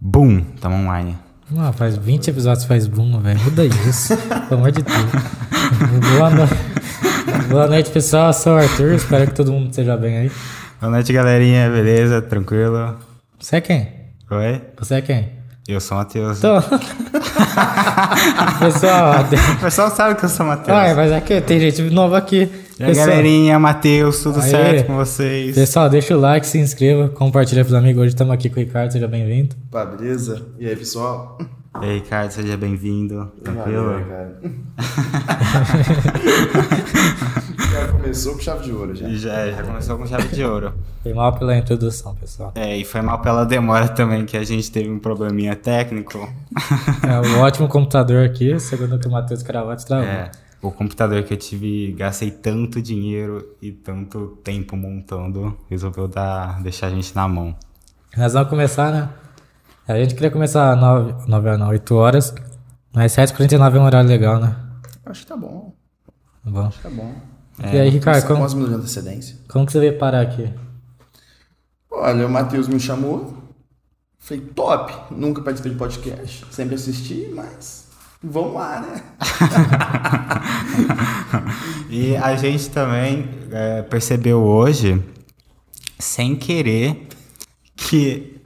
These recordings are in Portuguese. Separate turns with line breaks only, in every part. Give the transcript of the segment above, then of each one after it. Boom, tamo online.
Ah, faz 20 episódios que faz boom, velho. Muda isso. Pelo amor de Deus. Boa, no- Boa noite, pessoal. Eu sou o Arthur. Espero que todo mundo esteja bem aí.
Boa noite, galerinha. Beleza? Tranquilo?
Você é quem?
Oi?
Você é quem?
Eu sou o Matheus.
Então. pessoal. de-
O pessoal sabe que eu sou o Matheus.
Ai, mas aqui tem gente nova aqui.
E aí, galerinha, Matheus, tudo
Aê.
certo com vocês?
pessoal, deixa o like, se inscreva, compartilha pros amigos. Hoje estamos aqui com o Ricardo, seja bem-vindo.
Pá, beleza? E aí, pessoal?
E aí, Ricardo, seja bem-vindo.
Valeu,
Tranquilo?
cara. Já começou com chave de ouro já.
Já, já começou com chave de ouro.
Foi mal pela introdução, pessoal.
É, e foi mal pela demora também, que a gente teve um probleminha técnico.
É um ótimo computador aqui, segundo o que o Matheus Caravaggio travou.
É, o computador que eu tive, gastei tanto dinheiro e tanto tempo montando, resolveu dar, deixar a gente na mão.
Nós vamos começar, né? A gente queria começar às 9, 9 não, 8 horas, mas 7h49 é um horário legal, né?
Acho que tá bom.
Tá Bom.
Tá bom.
É,
e aí, Ricardo,
Cara,
como,
Quantos minutos de antecedência?
como que você veio parar aqui?
Olha, o Matheus me chamou. Falei, top. Nunca participei de podcast. Sempre assisti, mas vamos lá, né?
E a gente também é, percebeu hoje, sem querer, que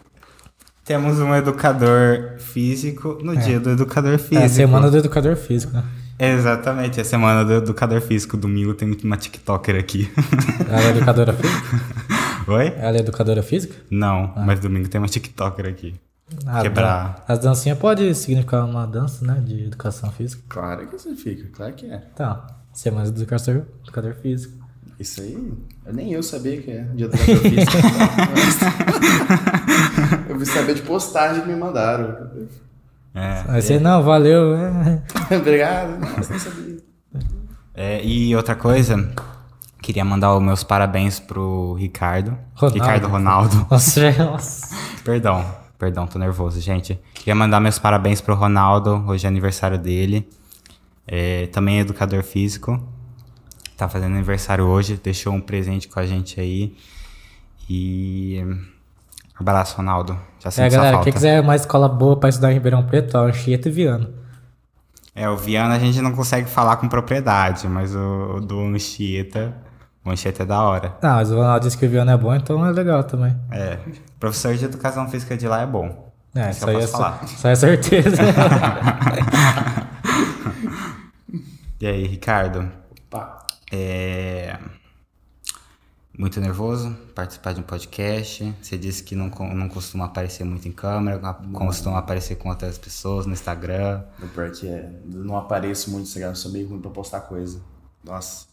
temos um educador físico no dia do educador físico.
É a semana do educador físico, né?
Exatamente, é a semana do educador físico. Domingo tem uma TikToker aqui.
Ela é educadora física?
Oi?
Ela é educadora física?
Não, mas domingo tem uma TikToker aqui. é
Ah,
Quebrar.
dan- As dancinhas podem significar uma dança, né? De educação física.
Claro que você fica, claro que é.
Tá. Semana do educador, educador físico.
Isso aí, eu nem eu sabia que é dia do física. eu vi saber de postagem que me mandaram.
É.
Aí você, não, valeu. é.
Obrigado. Nossa, não sabia.
É, e outra coisa, queria mandar os meus parabéns pro Ricardo.
Ronaldo.
Ricardo Ronaldo.
Nossa, já- é, nossa.
Perdão, perdão, tô nervoso, gente. Queria mandar meus parabéns pro Ronaldo, hoje é aniversário dele. É, também é educador físico. Tá fazendo aniversário hoje, deixou um presente com a gente aí. E. Abraço, Ronaldo. Já
É,
senti sua
galera,
falta.
quem quiser uma escola boa pra estudar em Ribeirão Preto, ó, Anchieta e Viana.
É, o Viana a gente não consegue falar com propriedade, mas o, o do Anchieta. O Anchieta é da hora.
Ah, mas o Ronaldo disse que o Viana é bom, então é legal também.
É. Professor de educação física de lá é bom. Isso
É, isso
eu
aí é,
posso
só-
falar.
isso aí é certeza.
E aí, Ricardo?
Pá.
É... Muito nervoso participar de um podcast. Você disse que não, co- não costuma aparecer muito em câmera, costuma aparecer com outras pessoas no Instagram.
O pior que é, eu não apareço muito no Instagram, sou meio ruim pra postar coisa. Nossa.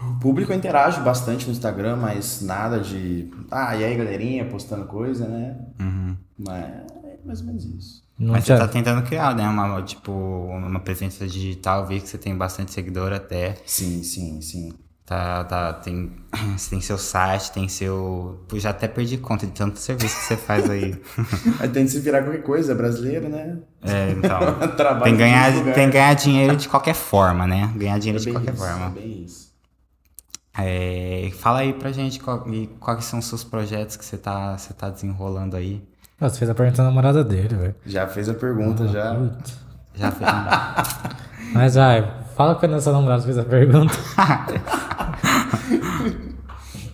O público eu interajo bastante no Instagram, mas nada de. Ah, e aí galerinha, postando coisa, né?
Uhum.
Mas é mais ou menos isso.
Não
Mas
tinha-
você tá tentando criar, né? Uma, tipo, uma presença digital. Eu vi que você tem bastante seguidor até.
Sim, sim, sim.
Tá, tá, tem, você tem seu site, tem seu. Pô, já até perdi conta de tanto serviço que você faz aí.
Aí tem que se virar qualquer coisa, é brasileiro, né?
É, então.
Trabalho
Tem que, ganhar,
em todo lugar.
tem que ganhar dinheiro de qualquer forma, né? Ganhar
É
dinheiro de
bem
qualquer
isso,
forma.
é bem isso.
É, fala aí pra gente qual- e quais são os seus projetos que você tá, você tá desenrolando aí.
Nossa, Você fez a pergunta da namorada dele, velho.
Já fez a pergunta, já.
Putz.
Já fez um-
Mas vai, fala quando a sua namorada fez a pergunta.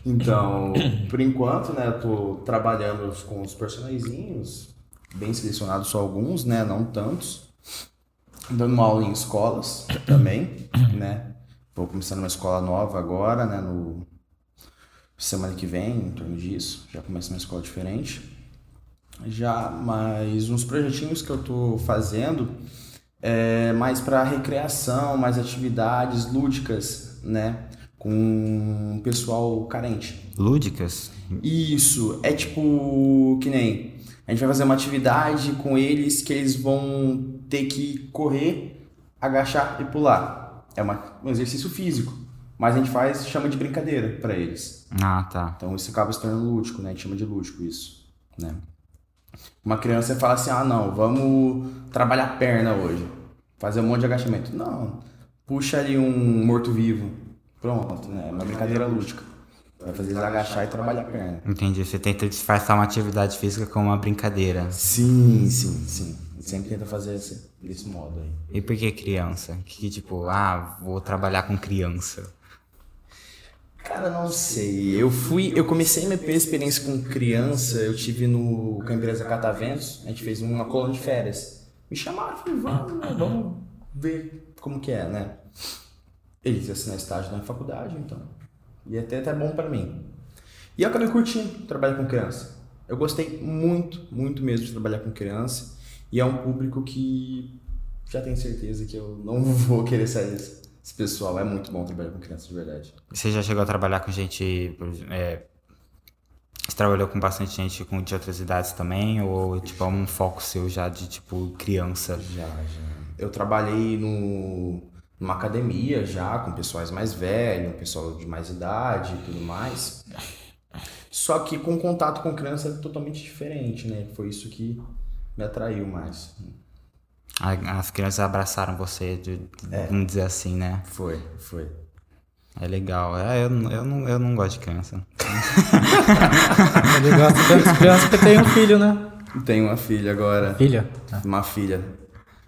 Então, por enquanto, né, eu tô trabalhando com os personagens, bem selecionados só alguns, né, não tantos. Dando uma aula em escolas também, né? Vou começar numa escola nova agora, né, no semana que vem, em torno disso, já começa uma escola diferente. Já, mas uns projetinhos que eu tô fazendo é mais para recreação, mais atividades lúdicas, né, com o pessoal carente.
Lúdicas?
Isso, é tipo que nem a gente vai fazer uma atividade com eles que eles vão ter que correr, agachar e pular. É uma- um exercício físico, mas a gente faz chama de brincadeira pra eles.
Ah, tá.
Então isso acaba se tornando lúdico, né? A gente chama de lúdico isso, né? Uma criança fala assim: "Ah, não, vamos trabalhar a perna hoje. Fazer um monte de agachamento". Não. Puxa ali um morto-vivo. Pronto, né? É uma brincadeira lúdica. Vai fazer eles agachar e trabalhar a perna.
Entendi. Você tenta disfarçar uma atividade física com uma brincadeira.
Sim, sim, sim. Sempre tenta fazer esse, desse modo aí.
E por que criança? Que tipo, ah, vou trabalhar com criança.
Cara, não sei. Eu fui, eu comecei minha primeira experiência com criança. Eu tive no com a empresa Cataventos. A gente fez uma colônia de férias. Me chamaram, falei, vamos, né, vamos ver como que é, né? Eles assinam estágio na faculdade, então. E até até bom pra mim. E eu acabei curtindo trabalhar com criança. Eu gostei muito, muito mesmo de trabalhar com criança. E é um público que já tenho certeza que eu não vou querer sair desse desse pessoal. É muito bom trabalhar com criança de verdade.
Você já chegou a trabalhar com gente. por exemplo, É, você trabalhou com bastante gente com, de outras idades também? Ou tipo, é um foco seu já de tipo criança?
Já, já. Eu trabalhei no, numa academia já, com pessoais mais velhos, um pessoal de mais idade e tudo mais. Só que com contato com criança é totalmente diferente, né? Foi isso que me atraiu mais.
A- As crianças abraçaram você, de, vamos dizer assim, né?
Foi, foi.
É legal. É, eu, não- eu, não, eu não gosto de criança.
Ele gosta tanto de criança porque tem um filho, né?
Tenho uma filha agora.
Filha.
Uma filha.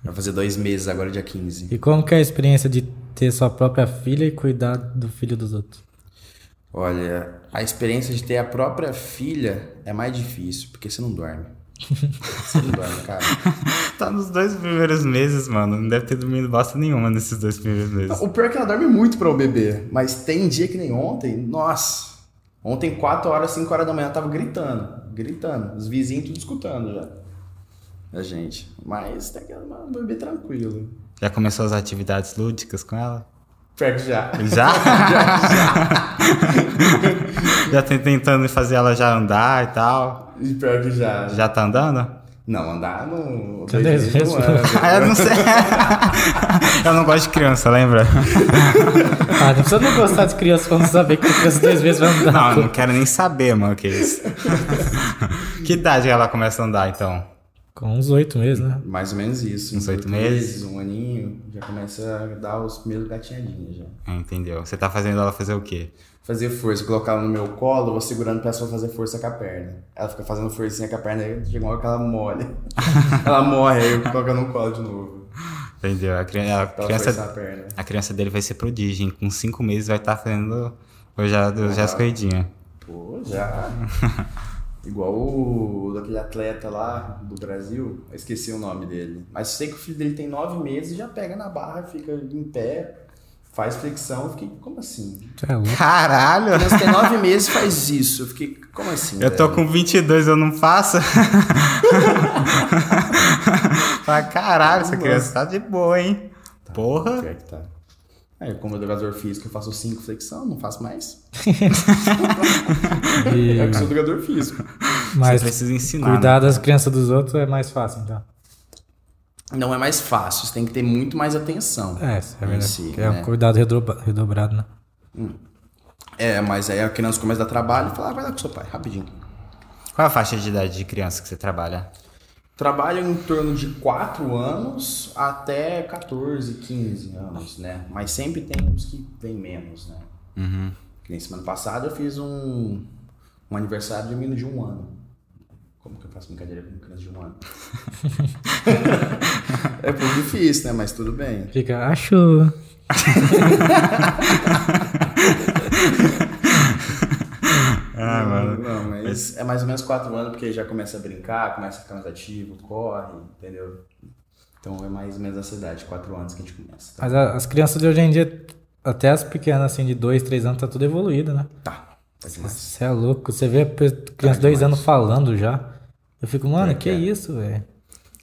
Vai fazer dois meses agora, dia 15.
E como que é a experiência de ter sua própria filha e cuidar do filho dos outros?
Olha, a experiência de ter a própria filha é mais difícil, porque você não dorme. Você não dorme, cara.
Tá nos dois primeiros meses, mano. Não deve ter dormido bosta nenhuma nesses dois primeiros meses.
O pior é que ela dorme muito pra o bebê, mas tem dia que nem ontem, nossa. Ontem, 4 horas, 5 horas da manhã, eu tava gritando, gritando. Os vizinhos tudo escutando já. A gente. Mas tá que é um bebê tranquilo.
Já começou as atividades lúdicas com ela?
Pior que já.
Já? já tem tentando fazer ela já andar e tal?
Pior que já.
Já tá andando?
Não, andar não.
Cadê
dois meses não
esse
anda.
Ah, eu não sei. eu não gosto de criança, lembra?
Ah, não precisa não gostar de criança pra não saber que criança duas vezes vai mudar.
Não, eu não quero nem saber, mano, o que é isso. que idade ela começa a andar, então?
Com uns oito meses, né?
Mais ou menos isso.
Uns oito
oito
meses.
Um aninho, já começa a dar os primeiros gatinhadinhos já.
Ah, Entendeu? Você tá fazendo ela fazer o quê?
Fazer força, colocar ela no meu colo, eu vou segurando pra ela fazer força com a perna. Ela fica fazendo forcinha com a perna, aí chega uma hora que ela molha. ela morre, aí eu coloco ela no colo de novo.
Entendeu? A, cri- a
Pra ela forçar a
criança,
perna.
a criança dele vai ser prodígio, hein? com cinco meses vai estar fazendo o já, o já as corridinhas.
Pô, já. Igual o daquele atleta lá do Brasil, eu esqueci o nome dele. Mas sei que o filho dele tem nove meses, já pega na barra, fica em pé, faz flexão. Eu fiquei, como assim?
Você é louco.
Caralho!
Mas tem nove meses faz isso. Eu fiquei, como assim?
Eu tô
velho?
com 22, eu não faço? Fala, caralho, essa criança tá de boa, hein? Porra!
Pior que tá. Aí, como educador físico, eu faço cinco flexão, não faço mais.
E-
É que sou educador físico.
Você
Mas
precisa ensinar. né?
cuidar das crianças dos outros é mais fácil, então.
Não é mais fácil, você tem que ter muito mais atenção.
É, isso é
Em
verdade.
si,
é
né?
um cuidado redobra- redobrado, né?
É, mas aí a criança começa a dar trabalho e fala, ah, vai lá com seu pai, rapidinho.
Qual é a faixa de idade de criança que você trabalha?
Trabalho em torno de 4 anos até 14, 15 anos, né? Mas sempre tem uns que vem menos, né?
Uhum.
Que nem semana passada eu fiz um, um aniversário de um menino de um ano. Como que eu faço brincadeira com criança de um ano? é pouco difícil, né? Mas tudo bem.
Fica, acho.
Ah, mano.
Não, mas é mais ou menos 4 anos, porque já começa a brincar, começa a ficar mais ativo, corre, entendeu? Então é mais ou menos essa idade, 4 anos que a gente começa. tá?
Mas a- as crianças de hoje em dia, até as pequenas, assim, de dois, três anos, tá tudo evoluído, né?
Tá, tá demais.
Você é louco. Você vê a pe-
Tá
criança de dois anos falando já. Eu fico, mano, que isso, velho?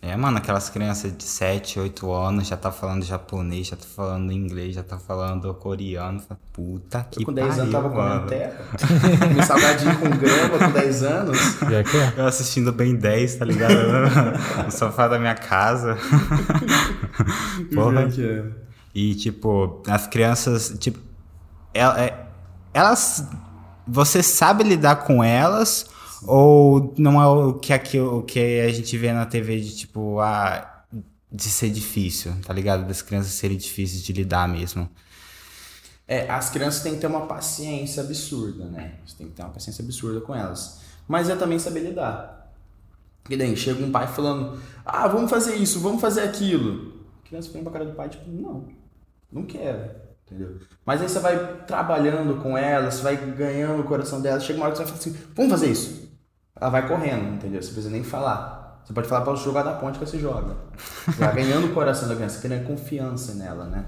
É, mano, aquelas crianças de 7, 8 anos já tá falando japonês, já tá falando inglês, já tá falando coreano. Fala, Puta que
Eu com 10
pariu,
anos tava comendo
mano.
terra. Comi salgadinho com grama com 10 anos.
Pior que é.
Eu assistindo bem 10, tá ligado? no sofá da minha casa.
Uhum.
Porra. E, tipo, as crianças, tipo, el- é- elas. Você sabe lidar com elas? Ou não é o que, aqui, o que a gente vê na TV de, tipo, ah, de ser difícil, tá ligado? Das crianças serem difíceis de lidar mesmo.
É, as crianças têm que ter uma paciência absurda, né? Você tem que ter uma paciência absurda com elas. Mas é também saber lidar. Porque daí chega um pai falando: ah, vamos fazer isso, vamos fazer aquilo. A criança fica pra cara do pai, tipo, não, não quero. Entendeu? Mas aí você vai trabalhando com ela, você vai ganhando o coração dela. Chega uma hora que você vai falar assim: vamos fazer isso. Ela vai correndo, entendeu? Você precisa nem falar. Você pode falar para ela jogar da ponte que você joga. Você vai ganhando o coração da criança, criando confiança nela, né?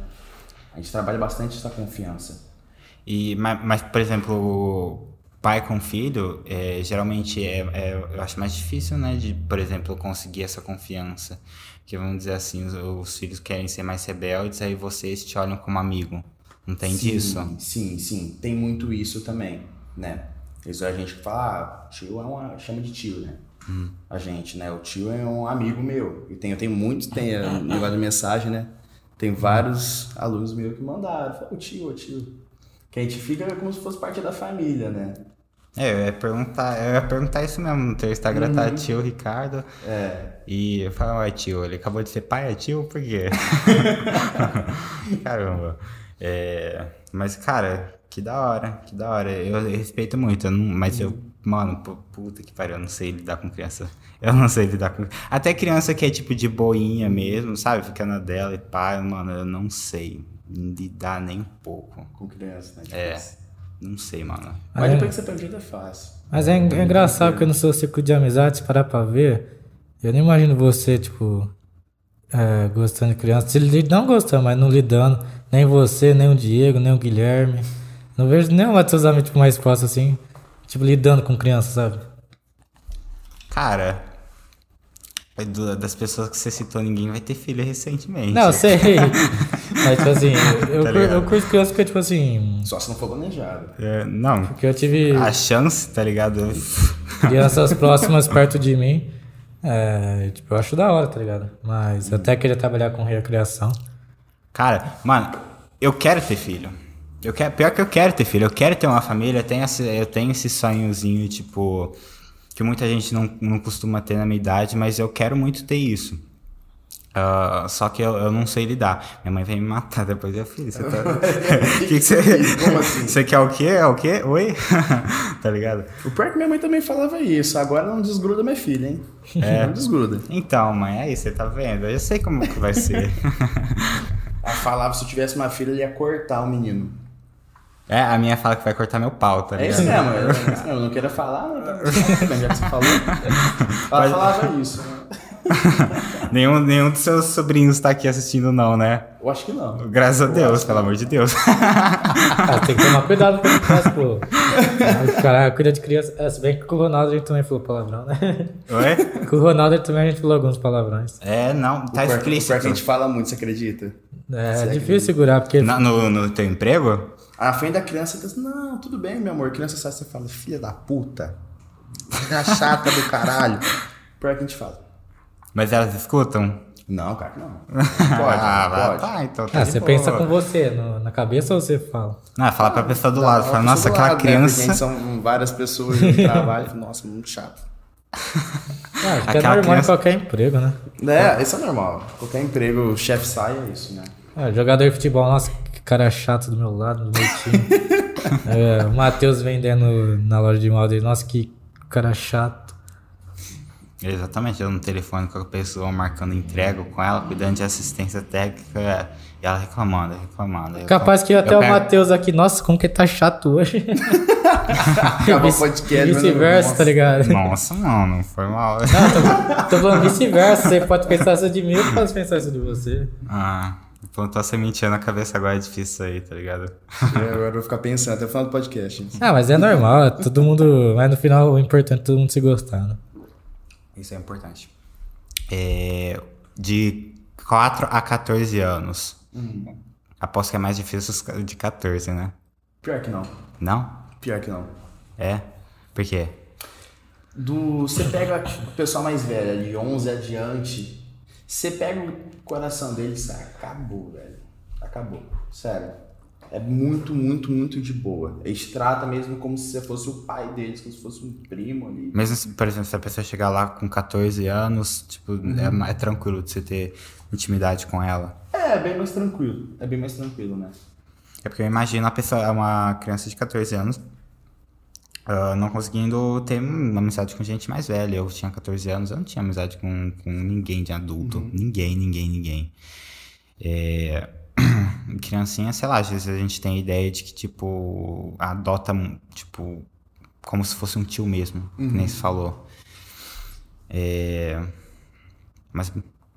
A gente trabalha bastante essa confiança.
E, mas, mas, por exemplo, o pai com filho, é, geralmente é, é- eu acho mais difícil, né? De, por exemplo, conseguir essa confiança. Porque vamos dizer assim, os, os filhos querem ser mais rebeldes, aí vocês te olham como amigo. Não tem
sim,
disso?
Sim, sim. Tem muito isso também, né? Isso a gente que fala, ah, tio é uma. chama de tio, né?
Hum.
A gente, né? O tio é um amigo meu. E tem, eu tenho muitos, tem é, um negócio de mensagem, né? Tem vários alunos meus que mandaram. Falaram, o tio, o tio. Que a gente fica como se fosse parte da família, né?
É, eu ia perguntar, eu ia perguntar isso mesmo. No teu Instagram tá tio Ricardo.
É.
E eu falo, ué, tio, ele acabou de ser pai, é tio? Por quê? Caramba. É, mas, cara, que da hora, que da hora. Eu respeito muito, eu não- mas eu, mano, pu- puta que pariu, eu não sei lidar com criança. Eu não sei lidar com. Até criança que é tipo de boinha mesmo, sabe? Fica na dela e pá, mano, eu não sei lidar nem um pouco.
Com criança, né?
É, não sei, mano.
Ah,
Mas
é?
depois que você aprende é fácil.
Mas é, en- é engraçado porque no seu círculo tipo de amizades, se parar pra ver, eu não imagino você, tipo, é, gostando de criança. Se li- Não gostando, mas não lidando. Nem você, nem o Diego, nem o Guilherme. Não vejo nenhum lá dos seus amigos tipo, mais próximos assim, tipo, lidando com criança, sabe?
Cara, é do- das pessoas que você citou, ninguém vai ter filho recentemente.
Não, eu sei. mas, tipo assim, eu,
Tá
cur- eu
ligado.
curto criança porque, tipo assim,
Só se não for planejado.
É, não,
porque eu tive.
a chance, tá ligado?
crianças próximas perto de mim. É, tipo, eu acho da hora, tá ligado? Mas eu até queria trabalhar com recriação.
Cara, mano, eu quero ter filho. Eu quero, pior que eu quero ter filho, eu quero ter uma família, eu tenho esse, eu tenho esse sonhozinho, tipo, que muita gente não, não costuma ter na minha idade, mas eu quero muito ter isso. Ah, só que eu, eu não sei lidar. Minha mãe vai me matar depois eu fiz. Você tá... que que você...
Como assim?
você quer o quê? É o quê? Oi? tá ligado?
O pior é que minha mãe também falava isso. Agora não desgruda minha filha, hein?
É.
Não desgruda.
Então, mãe, aí você tá vendo? Eu já sei como que vai ser.
Ela falava se eu tivesse uma filha, ele ia cortar o menino.
é, a minha fala que vai cortar meu pau, tá
É
ligado?
isso mesmo, é isso mesmo. Eu não queria falar, mas tá tudo bem, já que você falou. Ela falava isso. né?
Nenhum, nenhum dos seus sobrinhos tá aqui assistindo, não, né?
Eu acho que não.
Graças a Deus, pelo amor de Deus.
Ah, tem que tomar cuidado com o que faz, pô. Ai, Caralho, cuida de criança. É, se bem que com o Ronaldo a gente também falou palavrão, né?
Oi?
Com o Ronaldo também a gente falou alguns palavrões.
É, não, tá
O pior- O pior que a gente
explícito.
fala muito, você acredita?
É, é difícil segurar, porque.
Na- no, no teu emprego?
À frente da criança, você diz, não, tudo bem, meu amor. Criança sai, você fala, filha da puta. Filha chata do caralho. Pior que a gente fala.
Mas elas escutam?
Não, cara, que não. Não Pode,
ah,
não pode.
tá, então tá
Ah,
de
você
boa.
pensa com você, no- na cabeça ou você fala?
Não, fala pra pessoa do
Ela
lado. Fala,
fala
nossa,
do
aquela
lado, né? Porque a gente
criança...
São várias pessoas no trabalho. Nossa, muito chato.
Ah, acho que é
Aquela
normal
criança-
em qualquer emprego, né?
É, isso é normal. Qualquer emprego, o chefe sai, é isso, né?
Ah, jogador de futebol, nossa, que cara chato do meu lado, do meu time. É, o Matheus vendendo na loja de mal dele, nossa, que cara chato.
Exatamente, eu no telefone com a pessoa, marcando entrega com ela, cuidando de assistência técnica, e ela reclamando, reclamando.
Capaz que
Eu
até o
pego-
Matheus aqui, nossa, como que ele tá chato hoje.
Acabou o podcast, mas não-
Vice-versa, tá ligado?
Nossa, mano, foi mal.
Não, tô, tô falando vice-versa, você pode pensar isso de mim, eu posso pensar isso de você.
ah, plantou a sementinha na cabeça agora é difícil aí, tá ligado?
Eu É, agora vou ficar pensando até o final do podcast. hein?
Ah, mas é normal, é todo mundo. Mas no final o importante é todo mundo se gostar, né?
Isso é importante. É, de 4 a 14 anos. Aposto que é mais difícil os ca- de 14, né?
Pior que não.
Não?
Pior que não.
É? Por quê?
Do, você pega tipo, o pessoal mais velho, de 11 adiante, você pega o coração deles, acabou, velho. Acabou. Sério. É muito, muito, muito de boa. Eles tratam mesmo como se você fosse o pai deles, como se fosse um primo ali.
Mesmo, se, por exemplo, se a pessoa chegar lá com 14 anos, tipo, é, ma- é tranquilo de você ter intimidade com ela.
É, é bem mais tranquilo. É bem mais tranquilo, né?
É porque eu imagino a pessoa, uma criança de 14 anos ah, não conseguindo ter uma amizade com gente mais velha. Eu tinha 14 anos, eu não tinha amizade com, com ninguém de adulto. Ninguém, ninguém, ninguém. É, Criancinha, sei lá, às vezes a gente tem a ideia de que, tipo, adota, tipo, como se fosse um tio mesmo, que nem se falou. É, Mas,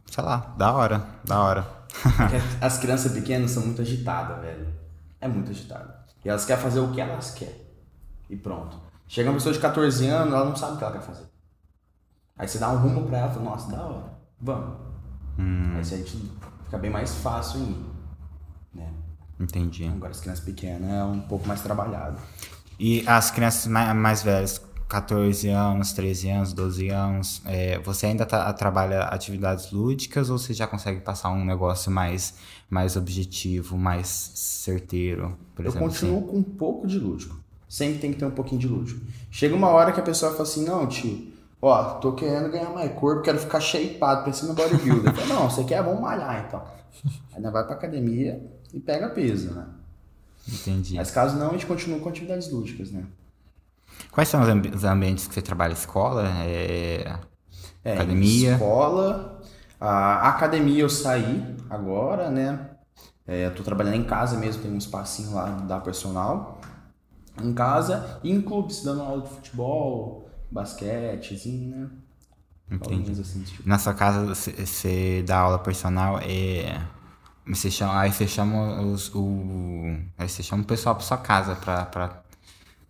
sei lá, da hora, da hora.
é- As crianças pequenas são muito agitadas, velho. É muito agitada. E elas querem fazer o que elas querem. E pronto. Chega uma pessoa de 14 anos, ela não sabe o que ela quer fazer. Aí você dá um rumo pra ela, fala, nossa, da hora, vamos. Aí a gente fica bem mais fácil em ir. Né?
Entendi.
Agora as crianças pequenas é um pouco mais trabalhado.
E as crianças ma- mais velhas, 14 anos, 13 anos, 12 anos, é, você ainda tá- trabalha atividades lúdicas ou você já consegue passar um negócio mais, mais objetivo, mais certeiro? Por
Eu
exemplo,
continuo com um pouco de lúdico. Sempre tem que ter um pouquinho de lúdico. Chega uma hora que a pessoa fala assim, não, tio, ó, tô querendo ganhar mais corpo, quero ficar shapeado, pensando no bodybuilder. Eu falo, não, você quer, vamos malhar então. Aí nós vai pra academia e pega peso, né?
assim? Entendi.
Mas caso não, a gente continua com atividades lúdicas, né?
Quais são os ambi- os ambientes que você trabalha? Escola? É,
É,
Academia.
Escola. A academia eu saí agora, né? É, eu tô trabalhando em casa mesmo, tem um espacinho lá da personal. Em casa e em clubes, dando aula de futebol, basquetezinho, né? Aulinhas assim, desse tipo.
Na sua casa, você- você dá aula personal, é... Você chama, aí você chama os, o... Aí você chama o pessoal pra sua casa pra, pra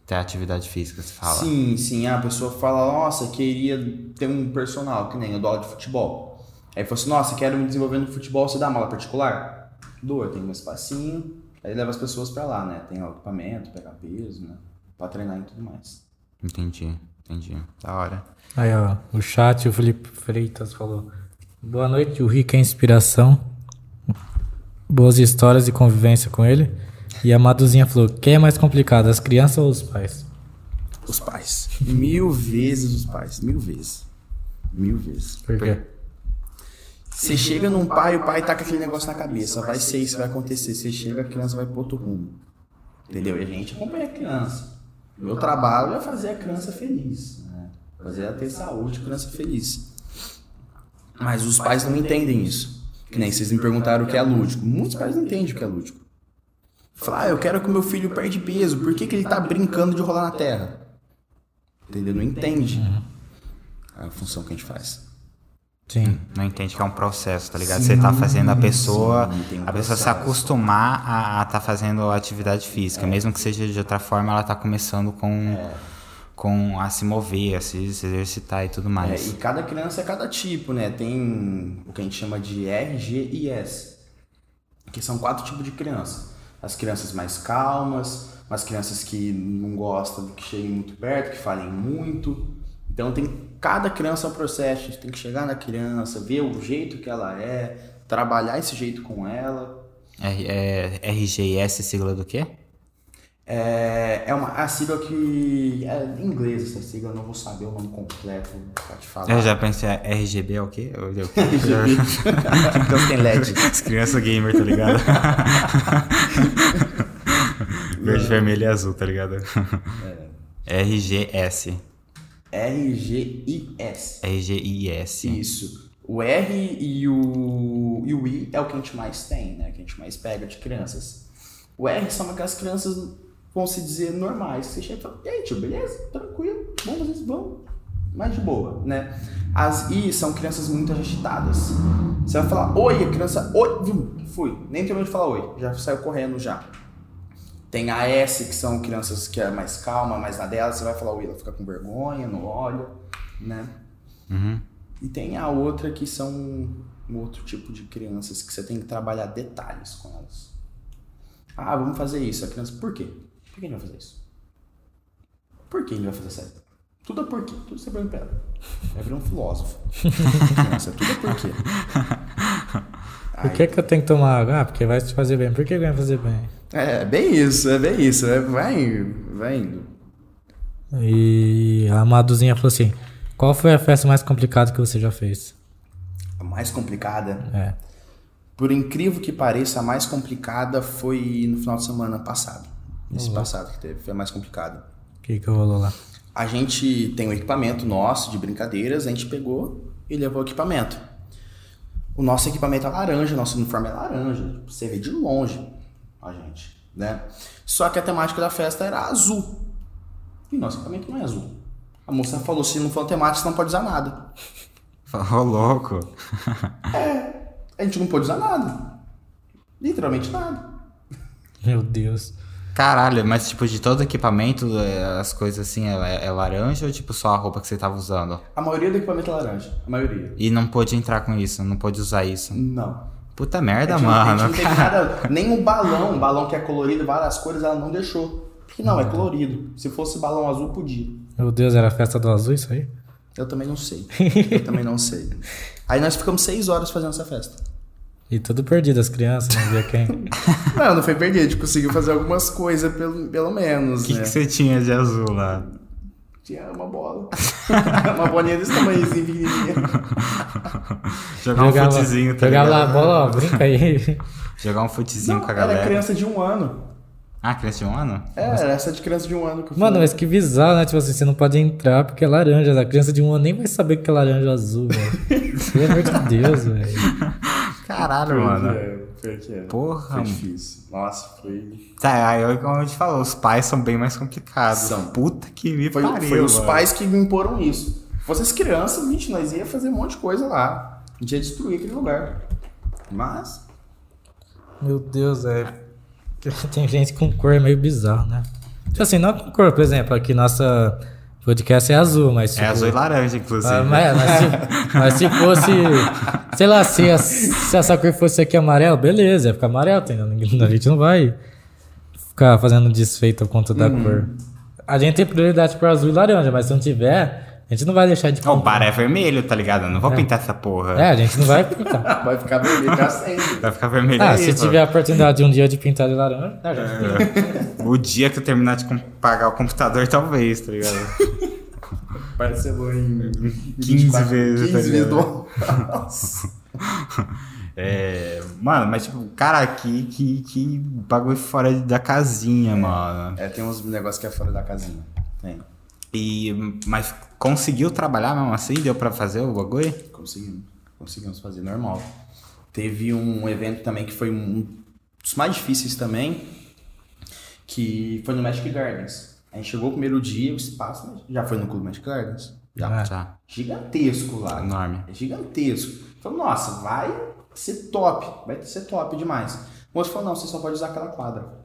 ter atividade física, você fala.
Sim, sim. Ah, A pessoa fala, nossa, queria ter um personal, que nem eu dou aula de futebol. Aí fala assim, nossa, quero me desenvolver no futebol, você dá uma aula particular? Dou, tem um espacinho. Aí leva as pessoas pra lá, né? Tem lá o equipamento, pegar peso, né? Pra treinar e tudo mais.
Entendi, entendi. Da hora.
Aí, ó, o chat, o Felipe Freitas falou. Boa noite, o Rick é inspiração. Boas histórias e convivência com ele. E a Maduzinha falou: quem é mais complicado, as crianças ou os pais?
Os pais. Mil vezes os pais. Mil vezes. Mil vezes.
Por quê?
Você chega num pai, o pai tá com aquele negócio na cabeça. Vai ser isso, vai acontecer. Você chega, a criança vai pro outro rumo. Entendeu? E a gente acompanha a criança. Meu trabalho é fazer a criança feliz. Né? Fazer ela ter saúde, a criança feliz. Mas os pais não entendem isso. Que nem vocês me perguntaram o que é lúdico. Muitos pais não entendem o que é lúdico. Falar, ah, eu quero que o meu filho perde peso. Por que, que ele tá brincando de rolar na terra? Entendeu? Não entende É a função que a gente faz.
Sim.
Não entende que é um processo, tá ligado? você tá fazendo a pessoa,
sim, tem um
a pessoa se
processo.
acostumar a, a tá fazendo atividade física, mesmo que seja de outra forma, ela tá começando com, com a se mover, a se, se exercitar e tudo
É,
mais.
e cada criança é cada tipo, né? Tem o que a gente chama de R, G e S, que são quatro tipos de criança. As crianças mais calmas, as crianças que não gostam, que cheguem muito perto, que falem muito. Então tem cada criança é um processo, a gente tem que chegar na criança, ver o jeito que ela é, trabalhar esse jeito com ela.
R- é, RGS, sigla do quê?
É, é uma a sigla que é em inglês essa sigla, eu não vou saber o nome completo pra te falar.
Eu É, já pensei, RGB é o quê? Eu- eu-
então tem LED.
As crianças é gamer, tá ligado? Verde, vermelho e azul, tá ligado? RGS.
RGIS.
RGIS.
Isso. O R e o, e o I é o que a gente mais tem, né? Que a gente mais pega de crianças. O R são aquelas crianças, vão se dizer, normais. Você chega e fala, e aí, tio, beleza? Tranquilo, vamos, vocês vão. Mais de boa, né? As I são crianças muito agitadas. Você vai falar, oi, a criança, oi, vum, fui. Nem terminou de falar oi, já saiu correndo já. Tem a S, que são crianças que é mais calma, mais na dela. Você vai falar oi, ela fica com vergonha, não olha, né? E tem a outra que são um outro tipo de crianças que você tem que trabalhar detalhes com elas. Ah, vamos fazer isso. A criança, por quê? Por que a gente vai fazer isso? Por que a gente vai fazer isso? Tudo é por quê? Tudo você pergunta pra ela. Vai virar um filósofo. criança, tudo é por quê?
Por que, que eu tenho que tomar água? Ah, porque vai te fazer bem. Por que que vai fazer bem?
É, bem isso, é bem isso. É, vai indo, vai indo.
E a Maduzinha falou assim: qual foi a festa mais complicada que você já fez?
A mais complicada
É.
por incrível que pareça, a mais complicada foi no final de semana passado. Esse passado que teve, foi a mais complicada.
O que que rolou lá?
A gente tem um equipamento nosso de brincadeiras, a gente pegou e levou o equipamento. O nosso equipamento é laranja, nosso uniforme é laranja. Você vê de longe a gente, né? Só que a temática da festa era azul. E nosso equipamento não é azul. A moça falou: se não for temática, você não pode usar nada.
Ô, louco.
A gente não pôde usar nada. Literalmente nada.
Meu Deus.
Caralho, mas tipo, de todo equipamento, é, as coisas assim, é, é laranja ou tipo só a roupa que você tava usando?
A maioria do equipamento é laranja. A maioria.
E não pôde entrar com isso, não pôde usar isso.
Não.
Puta merda,
A gente não- a gente
mano.
não teve nada, nem o balão, o balão que é colorido, várias cores, ela não deixou. Porque não, é colorido. Se fosse balão azul, podia.
Meu Deus, era a festa do azul isso aí?
Eu também não sei. Eu também não sei. Aí nós ficamos seis horas fazendo essa festa.
E tudo perdido, as crianças, não via quem.
Tá
Não, não foi perdido. A gente conseguiu fazer algumas coisas, pelo, pelo menos,
O que,
né?
que você tinha de azul lá?
Tinha uma bola. uma bolinha desse tamanhozinho, pequenininha.
Jogar um futezinho, tá
jogava lá a
ligado?
bola, ó, brinca aí.
Jogar um futezinho
Não,
com a
era
galera.
criança de um ano.
Ah, criança de um ano?
É, era essa de criança de um ano que eu
Mano,
falei.
mas que bizarro, né? Tipo assim, você não pode entrar porque é laranja. A criança de um ano nem vai saber que é laranja ou azul, velho. Pelo amor de Deus, velho.
Caralho,
Pior que
mano.
é, pior que é.
Porra,
Foi
mano.
difícil. Nossa, foi.
Tá, aí eu- como eu te falo, os pais são bem mais complicados.
São.
Puta que me
Foi,
pariu,
foi os
mano.
pais que me imporam isso. Vocês crianças, vixe, nós ia fazer um monte de coisa lá. A gente ia destruir aquele lugar. Mas.
Meu Deus, é. Tem gente com cor meio bizarro, né? Tipo assim, não com cor, por exemplo, aqui nossa podcast é azul, mas.
É
tipo,
azul e laranja, inclusive.
ah, mas, mas se, mas se fosse. Sei lá, se, a, se essa cor fosse aqui amarelo, beleza, ia ficar amarelo, entendeu? Ninguém- A gente não vai ficar fazendo desfeita por conta da
Hum.
cor. A gente tem prioridade pro azul e laranja, mas se não tiver, a gente não vai deixar de.
Ó, O bar é vermelho, tá ligado? Eu não vou pintar essa porra.
É, a gente não vai pintar.
Vai ficar vermelho pra sempre.
Vai ficar vermelho
Ah,
aí,
se
mano.
tiver a oportunidade de um dia de pintar de laranja,
É.
a gente pinta.
O dia que eu terminar de com- pagar o computador, talvez, tá ligado?
Parcelou em
15 vezes, tá
15 vezes do
ligado?
almoço.
É, mano, mas tipo, cara, que, que, que bagulho fora da casinha, mano.
É, tem uns negócios que é fora da casinha. Tem.
E, mas conseguiu trabalhar mesmo assim? Deu pra fazer o bagulho?
Conseguimos. Conseguimos fazer normal. Teve um evento também que foi um dos mais difíceis também, que foi no Magic Gardens. A gente chegou o primeiro dia, o espaço né, já foi no Clube Magic Gardens.
Ah.
Tá,
Gigantesco lá.
enorme.
É gigantesco. Falei, nossa, vai ser top. Vai ser top demais. O moço falou, não, você só pode usar aquela quadra.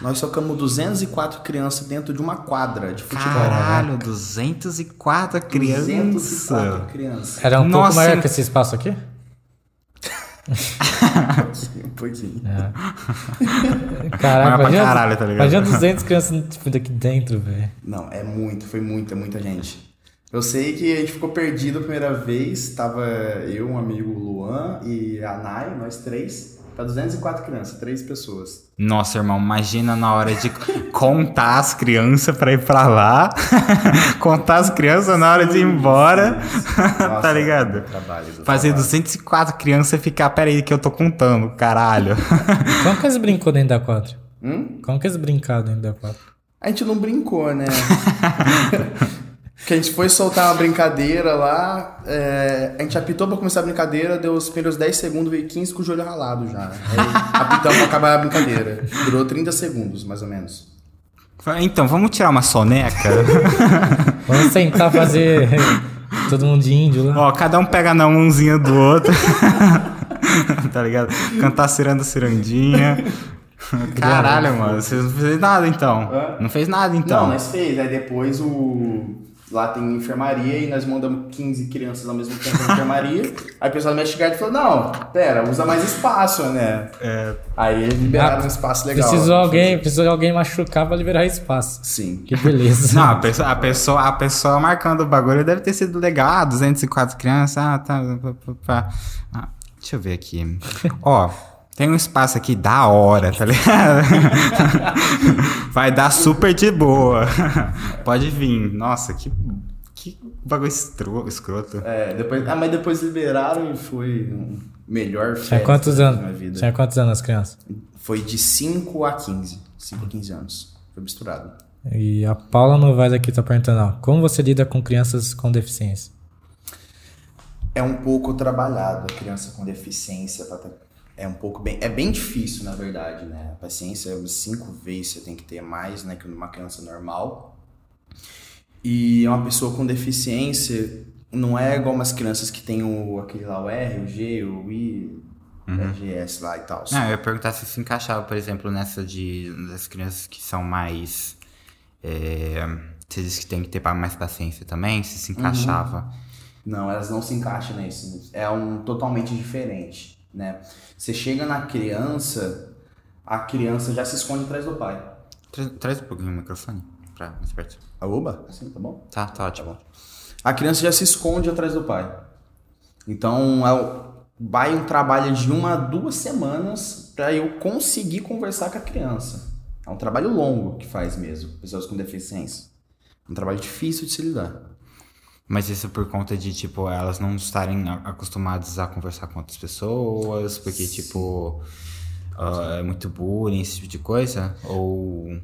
Nós socamos 204 crianças dentro de uma quadra de futebol.
né?
Caralho, 204 crianças.
204 crianças.
Era um
Nossa,
pouco maior
hein?
que esse espaço aqui?
Um pouquinho.
Maior
É. Caraca,
pra
imagina,
caralho, tá ligado?
né?
imagina 200 crianças tipo, daqui dentro, velho.
Não, é muito, foi muita, muita gente. Eu sei que a gente ficou perdido a primeira vez, tava eu, um amigo Luan e a Nai, nós três, pra 204 crianças, três pessoas.
Nossa, irmão, imagina na hora de contar as crianças pra ir pra lá. contar as crianças na hora de ir embora.
Nossa,
Tá ligado?
Trabalho do
Fazer
trabalho.
204 crianças ficar, peraí que eu tô contando, caralho.
Como que eles brincou dentro da quadra?
Hum?
Como que eles brincaram dentro da quadra?
A gente não brincou, né? que a gente foi soltar uma brincadeira lá, é, a gente apitou pra começar a brincadeira, deu os primeiros 10 segundos, veio 15 com o joelho ralado já. Aí, apitamos pra acabar a brincadeira. Durou 30 segundos, mais ou menos.
Então, vamos tirar uma soneca?
Vamos sentar fazer todo mundo de índio lá.
Ó, cada um pega na mãozinha do outro. tá ligado? Cantar ciranda cirandinha. Caralho, mano, vocês não fez nada então.
Hã?
Não fez nada então.
Não, nós fez. Aí depois o. Lá tem enfermaria e nós mandamos 15 crianças ao mesmo tempo na enfermaria. Aí o pessoal do Magic Garden falou: não, pera, usa mais espaço, né?
É,
Aí eles liberaram
Ah,
um espaço legal.
Precisou alguém, precisou de alguém machucar pra liberar espaço.
Sim.
Que beleza.
Não, a pessoa, a, pessoa, a pessoa marcando o bagulho deve ter sido legal. Ah, 204 crianças. Ah, tá. pá, pá, pá. Ah, deixa eu ver aqui. Ó, tem um espaço aqui da hora, tá ligado? Vai dar super de boa. Pode vir. Nossa, que, que bagulho estro- escroto.
É, depois, ah, mas depois liberaram e foi um- melhor festa
Tinha quantos
da
anos?
minha vida.
Tinha quantos anos as crianças?
Foi de 5 a 15. 5 a 15 anos. Foi misturado.
E a Paula Novaes aqui tá perguntando, ó, como você lida com crianças com deficiência?
É um pouco trabalhado a criança com deficiência. pra ter- É um pouco bem. É bem difícil, na verdade, né? A paciência é umas cinco vezes você tem que ter mais, né? Que uma criança normal. E uma pessoa com deficiência não é igual umas crianças que tem o, aquele lá, o R, o G, o I, o GS lá e tal.
Não, eu ia perguntar se se encaixava, por exemplo, nessa de das crianças que são mais. É, você diz que tem que ter pa- mais paciência também, se se encaixava.
Não, elas não se encaixam nisso. É um totalmente diferente, né? Você chega na criança, a criança já se esconde atrás do pai.
Tra- Traz um pouquinho o microfone pra mais perto.
A oba? Assim, tá bom?
Tá, tá ótimo.
A criança já se esconde atrás do pai. Então, é o- vai um trabalho de uma a duas semanas para eu conseguir conversar com a criança. É um trabalho longo que faz mesmo, pessoas com deficiência. Um trabalho difícil de se lidar.
Mas isso por conta de, tipo, elas não estarem a- acostumadas a conversar com outras pessoas, porque, tipo, ah, é muito bullying, esse tipo de coisa? Ou.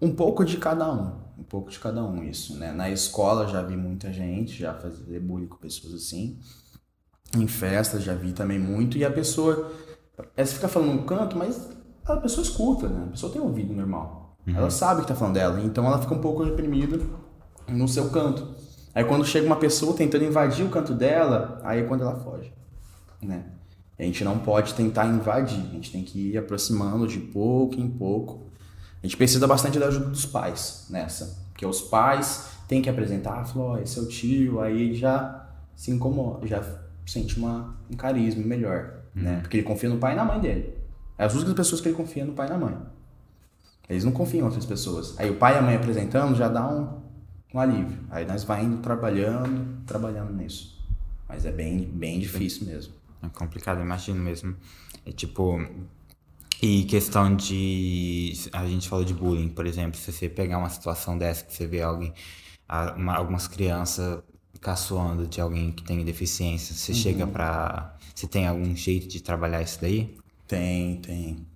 Um pouco de cada um, um pouco de cada um isso, né? Na escola já vi muita gente já fazer bullying com pessoas assim. Em festas já vi também muito e a pessoa ela fica falando um canto, mas a pessoa escuta, né? A pessoa tem ouvido normal. Ela sabe o que tá falando dela, então ela fica um pouco reprimida no seu canto. Aí quando chega uma pessoa tentando invadir o canto dela, aí é quando ela foge, né? A gente não pode tentar invadir, a gente tem que ir aproximando de pouco em pouco a gente precisa bastante da ajuda dos pais nessa. Porque os pais têm que apresentar, ah, Fló, esse é o tio, aí ele já se incomoda, já sente uma, um carisma melhor, né? Porque ele confia no pai e na mãe dele. É as únicas pessoas que ele confia no pai e na mãe. Eles não confiam em outras pessoas. Aí o pai e a mãe apresentando já dá um, um alívio. Aí nós vai indo trabalhando, trabalhando nisso. Mas é bem, bem difícil mesmo.
É complicado, imagino mesmo. É tipo. E questão de. A gente falou de bullying, por exemplo. Se você pegar uma situação dessa que você vê alguém. a- uma- algumas crianças caçoando de alguém que tem deficiência, você chega pra. Você tem algum jeito de trabalhar isso daí?
Tem, tem.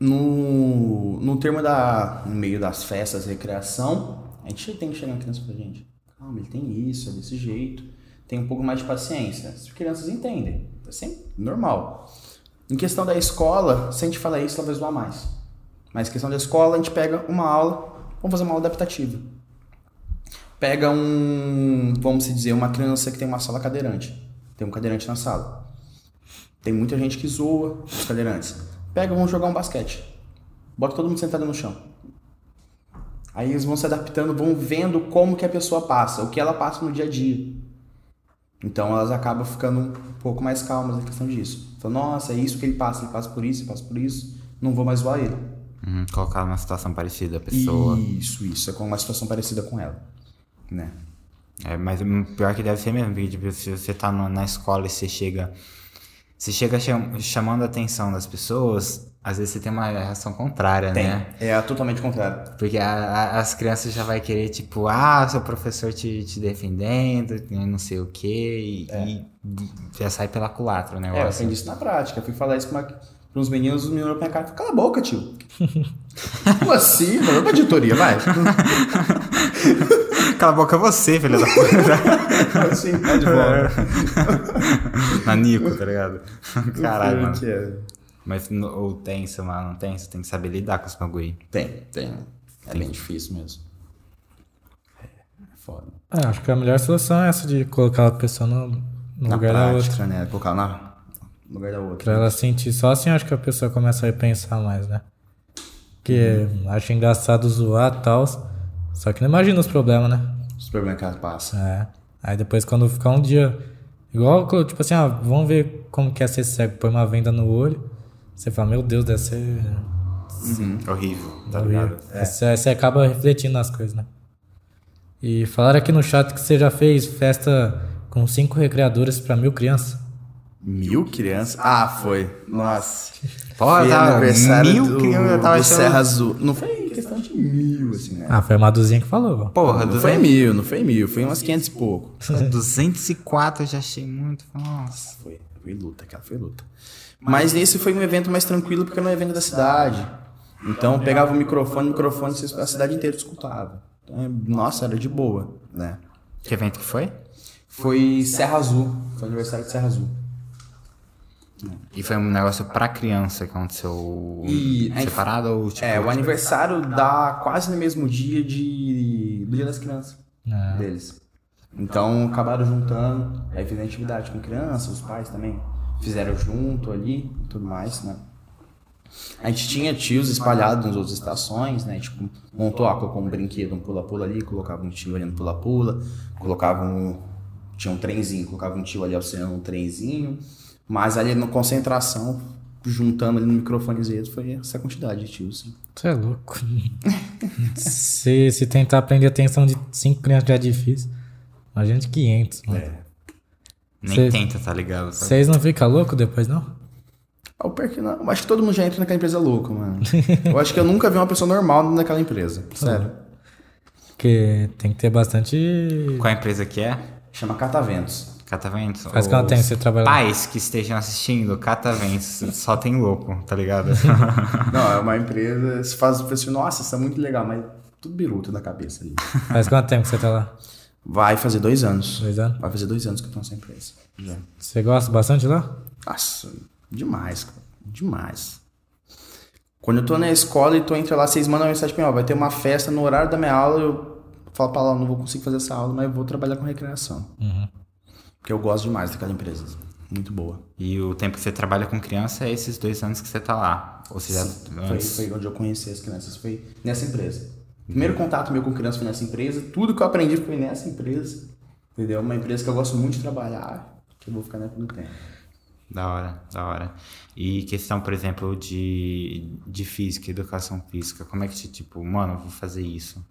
No, no termo da. No meio das festas, recreação, a gente tem que chegar na criança e falar, gente, calma, ele tem isso, é desse jeito. Tem um pouco mais de paciência. As crianças entendem. É sempre normal. Em questão da escola, se a gente falar isso, talvez vá mais. Mas em questão da escola, a gente pega uma aula, vamos fazer uma aula adaptativa. Pega um, vamos se dizer, uma criança que tem uma sala cadeirante. Tem um cadeirante na sala. Tem muita gente que zoa os cadeirantes. Pega, vamos jogar um basquete. Bota todo mundo sentado no chão. Aí eles vão se adaptando, vão vendo como que a pessoa passa, o que ela passa no dia a dia. Então elas acabam ficando um pouco mais calmas na questão disso. Falando, nossa, é isso que ele passa, ele passa por isso, ele passa por isso, não vou mais zoar ele.
Uhum, colocar numa situação parecida a pessoa.
Isso, isso, é com uma situação parecida com ela. Né?
É, mas hum, pior que deve ser mesmo, porque tipo, se você tá no- na escola e você chega. Você chega cham- chamando a atenção das pessoas, às vezes você tem uma reação contrária, né?
É, totalmente contrário.
Porque a- a- as crianças já vai querer, tipo, ah, seu professor te, te defendendo, e não sei o quê, e, e já sai pela culatra o
É, eu
negócio.
aprendi isso na prática. Eu fui falar isso para uns meninos, os meninos olharam pra minha cara e falaram, cala a boca, tio. Como assim? Mano, pra editoria, vai.
Cala a boca você, filho da puta.
Como assim? Vai de volta.
Nanico, tá ligado? Caralho, mano.
Que é.
Mas no- ou tenso, mano, não tenso, tem que saber lidar com os bagulho.
Tem, tem. É bem difícil mesmo. É foda.
Ah, acho que a melhor solução é essa de colocar a pessoa no, no
na
lugar da outra.
prática, né? Colocar na... no lugar da
Pra
outra.
ela sentir. Só assim acho que a pessoa começa a pensar mais, né? Porque acho engraçado zoar e tal. Só que não imagina os problemas, né?
Supermercado passa.
É. Aí depois quando ficar um dia. Igual, co- tipo assim, ah, vamos ver como que é ser cego. Põe uma venda no olho. Você fala, meu Deus, deve ser.
Horrível, tá ligado?
É.
Aí Você, você acaba refletindo nas coisas, né? E falaram aqui no chat que você já fez festa com cinco recreadores pra mil crianças.
Mil crianças? Ah, foi. Nossa.
Pô, eu
Foi
tava-
aniversário
mil
do,
que eu tava
do
achando-
Serra Azul. Não foi questão de mil, assim, né?
Ah, foi a Maduzinha que falou.
Porra,
Não foi mil, não foi mil, foi umas 500 e pouco.
204 eu já achei muito. Nossa.
Foi, é foi luta, aquela foi luta. Mas esse foi um evento mais tranquilo, porque era um evento da cidade. Então pegava o microfone, microfone, a cidade inteira escutava. Então, é- nossa, era de boa, né?
Que evento que foi?
Foi Serra Azul, foi o aniversário de Serra Azul.
E foi um negócio pra criança que aconteceu
E-
separado ou tipo.
É, o aniversário dá quase no mesmo dia de... do Dia das Crianças deles. Então acabaram juntando, é aí fizeram atividade com crianças, os pais também fizeram junto ali e tudo mais, né? A gente tinha tios espalhados nas outras estações, né? Tipo, montou, ah, colocou um brinquedo, um pula-pula ali, colocava um tio ali no pula-pula, colocava um. Tinha um trenzinho, colocava um tio ali auxiliando um trenzinho. Mas ali na concentração, juntando ali no microfonezinho, foi essa quantidade de tios, sim.
Você é louco. se, se tentar prender a atenção de cinco crianças já é difícil. Imagina de 500, mano.
É.
Nem
Cê-
tenta, tá ligado?
Vocês não ficam loucos depois, não?
Ah, o pior que não. Eu Acho que todo mundo já entra naquela empresa louco, mano. Eu acho que eu nunca vi uma pessoa normal dentro daquela empresa. Sério.
Porque tem que ter bastante.
Qual a empresa que é?
Chama Cataventos.
Cataventos.
Faz quanto tempo você trabalha lá?
Pais que estejam assistindo, Cataventos, só tem louco, tá ligado?
Não, é uma empresa. Você faz o assim, nossa, isso é muito legal, mas tudo biruta da cabeça ali.
Faz quanto tempo que você tá lá?
Vai fazer dois anos.
Dois anos?
Vai fazer dois anos que eu tô nessa empresa. Já.
Você gosta bastante lá?
Nossa, demais, cara. Demais. Quando eu tô na escola e tô entre lá, vocês mandam uma mensagem pra mim, ó, vai ter uma festa no horário da minha aula, eu falo pra lá, não vou conseguir fazer essa aula, mas eu vou trabalhar com recreação. Porque eu gosto demais daquela empresa. Muito boa.
e o tempo que você trabalha com criança é esses dois anos que você tá lá. Ou seja,
Foi,
antes.
foi onde eu conheci as crianças, foi nessa empresa. Primeiro contato meu com criança foi nessa empresa, tudo que eu aprendi foi nessa empresa, entendeu? É Uma empresa que eu gosto muito de trabalhar, que eu vou ficar nela por um tempo.
Da hora, da hora. E questão, por exemplo, de, de física, educação física, como é que te, tipo, mano, eu vou fazer isso?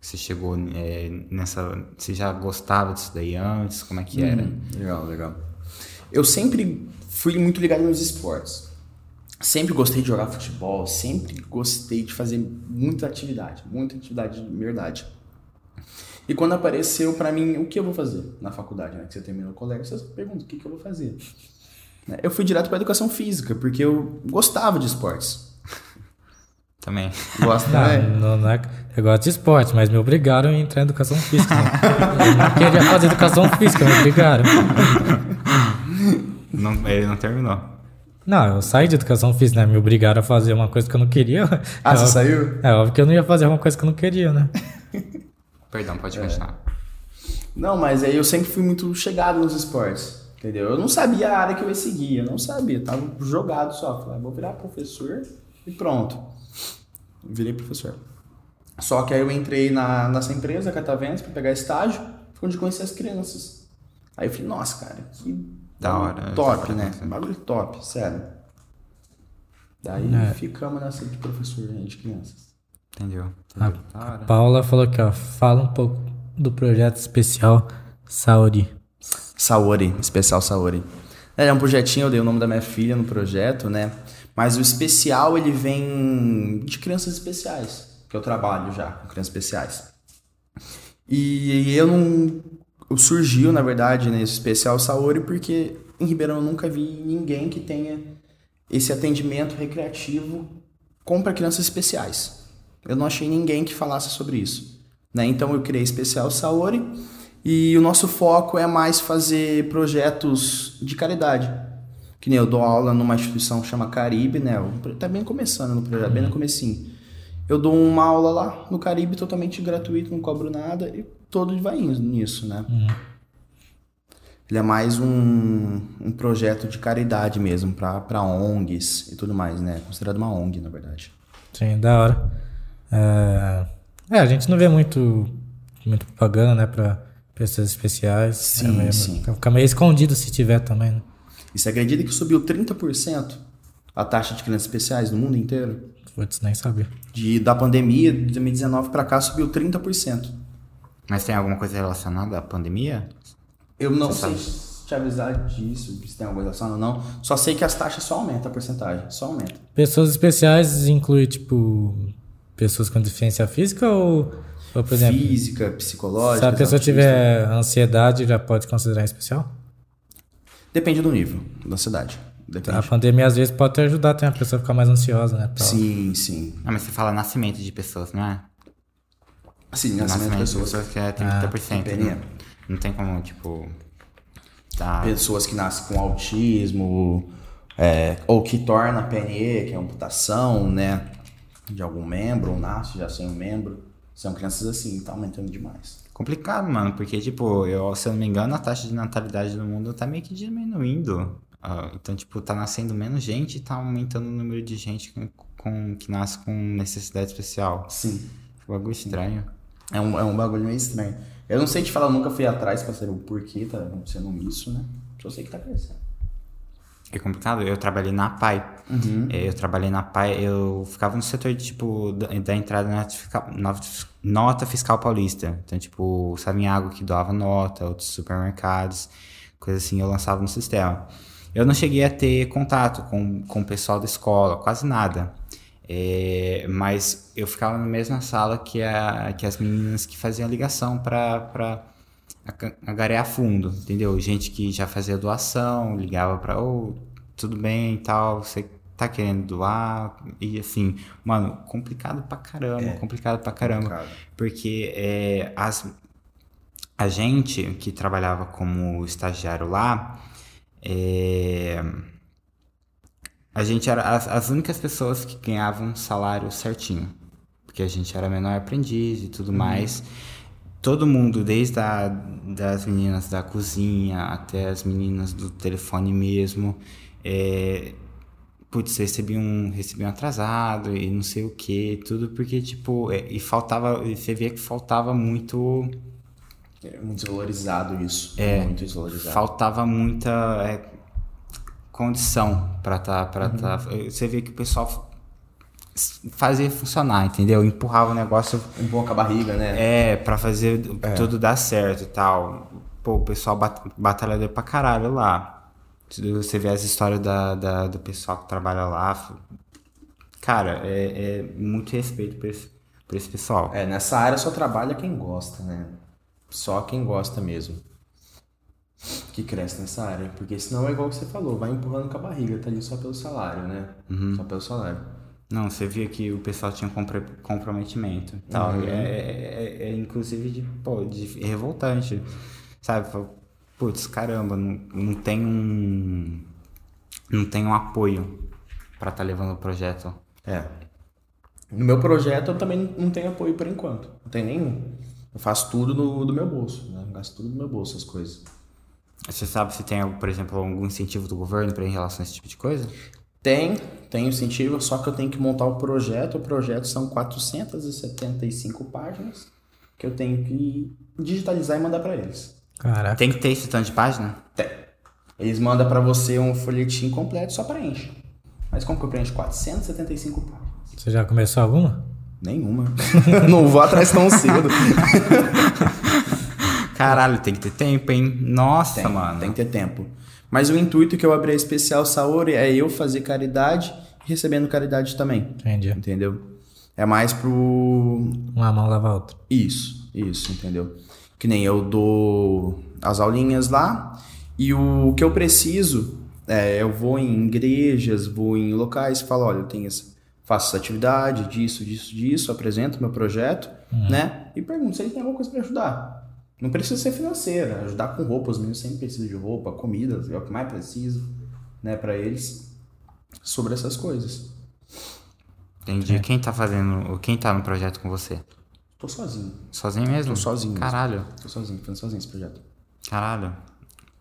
Você chegou é, nessa. Você já gostava disso daí antes? Como é que era?
Uhum. Legal, legal. Eu sempre fui muito ligado nos esportes. Sempre gostei de jogar futebol, sempre gostei de fazer muita atividade, muita atividade de verdade. E quando apareceu pra mim, o que eu vou fazer na faculdade, né? Que você termina o colégio, você pergunta, o que, que eu vou fazer? Né? Eu fui direto pra educação física, porque eu gostava de esportes.
Também.
Gosta,
Ah,
né?
não, não é- eu gosto de esporte, mas me obrigaram a entrar em educação física. né? Eu não queria fazer educação física, me obrigaram.
Não, ele não terminou.
Não, eu saí de educação física, né? Me obrigaram a fazer uma coisa que eu não queria.
Ah,
é,
você
óbvio-
saiu?
É óbvio que eu não ia fazer uma coisa que eu não queria, né?
Perdão,
É.
pode continuar.
Não, mas aí eu sempre fui muito chegado nos esportes, entendeu? Eu não sabia a área que eu ia seguir, eu não sabia, eu tava jogado só. Falei, "Ah, vou virar professor e pronto. Virei professor. Só que aí eu entrei na, nessa empresa, Cataventos, pra pegar estágio, foi onde eu conheci as crianças. Aí eu falei, nossa, cara, que
Da
bagulho
hora,
Top,
essa
né?
experiência.
Bagulho top, sério. Daí
É.
ficamos nessa de professor né, de crianças.
Entendeu?
A,
Entendeu? Da
a
hora.
Paula falou aqui, ó. Fala um pouco do projeto especial Saori.
Saori, especial Saori. É um projetinho, eu dei o nome da minha filha no projeto, né? Mas o especial, ele vem de crianças especiais, que eu trabalho já com crianças especiais. E eu não... eu- Surgiu, na verdade, nesse especial Saori, porque em Ribeirão eu nunca vi ninguém que tenha esse atendimento recreativo com para crianças especiais. Eu não achei ninguém que falasse sobre isso. Né? Então eu criei especial Saori e o nosso foco é mais fazer projetos de caridade. Que nem eu dou aula numa instituição que chama Caribe, né? Eu- Tá bem começando no projeto, bem no comecinho. Eu dou uma aula lá no Caribe totalmente gratuito, não cobro nada e todo vai indo nisso, né? Ele é mais um, um projeto de caridade mesmo, para ONGs e tudo mais, né? Considerado uma ONG, na verdade.
Sim, da hora. É, é, a gente não vê muito, muito propaganda, né? Pra pessoas especiais.
Sim,
é meio-
sim.
Fica meio escondido se tiver também, né?
E você acredita que subiu 30% a taxa de crianças especiais no mundo inteiro?
Putz, nem sabia.
De, da pandemia de 2019 para cá subiu 30%.
Mas tem alguma coisa relacionada à pandemia?
Eu não
Você
sei te avisar disso, se tem alguma relação ou não. Só sei que as taxas só aumentam a porcentagem, só aumenta.
Pessoas especiais inclui, tipo, pessoas com deficiência física ou, ou por exemplo,
Física, psicológica.
se a pessoa
autista.
tiver ansiedade, já pode considerar especial?
Depende do nível da cidade. Depende.
A pandemia às vezes pode até ajudar tem a pessoa a ficar mais ansiosa, né? tal.
Sim, sim.
Ah, mas você fala nascimento de pessoas, não é?
Sim, nascimento de pessoas.
de pessoas que é 30%.
PNE.
né? Não tem como, tipo. Tá.
Pessoas que nascem com autismo, é, ou que torna PNE, que é amputação, né? De algum membro, ou nasce já sem um membro. São crianças assim, tá aumentando demais.
Complicado, mano, porque, tipo, eu, se eu não me engano, a taxa de natalidade no mundo tá meio que diminuindo. Ah, então, tipo, tá nascendo menos gente e tá aumentando o número de gente com, com- que nasce com necessidade especial.
Sim.
Que bagulho estranho.
É um, é um bagulho meio estranho. Eu não sei te falar, eu nunca fui atrás pra saber o porquê tá acontecendo isso, né? Só sei que tá crescendo.
É complicado. Eu trabalhei na PAI.
Uhum.
Eh, Eu trabalhei na PAI, eu ficava no setor de, tipo, da, da entrada na fiscal- na fis- nota fiscal paulista. Então, tipo, o Savinhago que doava nota, outros supermercados, coisa assim, eu lançava no sistema. Eu não cheguei a ter contato com, com o pessoal da escola, quase nada. Eh, mas eu ficava na mesma sala que, a, que as meninas que faziam a ligação para agarear fundo, entendeu? Gente que já fazia doação, ligava pra, ô, tudo bem e tal, você tá querendo doar? E assim, mano, complicado pra caramba, complicado pra caramba.
Cara.
Porque é, as, a gente que trabalhava como estagiário lá, é, a gente era as, as únicas pessoas que ganhavam salário certinho. Porque a gente era menor aprendiz e tudo mais. Todo mundo, desde a, das meninas da cozinha até as meninas do telefone mesmo, é, putz, recebi um, recebi um atrasado e não sei o que, tudo porque, tipo, é, e faltava, e você via que faltava muito,
É muito desvalorizado isso. É. Muito desvalorizado.
faltava muita é, condição pra tá, pra tá, você via que o pessoal f- fazia funcionar, entendeu? Empurrava o negócio
Um pouco a barriga, né?
É, pra fazer tudo dar certo e tal. Pô, o pessoal bat batalhador pra caralho lá. Tudo- Você vê as histórias da, da- do pessoal que trabalha lá. f- Cara, é, é muito respeito por esse, por esse pessoal.
É, nessa área só trabalha quem gosta, né? Só quem gosta mesmo. Que cresce nessa área. Porque senão é igual que você falou, vai empurrando com a barriga, tá ali só pelo salário, né? Só pelo salário.
Não, você via que o pessoal tinha compre- comprometimento e tal. É, é- é- é, inclusive, de, pô, de- é revoltante. Sabe? Fala, Putz, caramba, não, não tem um. Não tem um apoio pra tá levando o projeto
É. No meu projeto eu também não tenho apoio por enquanto. Não tem nenhum. Eu faço tudo no- do meu bolso, né? Eu Gasto tudo do meu bolso as coisas.
Você sabe se tem, por exemplo, algum incentivo do governo pra em relação a esse tipo de coisa?
Tem, tem incentivo, só que eu tenho que montar o projeto. O projeto são 475 páginas que eu tenho que digitalizar e mandar pra eles.
Caraca.
Tem que ter esse tanto de página?
Eles mandam pra você um folhetim completo, só preenche. Mas como que eu preencho 475 páginas?
Você já começou alguma?
Nenhuma. não vou atrás tão cedo.
Caralho, tem que ter tempo, hein? Nossa,
Tem,
mano.
tem que ter tempo. Mas o intuito que eu abri a especial Saori é eu fazer caridade e recebendo caridade também.
Entendi.
Entendeu? É mais pro.
Uma mão lava a outra.
Isso, isso, entendeu? Que nem eu dou as aulinhas lá e o que eu preciso, é, eu vou em igrejas, vou em locais, falo, olha, eu tenho essa, faço essa atividade, disso, disso, disso, apresento meu projeto, né? E pergunto se eles têm alguma coisa para ajudar. Não precisa ser financeira, ajudar com roupa, os meninos sempre precisam de roupa, comida, é o que mais precisa, né, para eles, sobre essas coisas.
Entendi.
É.
Quem tá fazendo. Quem tá no projeto com você?
Tô sozinho,
Sozinho mesmo?
Tô sozinho mesmo.
Caralho.
tô sozinho, fazendo sozinho esse projeto.
Caralho.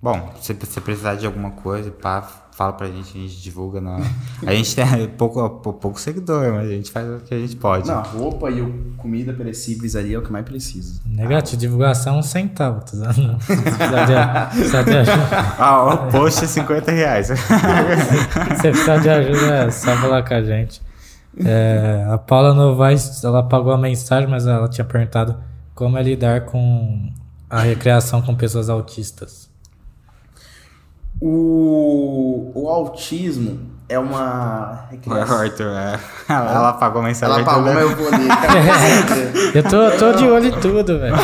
Bom, se você precisar de alguma coisa, pá, fala pra gente, a gente divulga. Na... a gente tem pouco, pou- pouco seguidor, mas a gente faz o que a gente pode.
Não, a roupa e o comida perecíveis ali é o que mais precisa.
Negativo, divulgação um centavo, tá dando. Precisa de- precisa de ajuda.
Ah, o post é 50 reais.
Você precisa de ajuda, é só falar com a gente. É, a Paula Novaes, ela apagou a mensagem, mas ela tinha perguntado como é lidar com a recreação com pessoas autistas.
O, o autismo é uma recriação.
Arthur, é. ela, ela apagou a mensagem.
Ela
Arthur,
apagou,
né?
mas eu vou ler. cara.
Eu tô, tô de olho em tudo, velho.
Uhum.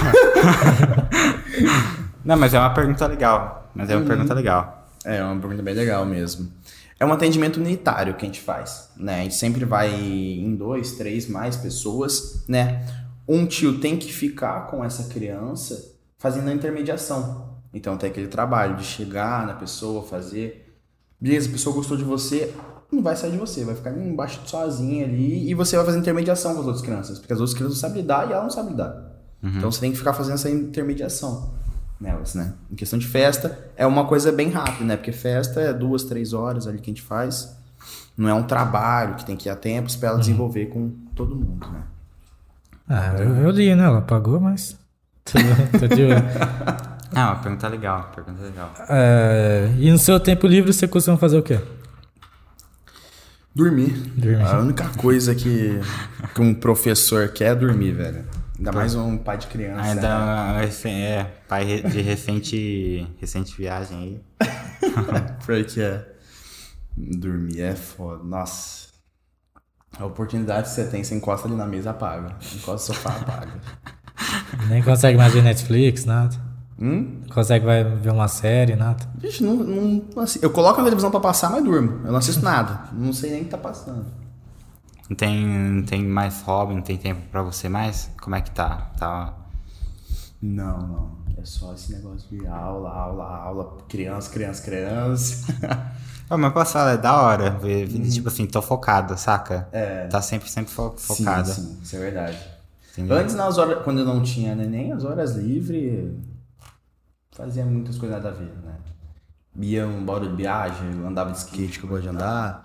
Não, mas é uma pergunta legal. Mas é uma pergunta legal.
É, é uma pergunta bem legal mesmo. É um atendimento unitário que a gente faz, né? A gente sempre vai em dois, três, mais pessoas, né? Um tio tem que ficar com essa criança fazendo a intermediação. Então tem aquele trabalho de chegar na pessoa, fazer. Beleza, a pessoa gostou de você, não vai sair de você, vai ficar embaixo sozinha ali e você vai fazer intermediação com as outras crianças, porque as outras crianças sabem lidar e ela não sabe lidar. Então você tem que ficar fazendo essa intermediação nelas, né? Em questão de festa, é uma coisa bem rápida, né? Porque festa é duas, três horas ali que a gente faz. Não é um trabalho que tem que ir a tempos pra ela desenvolver com todo mundo, né?
Ah, eu, eu li, né? Ela pagou, mas. Tô, tô de olho.
Ah, uma pergunta legal, pergunta legal.
É, e no seu tempo livre você costuma fazer o quê?
Dormir.
Dormir.
A única coisa que, que um professor quer é dormir, velho. Ainda mais um pai de criança.
Ah,
né?
Ainda recém- é, pai re- de recente, recente viagem aí.
Porque é. Dormir é foda. Nossa. A oportunidade que você tem, você encosta ali na mesa, apaga. Encosta no sofá, apaga.
Nem consegue mais ver Netflix, nada.
Hum?
Não Consegue vai ver uma série, nada.
Vixe, não, não, não assi- Eu coloco a televisão pra passar, mas durmo. Eu não assisto nada. Não sei nem o que tá passando.
Não tem, não tem mais hobby, não tem tempo pra você mais? Como é que tá? Tá.
Não, não. É só esse negócio de aula, aula, aula. Criança, criança, criança.
Ô, mas passar é da hora. ver- ver, Tipo assim, tô focado, saca? É. Tá sempre, sempre fo- focado.
Sim, sim, isso é verdade.
entendeu?
Antes, nas horas, quando eu não tinha neném, as horas livres, fazia muitas coisas nada a ver, né? Ia embora de viagem, andava de skate, que eu gosto de andar,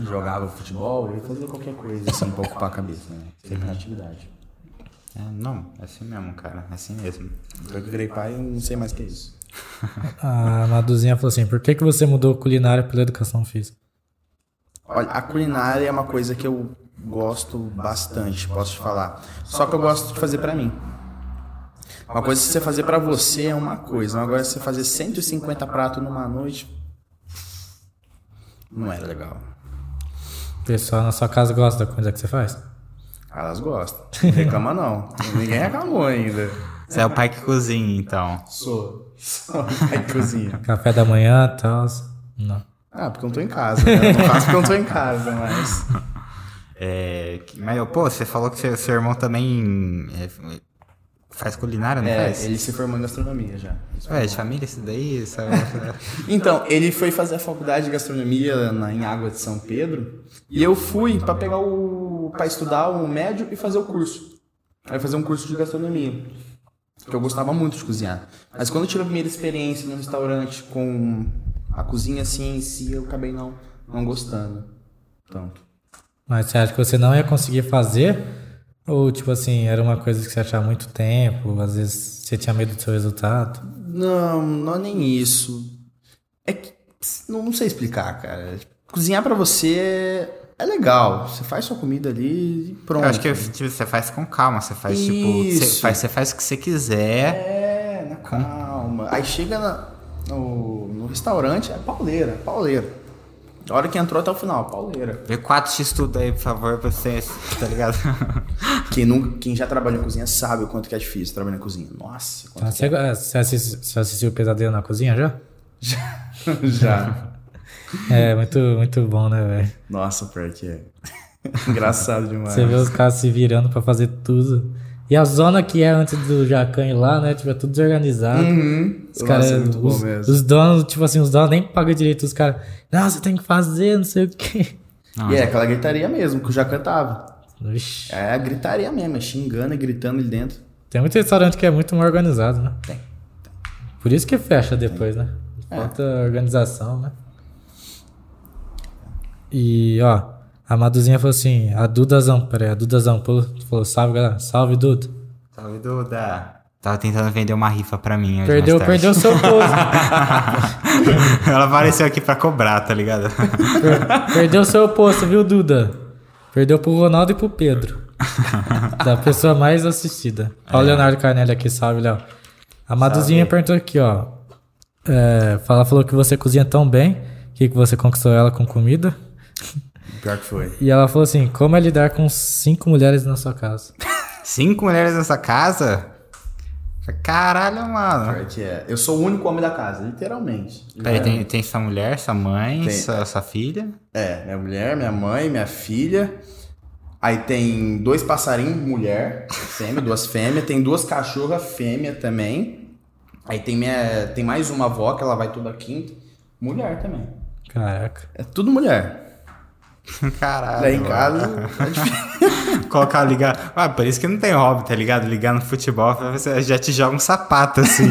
jogava futebol, ia fazer qualquer coisa, assim, um pouco pra cabeça, né? Sempre na atividade.
É, não, é assim mesmo, cara. É assim mesmo.
Eu que virei pai, eu não sei mais o que é isso.
A Maduzinha falou assim: por que, que você mudou culinária pela educação física?
Olha, a culinária é uma coisa que eu gosto bastante, posso te falar. Só que eu gosto de fazer pra mim. Uma coisa que você fazer pra você é uma coisa, agora você fazer 150 pratos numa noite não era legal.
O pessoal na sua casa gosta da comida que você faz?
Elas gostam. Não reclama não. Ninguém reclamou ainda.
Você é o pai que cozinha, então.
Sou. Sou pai de cozinha.
Café da manhã e tal? Não.
Ah, porque eu não tô em casa. Né? Eu não faço porque eu não tô em casa, mas.
É, que- mas, pô, você falou que seu, seu irmão também é, faz culinária, não
É,
faz?
ele se formou em gastronomia já.
Ué, é de família isso daí? Isso... é
Então, ele foi fazer a faculdade de gastronomia na, em Água de São Pedro. E eu fui para pegar o. para estudar o médio e fazer o curso. Aí fazer um curso de gastronomia. Que eu gostava muito de cozinhar. Mas quando eu tive a primeira experiência num restaurante com a cozinha assim em si, eu acabei não, não gostando tanto.
Mas você acha que você não ia conseguir fazer? Ou, tipo assim, era uma coisa que você achava muito tempo, às vezes você tinha medo do seu resultado?
Não, não é nem isso. É que. ps, Não, não sei explicar, cara. Cozinhar para você é legal. Você faz sua comida ali e pronto.
Eu acho que tipo, você faz com calma, você faz tipo. Você
Isso.
faz, você faz o que você quiser.
É, na calma. Aí chega na- no, no restaurante, é pauleira, pauleira. A hora que entrou até o final, pauleira.
Vê 4x tudo aí, por favor, pra vocês, tá ligado?
Quem, nunca, quem já trabalhou em cozinha sabe o quanto que é difícil trabalhar em cozinha. Nossa,
Então, você, eh, você, assist- você assistiu o Pesadelo na Cozinha já?
quanto... já.
É, muito, muito bom, né, velho?
Nossa, pior que é. Engraçado demais.
Você vê os caras se virando pra fazer tudo. E a zona que é antes do Jacan ir lá, né? Tipo, é tudo desorganizado.
Uhum.
Hum, Os caras,
Nossa, é muito bom
os,
mesmo.
os donos, tipo assim, os donos nem pagam direito. Os caras, não, você tem que fazer, não sei o quê.
Não,
E é aquela gritaria mesmo, que eu já cantava.
Vixe.
É a gritaria mesmo, é xingando e gritando ali dentro.
Tem muito restaurante que é muito mal organizado, né? Tem. Por isso que fecha depois, né? Falta organização, né? E, ó, a Maduzinha falou assim, a Duda Zampo, peraí, a Duda Zampo falou, salve, galera, salve, Duda.
Salve, Duda. Tava tentando vender uma rifa pra mim. hoje
Perdeu,
mais tarde.
perdeu seu posto.
Ela apareceu aqui pra cobrar, tá ligado?
Per- Perdeu seu posto, viu, Duda? Perdeu pro Ronaldo e pro Pedro. da pessoa mais assistida. Olha o Leonardo Carnelli aqui, salve, Léo. A Maduzinha perguntou aqui, ó. É, fala, falou que você cozinha tão bem que que você conquistou ela com comida.
Pior que foi.
E ela falou assim: como é lidar com cinco mulheres na sua casa?
Cinco mulheres nessa casa? Falei, Caralho, mano.
Pior que é. Eu sou o único homem da casa, literalmente.
Peraí,
É.
tem, tem sua mulher, sua mãe,
Tem.
sua, sua filha?
É, minha mulher, minha mãe, minha filha. Aí tem dois passarinhos, mulher, fêmea, duas fêmeas. Tem duas cachorras, fêmea também. Aí tem, minha, tem mais uma avó, que ela vai toda quinta. Mulher também.
Caraca.
É tudo mulher.
Caralho.
Daí Ah, em
mano.
casa,
Colocar, ligar. Ah, por isso que não tem hobby, tá ligado? Ligar no futebol, você já te joga um sapato assim.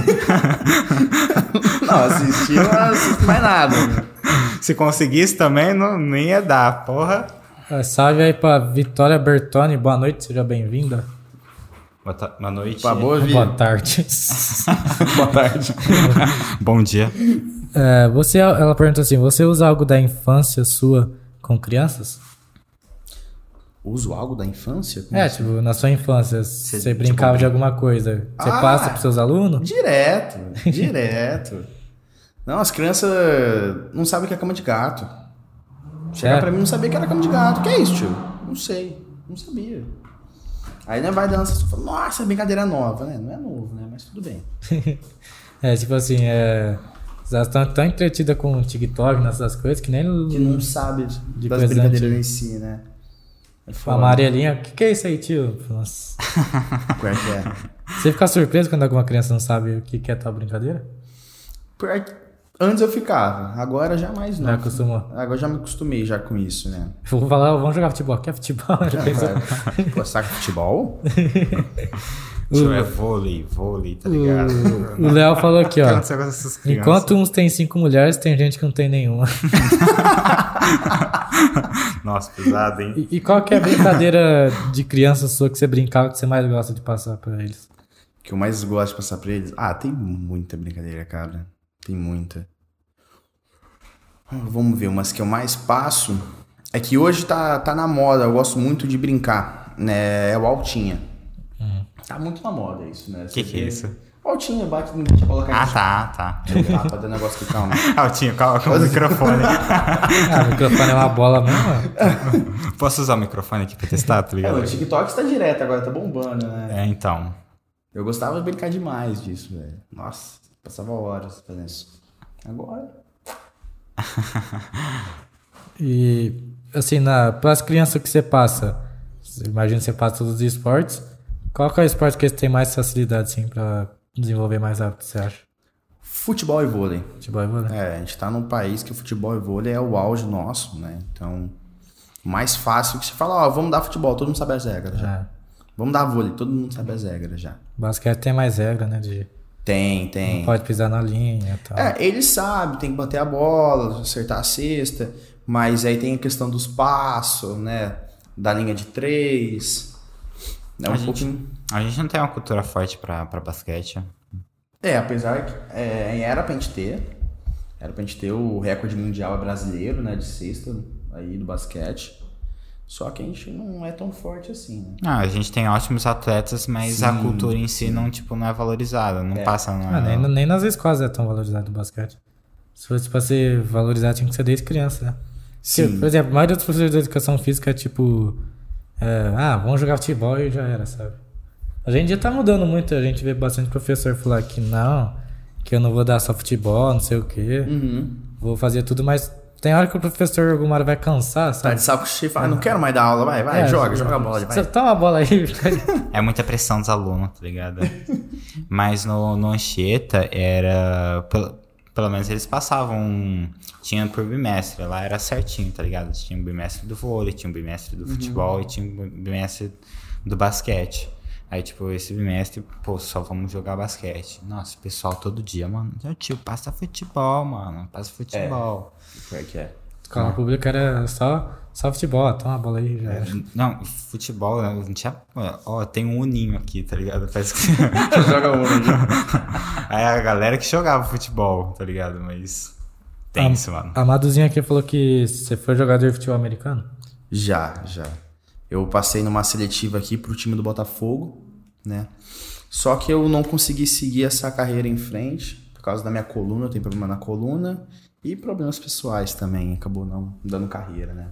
não, assistir não assisto mais nada. né?
Se conseguisse também, não, não ia dar, porra.
Ah, Salve aí pra Vitória Bertoni, boa noite, seja bem-vinda.
Boa, ta- boa noite.
Pra boa
Boa
vida.
tarde.
Boa tarde.
Bom dia.
É, você, ela pergunta assim: você usa algo da infância sua com crianças?
Uso algo da infância? Como
É, tipo, na sua infância, você
tipo,
brincava de alguma coisa, você
Ah!
passa pros seus alunos?
Direto, direto. Não, as crianças não sabem o que é cama de gato. Chegar
É.
pra mim não sabia que era cama de gato. Que é isso, tio? Não sei, não sabia. Aí né, vai dança, fala, nossa, brincadeira nova, né? Não é novo, né? Mas tudo bem.
É, tipo assim, é, elas estão tão entretidas com o TikTok, nessas coisas, que nem
Que não sabe
Hum. De
das
coisa
brincadeiras
antiga.
em si, né? É
a
foda.
amarelinha. O que, que é isso aí, tio? Nossa.
Pior que é.
Você fica surpreso quando alguma criança não sabe o que, que é tal brincadeira?
Pior que- Antes eu ficava, agora jamais não.
Já acostumou.
Agora já me acostumei já com isso, né?
Vou falar, vamos jogar futebol. Quer futebol? Já pensou?
Pô, saca futebol?
Tio, é vôlei, vôlei, tá ligado?
O o Léo falou aqui,
O que
ó.
aconteceu com essas crianças?
Enquanto uns têm cinco mulheres, tem gente que não tem nenhuma.
Nossa, pesado, hein?
E, e qual que é a brincadeira de criança sua que você brincava que você mais gosta de passar pra eles?
que eu mais gosto de passar pra eles? Ah, tem muita brincadeira, cara. Tem muita. Ah, Vamos ver, umas que eu mais passo. É que hoje tá, tá na moda, eu gosto muito de brincar. Né? É o altinha. Tá muito na moda isso,
O
né?
Hum. que, que é isso?
Altinha, bate no bicho, coloca
Ah,
no-
tá, tá.
Ah, pra dar negócio que calma.
Altinho, calma com o microfone.
Ah, o microfone é uma bola mesmo? ó.
Posso usar o microfone aqui pra testar, tá
É,
ligado?
o TikTok está direto agora, tá bombando, né?
É, então.
Eu gostava de brincar demais disso, velho. Nossa, passava horas fazendo isso. Agora.
E, assim, na, pras crianças que você passa, imagina que você passa todos os esportes, qual que é o esporte que eles têm mais facilidade, assim, pra desenvolver mais rápido, você acha?
Futebol e vôlei.
Futebol e vôlei?
É, a gente tá num país que o futebol e vôlei é o auge nosso, né? Então, mais fácil que você fala, ó, vamos dar futebol, todo mundo sabe as regras já.
É.
Vamos dar vôlei, todo mundo sabe as regras já.
Basquete tem mais regra, né? De
Tem, tem.
pode pisar na linha e tal.
É, ele sabe, tem que bater a bola, acertar a cesta, mas aí tem a questão dos passos, né? Da linha de três. É um
A gente-
pouquinho.
A gente não tem uma cultura forte pra, pra basquete.
É, apesar que é, era pra gente ter. Era pra gente ter o recorde mundial brasileiro, né? De sexta aí do basquete. Só que a gente não é tão forte assim, né?
Não, Ah, a gente tem ótimos atletas, mas a
Sim,
cultura em si não, tipo, não é valorizada. Não é passa na...
Ah, nem, nem nas escolas é tão valorizado o basquete. Se fosse pra ser valorizado, tinha que ser desde criança, né? Porque,
Sim.
por exemplo, a maioria dos professores de educação física é tipo. é, ah, vamos jogar futebol e já era, sabe? Hoje em dia tá mudando muito, a gente vê bastante professor falar que não, que eu não vou dar só futebol, não sei o quê,
Uhum.
vou fazer tudo, mas tem hora que o professor alguma hora vai cansar,
Tá
sabe?
de saco cheio, fala, não quero mais dar aula, vai, vai,
É,
joga,
você-
joga a bola, vai.
Você toma a bola aí,
É muita pressão dos alunos, tá ligado? Mas no, no Anchieta era. Pelo, pelo menos eles passavam. um, Tinha por bimestre, lá era certinho, tá ligado? Tinha um bimestre do vôlei, tinha um bimestre do futebol e tinha um bimestre do basquete. Aí, tipo, esse bimestre, pô, só vamos jogar basquete. Nossa, pessoal todo dia, mano. Meu tio, passa futebol, mano. Passa futebol.
Como é que é?
Escola pública era só, só futebol, ó, toma a bola aí, já era.
É.
Não, futebol, né, não tinha. Ó, tem um uninho aqui, tá ligado? Parece que.
joga um.
Aí a galera que jogava futebol, tá ligado? Mas. Tenso, mano.
A Maduzinha aqui falou que você foi jogador de futebol americano?
Já, já. Eu passei numa seletiva aqui pro time do Botafogo, né? Só que eu não consegui seguir essa carreira em frente por causa da minha coluna, eu tenho problema na coluna e problemas pessoais também, acabou não dando carreira, né?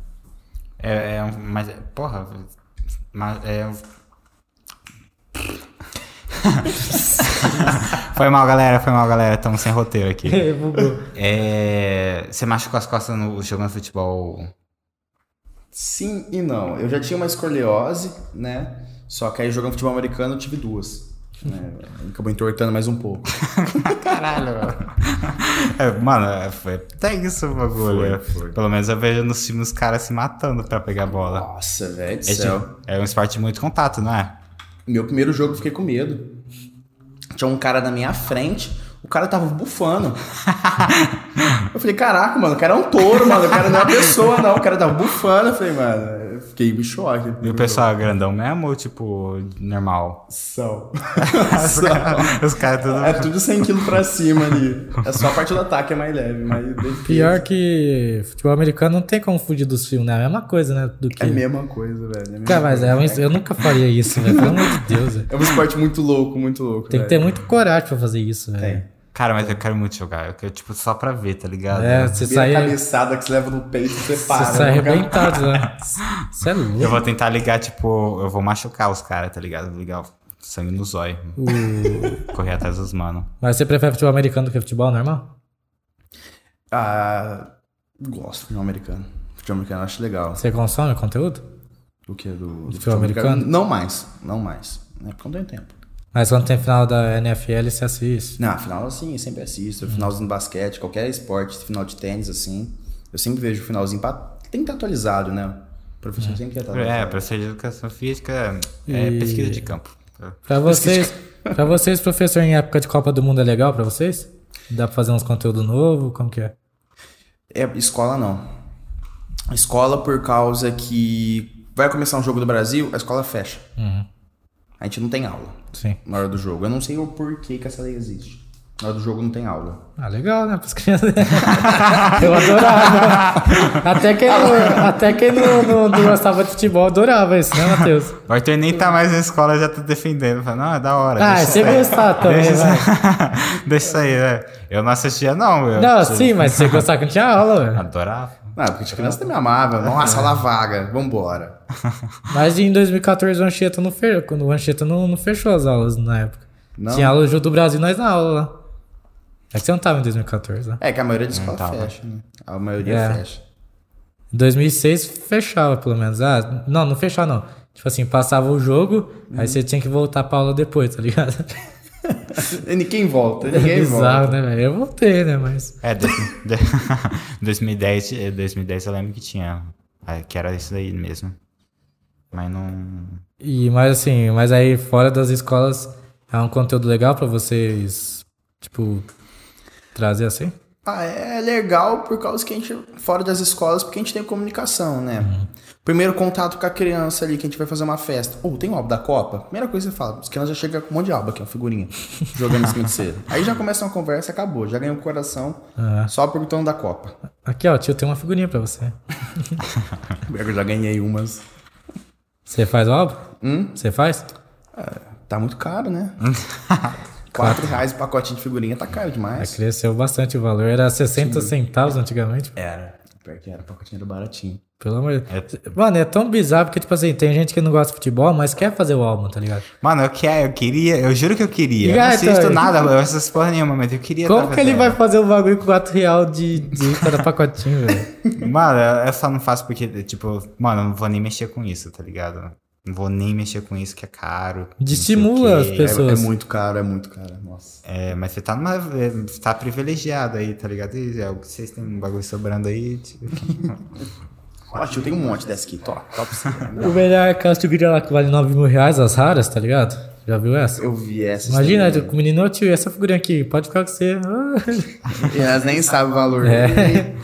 É, é um- mas, porra. Mas é. um- Foi mal, galera, foi mal, galera. Estamos sem roteiro aqui.
Bugou.
É, você machucou as costas no, jogando futebol.
Sim e não. Eu já tinha uma escoliose, né? Só que aí jogando futebol americano eu tive duas. Né? Acabou entortando mais um pouco.
Caralho, mano. É, mano, é, foi até isso o bagulho.
Foi, foi.
Pelo menos eu vejo nos filmes os caras se matando pra pegar a bola.
Nossa, velho do
É,
céu.
tipo- é um esporte de muito contato, não é?
Meu primeiro jogo eu fiquei com medo. Tinha um cara na minha frente, o cara tava bufando. eu falei, caraca, mano, o cara é um touro, mano. O cara não é uma pessoa, não. O cara tava bufando. Eu falei, mano, eu fiquei em choque.
E o pessoal é grandão mesmo ou tipo, normal?
São.
Os caras tudo.
É tudo 100 kg pra cima ali. É só a parte do ataque é mais leve, mas defesa
Pior que futebol americano não tem como fugir dos filmes, né? É a mesma coisa, né? Do que.
é a mesma coisa, velho. É a mesma
Cara, mas
coisa.
é um- eu nunca faria isso, velho. Pelo amor de Deus, velho.
É um esporte muito louco, muito louco.
Tem que né? ter
velho.
muito coragem pra fazer isso, velho.
É. Tem.
Cara, mas eu quero muito jogar. Eu quero, tipo, só pra ver, tá ligado?
É, você
Primeira
sai,
cabeçada que você leva no peito, você para.
você sai
né, cara?
arrebentado, né? Você é
Eu
louco.
vou tentar ligar, tipo, eu vou machucar os caras, tá ligado? Vou ligar o sangue no zóio. Correr atrás dos mano.
Mas você prefere futebol americano do que futebol normal?
Ah, gosto de futebol americano. Futebol americano eu acho legal.
Você consome o conteúdo?
O que? Do, do futebol,
americano?
Não mais, não mais. É porque eu não tenho tempo.
Mas quando tem final da NFL, você assiste.
Não, afinal assim, eu sempre assisto. Finalzinho do basquete, qualquer esporte, final de tênis, assim. Eu sempre vejo o finalzinho pra... Tem que estar atualizado, né? O professor sempre quer estar
É,
atualizado.
professor de educação física é
E-
pesquisa de campo.
Pra vocês, pra vocês, professor, em época de Copa do Mundo é legal pra vocês? Dá pra fazer uns conteúdo novo? Como que é?
É, escola não. Escola por causa que vai começar um jogo do Brasil, a escola fecha. A gente não tem aula
Sim.
na hora do jogo. Eu não sei o porquê que essa lei existe. Na hora do jogo não tem aula.
Ah, legal, né? Para as crianças. Eu adorava. Até quem, não, até quem não, não- não gostava de futebol adorava isso, né, Matheus?
O Arthur nem tá mais na escola, já tá defendendo. Fala, não, é da hora.
Ah,
deixa
você
isso aí.
gostar também,
Deixa isso
vai.
aí. Deixa isso aí, né? Eu não assistia, não. Eu
Não,
tipo,
sim, mas você gostava que não tinha aula, velho.
Adorava.
Ah, porque de criança também amava. Nossa, aula vaga, vambora.
Mas em 2014 o Anchieta não fechou, quando o Anchieta não, não fechou as aulas na época.
Não.
Tinha aula junto do Brasil, nós na aula lá. É que você não tava em 2014, né?
É que a maioria da escola
tava.
fecha, né? A maioria
É.
fecha.
Em 2006 fechava, pelo menos. Ah, não, não fechava, não. Tipo assim, passava o jogo,
Uhum.
aí você tinha que voltar pra aula depois, tá ligado?
E ninguém volta,
É
ninguém
bizarro, né,
volta.
velho? Eu voltei, né, mas...
É, de, de, 2010, eh, 2010 eu lembro que tinha. ah, Que era isso daí mesmo. Mas não.
E, mas assim, mas aí fora das escolas, é um conteúdo legal pra vocês, tipo, trazer assim?
Ah, é legal por causa que a gente, fora das escolas, porque a gente tem comunicação, né? Primeiro contato com a criança ali, que a gente vai fazer uma festa. Ou tem um álbum da Copa? Primeira coisa que você fala, os crianças já chegam com um monte de álbum aqui, uma figurinha, jogando em cima de você. Aí já começa uma conversa, acabou, já ganhou o coração,
Ah,
só perguntando da Copa.
aqui, ó, tio, tem uma figurinha pra você.
Eu já ganhei umas.
Você faz o álbum?
Hum?
Você faz?
Tá muito caro, né? Quatro reais o pacotinho de figurinha tá caro
Aí
demais.
cresceu bastante o valor. Era 60 centavos antigamente.
Era. Pior que era, o pacotinho era baratinho.
Pelo amor de Deus.
É,
Mano, é tão bizarro porque, tipo assim, tem gente que não gosta de futebol, mas quer fazer o álbum, tá ligado?
Mano, eu, que, eu queria, eu juro que eu queria. Eu não
Gato,
assisto
olha.
nada, eu assisto porra nenhuma, mas eu queria.
Como
tá
que ele vai
fazendo.
fazer o bagulho com 4 real de, de um cada pacotinho, velho?
Mano, eu eu só não faço porque, tipo, mano, eu não vou nem mexer com isso, tá ligado? Não vou nem mexer com isso que é caro. não sei o
Desestimula
quê.
as
É,
pessoas.
é muito caro, é muito caro. Nossa.
É, mas você tá numa. é, Você tá privilegiado aí, tá ligado? E é, o que vocês têm um bagulho sobrando aí. tipo.
Ó, tio, tem um monte dessa aqui, top. Top pra você.
O melhor é aquelas figurinhas lá que vale 9 mil reais, as raras, tá ligado? Já viu essa?
Eu vi essa.
Imagina,
história.
tipo, o menino, "Ô, tio, essa figurinha aqui, pode ficar com você.
E elas nem sabem o valor.
É.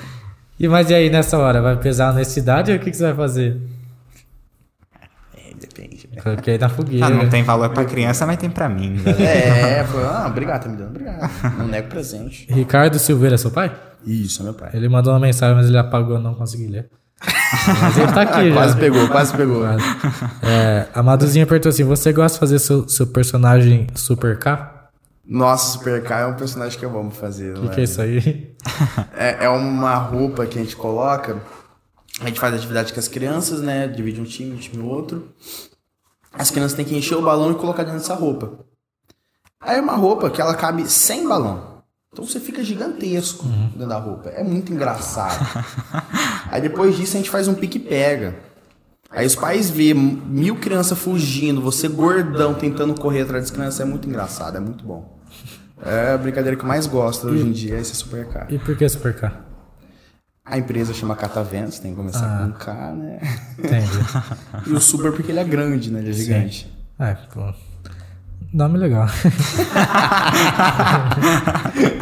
E mas e aí, nessa hora, vai pesar a honestidade ou o que, que você vai fazer?
É, depende.
Coloquei na fogueira.
Ah, não tem valor pra criança, mas tem pra mim. né?
É, falou, ah, obrigado, tá me dando, obrigado. Não nego presente.
Ricardo Silveira, seu pai?
Isso, é meu pai.
Ele mandou uma mensagem, mas ele apagou, não consegui ler. Mas ele tá
É,
aqui já.
Ah, Quase pegou, quase pegou.
É, a Maduzinha perguntou assim, você gosta de fazer seu, seu personagem Super K?
Nossa, Super K é um personagem que eu amo fazer. né?
O que, que é isso aí?
É, é uma roupa que a gente coloca. A gente faz atividade com as crianças, né? Divide um time, um time outro. As crianças têm que encher o balão e colocar dentro dessa roupa. Aí é uma roupa que ela cabe sem balão. Então você fica gigantesco dentro da roupa. É muito engraçado. Aí depois disso a gente faz um pique-pega. Aí os pais vê mil crianças fugindo, você gordão tentando correr atrás das crianças. É muito engraçado, é muito bom. É a brincadeira que eu mais gosto hoje em dia, esse é supercar.
E por que Super K?
A empresa chama Cataventos, tem que começar
Ah.
com K, né?
Entendi.
E o Super porque ele é grande, né? Ele é gigante.
É, pô. Nome legal.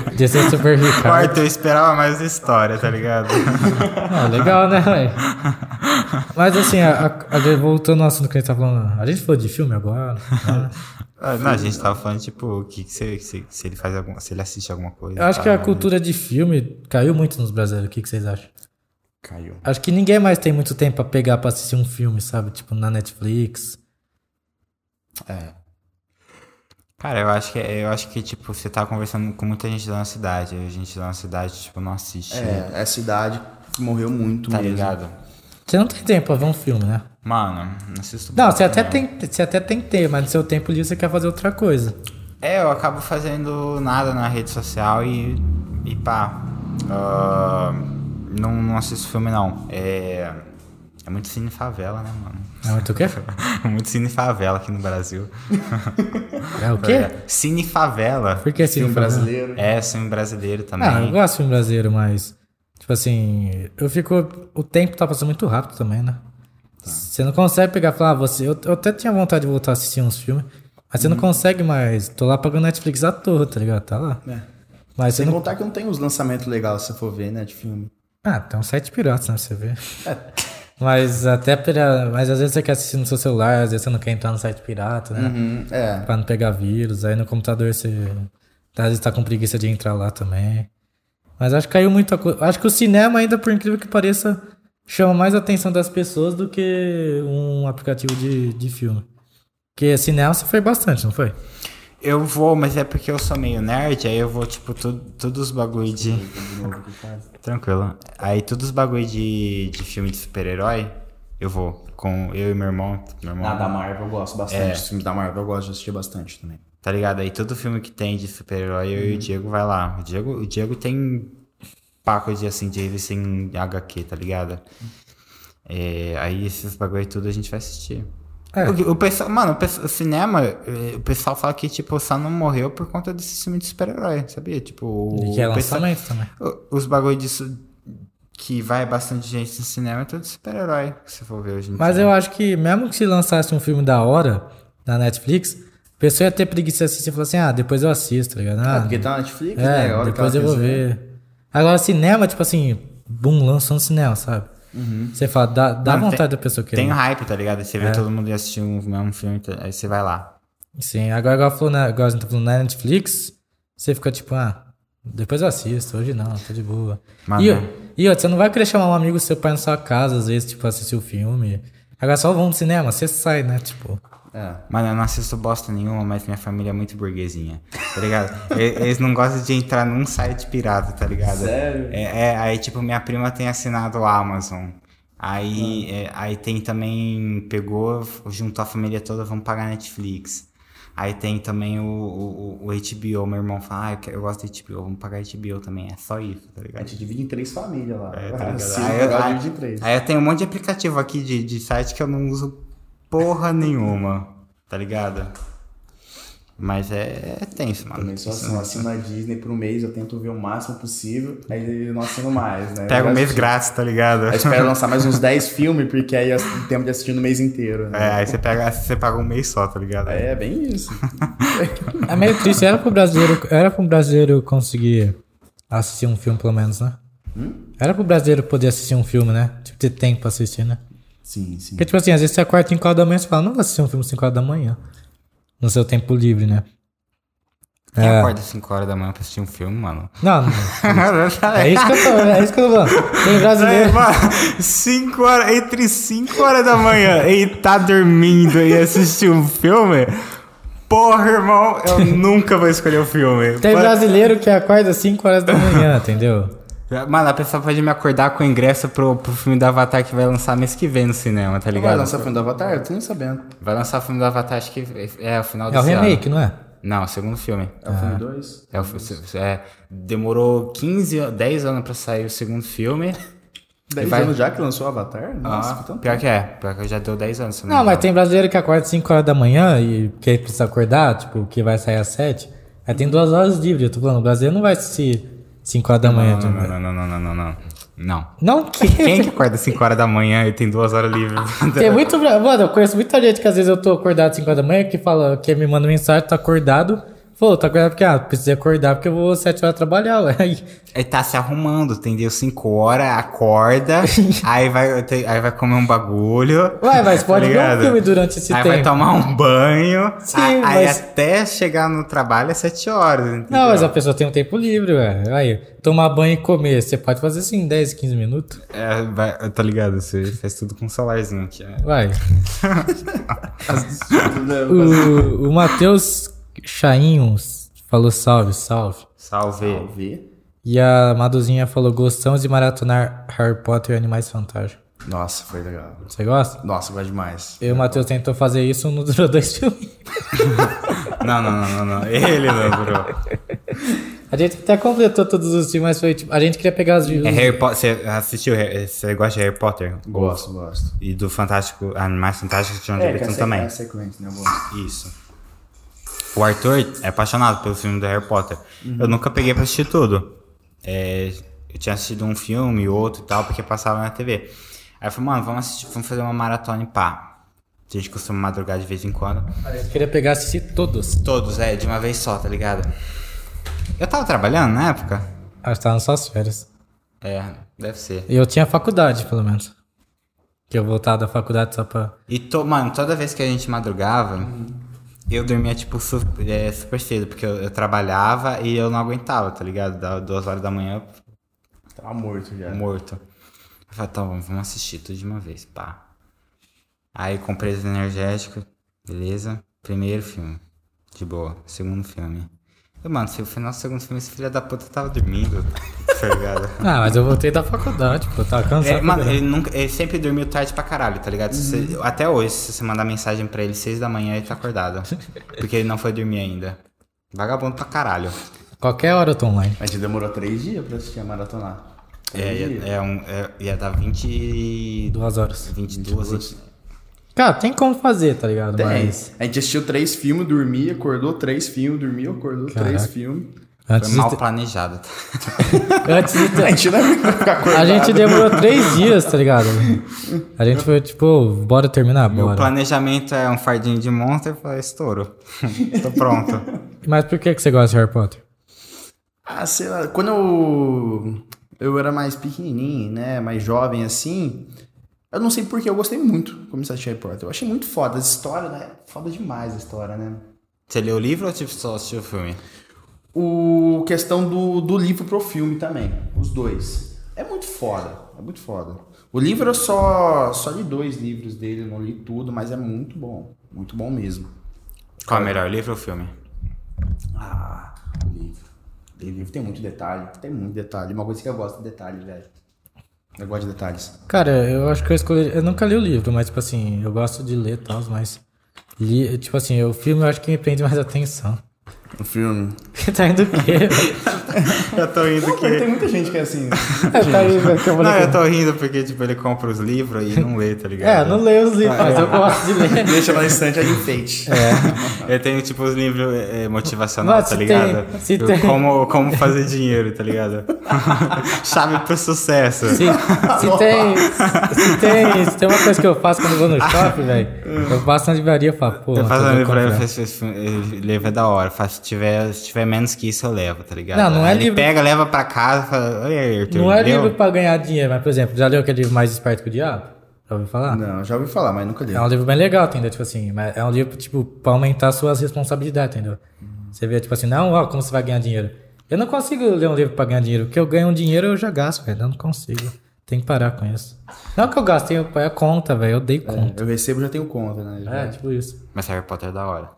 Podia ser Super Ricardo.
Quarto, eu esperava mais história, tá ligado?
Ah, legal, né, velho? Mas assim, a- a- a- voltando ao assunto que a gente tá falando. A gente falou de filme agora. né?
Ah, Não, a gente tava falando, tipo, o que, que você, se, se ele faz alguma. Se ele assiste alguma coisa.
Eu acho
tá,
que a
né?
cultura de filme caiu muito nos brasileiros. O que, que vocês acham?
Caiu.
Acho que ninguém mais tem muito tempo pra pegar pra assistir um filme, sabe? Tipo, na Netflix.
Cara, eu acho que eu acho que, tipo, você tá conversando com muita gente da nossa cidade. A gente da nossa cidade, tipo, não assiste.
É, essa idade que morreu muito
Tá
mesmo.
ligado?
Você não tem tempo pra ver um filme, né?
Mano, não assisto.
Não,
muito,
você até,
né?
tem, você até tem que ter, mas no seu tempo livre você quer fazer outra coisa.
É, eu acabo fazendo nada na rede social e. e pá. Ah, não, não assisto filme, não. É. É muito cine favela, né, mano?
É muito o quê?
muito cine favela aqui no Brasil.
É o quê?
É, Cine favela.
Por que assim?
Filme um brasileiro.
É, filme brasileiro também.
Ah, eu gosto de filme brasileiro, mas. Tipo assim, eu fico. O tempo tá passando muito rápido também, né?
Tá.
Você não consegue pegar e falar, ah, você. Eu, eu até tinha vontade de voltar a assistir uns filmes, mas você
Uhum.
não consegue mais. Tô lá pagando Netflix à toa, tá ligado? Tá lá.
É.
Mas você
Sem
não.
contar que não tem uns lançamentos legais, se você for ver, né, de filme.
Ah, tem um site pirata, né? Você vê.
É.
Mas até pela. Mas às vezes você quer assistir no seu celular, às vezes você não quer entrar no site pirata, né?
É.
Pra não pegar vírus. Aí no computador você tá- às vezes tá com preguiça de entrar lá também. Mas acho que caiu muita coisa. Acho que o cinema ainda, por incrível que pareça, chama mais a atenção das pessoas do que um aplicativo de, de filme. Porque cinema você foi bastante, não foi?
Eu vou, mas é porque eu sou meio nerd, aí eu vou, tipo, tu, todos os bagulho de. Tranquilo. Aí todos os bagulho de, de filme de super-herói, eu vou. Com eu e meu irmão. Meu irmão
Ah, da Marvel eu gosto
É.
bastante. Os filmes da Marvel eu gosto de assistir bastante também.
Tá ligado? Aí todo filme que tem de super-herói, eu e o
Uhum.
Diego vai lá. O Diego, o Diego tem paco de assim, de revista em HQ, tá ligado? É, aí esses bagulho tudo a gente vai assistir.
É.
O, o pessoal, mano, o, pessoal- o cinema, eh, o pessoal fala que, tipo, só não morreu por conta desse filme de super-herói, sabia? Tipo, o,
E que é
o pessoal-
lançamento também.
o- os bagulho disso que vai bastante gente no cinema é tudo de super-herói, se for ver hoje em
Mas
dia.
eu acho que mesmo que se lançasse um filme da hora na Netflix, a pessoa ia ter preguiça de assistir e falar assim, ah, depois eu assisto, tá ligado? Ah,
Porque tá na Netflix, né?
É,
A hora que
depois eu
ela
vou
quiser.
ver. Agora, cinema, tipo assim, boom, lançou no cinema, sabe? Você fala, dá, dá
Mano,
vontade da pessoa querer.
Tem hype, tá ligado? Você vê
É.
todo mundo ir assistir um mesmo filme, tá- aí você vai lá.
Sim, agora, igual falou na, agora a gente tá falando na Netflix, você fica tipo, ah, depois eu assisto, hoje não, tô de boa.
Mano.
E, e outra, você não vai querer chamar um amigo seu pra ir na sua casa, às vezes, tipo, assistir o filme. Agora só vão no cinema, você sai, né? Tipo,
É.
Mano, eu não assisto bosta nenhuma, mas minha família é muito burguesinha, tá ligado? E- Eles não gostam de entrar num site pirata, tá ligado?
Sério?
É, é, aí, tipo, minha prima tem assinado o Amazon. Aí, é, aí tem também, pegou, juntou a família toda, vamos pagar Netflix. Aí tem também o, o, o- o HBO, meu irmão fala, ah, eu, quero- eu gosto de HBO, vamos pagar HBO também, é só isso, tá
A
ligado?
gente divide em três famílias lá.
É, tá ligado?
Sim,
Aí eu-
agora
aí-
divide em três.
Aí eu tenho um monte de aplicativo aqui de, de site que eu não uso porra nenhuma, tá ligado? Mas é, é tenso, mano.
Também sou assim, eu assino a Disney por um mês, eu tento ver o máximo possível, aí eu não assino mais, né?
Pega
Eu
o mês
assisto-
grátis, tá ligado?
Aí espero lançar mais uns 10 filmes, porque aí eu tenho tempo de assistir no mês inteiro.
É,
Né?
aí você, pega, você paga um mês só, tá ligado?
É, bem isso.
é meio triste, era pro brasileiro, era pro brasileiro conseguir assistir um filme, pelo menos, né? Era pro brasileiro poder assistir um filme, né? Tipo, ter tempo pra assistir, né?
Sim, sim.
Porque, tipo assim, às vezes você acorda 5 horas da manhã e você fala, não vou assistir um filme 5 horas da manhã. No seu tempo livre, né?
Quem
É.
acorda às 5 horas da manhã pra assistir um filme, mano?
Não, não. É isso que eu tô, é isso que eu tô falando. Tem brasileiro.
5 horas, entre 5 horas da manhã e tá dormindo e assistir um filme? Porra, irmão, eu nunca vou escolher o filme.
Tem
Pode-
brasileiro que acorda 5 horas da manhã, entendeu?
Mano, a pessoa pode me acordar com o ingresso pro, pro filme do Avatar que vai lançar mês que vem no cinema, tá
Vai
ligado?
lançar o filme do Avatar? Eu tô nem sabendo.
Vai lançar o filme do Avatar, acho que é o final
É o
desse ano.
remake, não é?
Não, segundo filme.
É o filme 2?
É, o fi- se- é, demorou 15, an- 10 anos pra sair o segundo filme.
10
vai-
anos já que lançou o Avatar? Nossa, então tá.
Ah,
foi tanto.
pior que é, pior que já deu 10 anos. se
Não,
me
mas
engano.
tem brasileiro que acorda 5 horas da manhã e que precisa acordar, tipo, que vai sair às 7. Aí tem duas horas livres. Eu tô falando, o brasileiro não vai assistir 5 horas da manhã.
Não,
tipo.
não, não, não, não, não, não. Não.
Não que.
Quem que acorda 5 horas da manhã e tem duas horas livres?
Tem muito. bra- Mano, eu conheço muita gente que às vezes eu tô acordado 5 horas da manhã, que fala, que me manda mensagem, tô acordado. Falou, tô acordado porque, ah, precisei acordar porque eu vou 7 horas trabalhar, ué. Aí,
Ele tá se arrumando, entendeu? 5 horas, acorda, aí, vai, te- aí vai comer um bagulho.
Ué, mas
tá
pode ver um
ligado?
filme durante esse
aí Aí vai
tempo.
tomar um banho,
Sim,
a- aí
mas-
até chegar no trabalho é 7 horas, entendeu?
Não, mas a pessoa tem um tempo livre, ué. Aí, tomar banho e comer, você pode fazer assim, 10, 15 minutos.
É, vai, tá ligado? Você faz tudo com um celularzinho aqui. né?
Vai.
As desculpas, né?
O, o Matheus Chainhos falou salve, salve.
Salve.
Vê.
E a Maduzinha falou: gostamos de maratonar Harry Potter e Animais Fantásticos.
Nossa, foi legal.
Você gosta?
Nossa, vai demais.
Eu e o Matheus tentou fazer isso, não durou dois filmes.
Não, não, não, não, não. Ele não, bro.
A gente até completou todos os filmes, mas foi tipo. A gente queria pegar as.
É Harry Potter. Você assistiu? Harry- Você gosta de Harry Potter?
Gosto, gosto. É,
E do Fantástico, Animais Fantásticos de John Gibson É, também.
sequência, né?
Isso. O Arthur é apaixonado pelo filme do Harry Potter. Eu nunca peguei pra assistir tudo. É, eu tinha assistido um filme, outro e tal, porque passava na TV. Aí eu falei, mano, vamos assistir, vamos fazer uma maratona em pá. A gente costuma madrugar de vez em quando.
A gente queria pegar assistir todos.
Todos, é, de uma vez só, tá ligado? Eu tava trabalhando na época?
A gente tá nas suas férias.
É, deve ser.
E eu tinha faculdade, pelo menos. Que eu voltava da faculdade só pra.
E, to, mano, toda vez que a gente madrugava, eu dormia, tipo, su- é, super cedo, porque eu, eu trabalhava e eu não aguentava, tá ligado? Da, duas horas da manhã,
Tá morto já.
eu morto. Eu falei, tá bom, vamos assistir tudo de uma vez, pá. Aí comprei os energéticos, beleza? Primeiro filme, de boa. Segundo filme. Eu, mano, se o final do segundo filme, esse filho da puta tava dormindo, tá ligado?
Ah, mas eu voltei da faculdade, pô, eu tava cansado.
É, mano, ele, nunca, ele sempre dormiu tarde pra caralho, tá ligado? Se você- até hoje, se você mandar mensagem pra ele seis da manhã, ele tá acordado. porque ele não foi dormir ainda. Vagabundo pra caralho.
Qualquer hora eu tô online.
A gente demorou três dias pra assistir a maratonar.
É, ia, é um, é, ia dar 20 e... assim.
Duas horas.
22. 22.
Cara, tem como fazer, tá ligado? Mas.
Dez. A gente assistiu três filmes, dormia, acordou três filmes, dormia, acordou três
Caraca.
filmes.
Antes
Foi
de,
mal planejado. tá?
antes de ter-
A gente não é muito pra ficar acordado.
A gente demorou três dias, tá ligado? A gente foi tipo, bora terminar,
Meu
bora.
planejamento é um fardinho de monstro e falei, estouro. Tô pronto.
Mas por que, que você gosta de Harry Potter?
Ah, sei lá, quando eu, eu era mais pequenininho, né, mais jovem assim, eu não sei porque eu gostei muito de começar a assistir Harry Potter. Eu achei muito foda, a história, né, foda demais a história, né.
Você leu o livro ou tipo, só assistiu o filme?
O questão do, do livro pro filme também, os dois. É muito foda, é muito foda. O livro eu só, só li dois livros dele, eu não li tudo, mas é muito bom, muito bom mesmo.
Qual é melhor, o livro ou o filme?
Ah, o livro. O livro tem muito detalhe, tem muito detalhe. Uma coisa que eu gosto é detalhe, velho. Eu gosto de detalhes.
Cara, eu acho que eu escolhi. Eu nunca li o livro, mas tipo assim, eu gosto de ler e tal, mas. Li, tipo assim, o filme eu acho que me prende mais atenção.
O filme.
tá indo o quê?
Eu tô indo
Tem muita gente que é assim.
tá indo, que eu vou
Não,
ler.
eu tô rindo porque, tipo, ele compra os livros e não lê, tá ligado?
É, eu não leio os livros, mas eu gosto de ler.
Deixa lá instante ali enfeite. É.
Eu tenho, tipo, os livros é, motivacionais,
Mas
tá
se
ligado?
tem- se
Eu-
tem.
Como, como fazer dinheiro, tá ligado? Chave pro sucesso.
Se, se, tem, se, tem, se tem uma coisa que eu faço quando eu vou no shopping, velho, eu passo na livraria e falo, pô,
Eu faço
tô é."
um livro pra ele,
comprando.
faz- faz- eh, livro é da hora. Faz, se, tiver, se tiver menos que isso, eu levo, tá ligado?
Não, não é
Aí ele
livro-
pega, leva pra casa, fala, "Oi, aí, Arthur,
Não é
leu?"
livro pra ganhar dinheiro, mas, por exemplo, já leu aquele livro Mais Esperto que o Diabo? Já ouviu falar?
Não, já ouvi falar, mas nunca li.
É um livro bem legal, entendeu? Tipo assim, mas é um livro, tipo, pra aumentar suas responsabilidades, entendeu? Você vê, tipo assim, não, ó, como você vai ganhar dinheiro. Eu não consigo ler um livro pra ganhar dinheiro. Porque eu ganho um dinheiro, eu já gasto, velho. Eu não consigo. Tem que parar com isso. Não que eu gastei, eu- é conta, velho. Eu dei conta.
Eu recebo, já tenho conta, né?
É,
Já.
tipo isso.
Mas Harry Potter é da hora.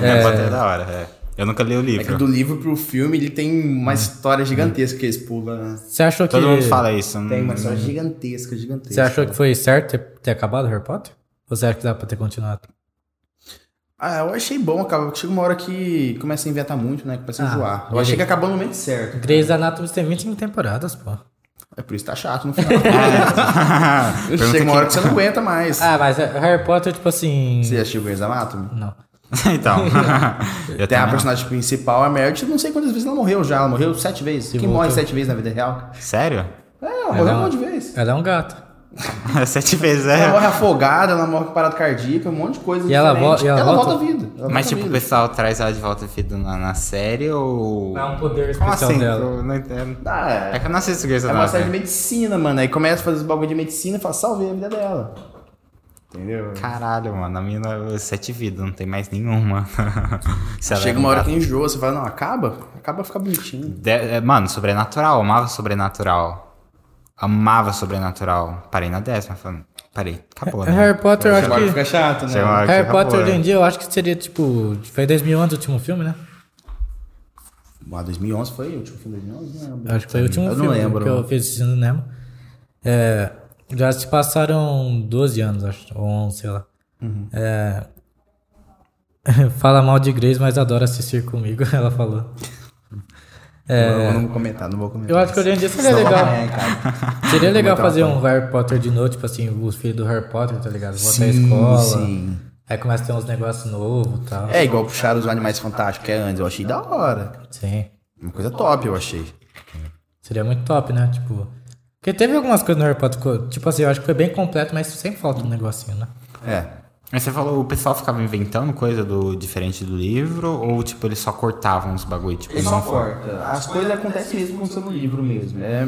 Harry Potter é da hora, é. Eu nunca li o
né? É que
livro.
do livro pro filme ele tem uma história gigantesca que eles pulam. né? Uhum.
Você achou que.
Todo mundo fala né? isso. hum. não-
Tem uma história gigantesca, gigantesca.
Você achou que foi certo ter, ter acabado Harry Potter? Ou você acha que dá pra ter continuado?
Ah, eu achei bom, acaba. Chega uma hora que começa a inventar muito, né? Começa a
Ah,
enjoar. Eu achei que acabou no momento certo.
Grey's Anatomy tem 25 temporadas, pô.
É por isso que tá chato no final.
É.
Chega uma hora que você não aguenta mais.
Ah, mas é- Harry Potter, tipo assim.
Você assistiu Grey's Anatomy?
Não.
então. eu
Até a
também-
personagem principal, a Meredith, não sei quantas vezes ela morreu já. Ela morreu sete vezes. Quem
voltou.
morre sete vezes na vida real?
Sério?
É, ela morreu um
Ela-
monte de vezes.
Ela é um gato.
Sete vezes
Ela
é.
morre afogada, ela morre com parada cardíaca, um monte de coisa
E ela
diferente.
vo- e ela
volta
volta-
à vida.
Mas
Ela volta à
tipo, o
vida.
pessoal traz ela de volta à vida na, na série ou.
É um poder
Como
especial
assim?
dela.
Eu não entendo.
Ah,
É
é.
que eu não assisto Grey's
É uma série de
Anatomy.
medicina, mano. Aí começa a fazer os bagulho de medicina e fala, salvei a vida dela. Entendeu?
Caralho, mano, a mina sete vidas, não tem mais nenhuma. Se ela
Chega
era
uma
um
hora
gato.
que enjoa, você fala, não, acaba. Acaba ficar bonitinho.
De- é, Mano, sobrenatural, eu amava sobrenatural. Amava sobrenatural. Parei na décima, falando, parei, acabou, né?
Harry Potter, eu acho
Chega uma hora que
que.
fica chato, né?
Chega uma hora que
Harry
acabou,
Potter
né?
hoje em dia, eu acho que seria, tipo. Foi 2011 o último filme, né?
Ah, 2011 foi o último filme de 2011? Não lembro.
Eu Acho que foi o último
Eu não
filme
lembro.
que eu fiz assistindo no cinema. É, já se passaram 12 anos, acho, ou 11, sei lá.
Uhum.
É, fala mal de Grace, mas adora assistir comigo, ela falou.
Eu não vou comentar, não vou comentar.
Eu acho que hoje em dia seria
Tá
Senão
legal.
né,
amanhã, cara.
Seria legal
Comentar
fazer
uma
um Harry Potter de novo, tipo assim, os filhos do Harry Potter, tá ligado? Voltar à
Sim,
escola.
sim.
Aí começa a ter uns negócios novos e tal.
É igual puxar os animais fantásticos que é antes. Eu achei da hora.
Sim.
Uma coisa top, eu achei.
Seria muito top, né? Tipo. Porque teve algumas coisas no Harry Potter, co- tipo assim, eu acho que foi bem completo, mas sempre falta um negocinho, né?
É.
Mas você falou, o pessoal ficava inventando coisa do diferente do livro, ou tipo, eles só cortavam os bagulho, tipo,
Ele
não
só corta. As coisas acontecem mesmo como no livro mesmo. É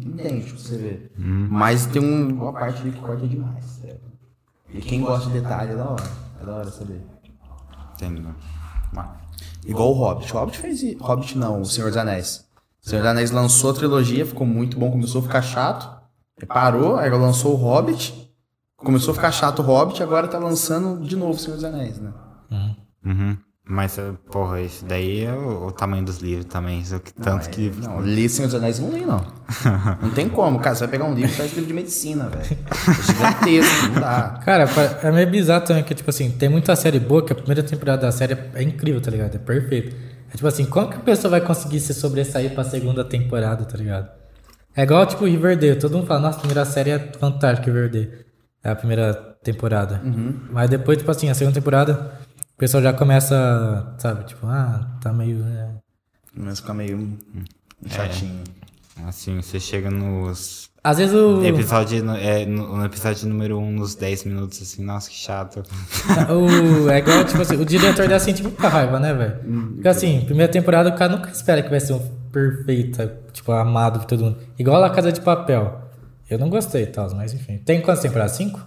idêntico, você vê. Mas tem um- uma parte ali que corta demais. sério. E quem gosta de detalhe é da hora. É da hora saber.
entendo. né? Mas-
Igual o Hobbit. O Hobbit fez. i- Hobbit não, o Senhor dos Anéis. O Senhor dos Anéis lançou a trilogia, ficou muito bom, começou a ficar chato. Aí Parou, aí lançou o Hobbit. Começou a ficar chato o Hobbit, agora tá lançando de novo o Senhor dos Anéis, né?
Uhum. Mas, eh, porra, isso daí é o, o tamanho dos livros também. Isso que, tanto que.
Não, é, li Senhor dos Anéis eu não li, não. Não tem como, cara. Você vai pegar um livro, faz livro de medicina, velho. É gigantesco, não dá.
Cara, pa- é meio bizarro também que, tipo assim, tem muita série boa que a primeira temporada da série é incrível, tá ligado? É perfeito. É tipo assim, como que a pessoa vai conseguir se sobressair pra segunda temporada, tá ligado? É igual, tipo, Riverdale. Todo mundo fala, nossa, a primeira série é fantástica, Riverdale. É a primeira temporada. Mas depois, tipo assim, a segunda temporada, o pessoal já começa, sabe? Tipo, ah, tá meio... né?
Mas fica meio É. chatinho.
Assim, você chega nos.
Às vezes o...
Episódio, no, é, no, no episódio número 1, um, nos 10 minutos, assim, nossa, que chato.
O, é igual, tipo assim, o diretor deve sentir muita raiva, né,
Hum,
velho? Porque assim, primeira temporada o cara nunca espera que vai ser um perfeita, tipo, amado por todo mundo. Igual a Casa de Papel. Eu não gostei e tal, mas enfim. Tem quantas temporadas? Cinco?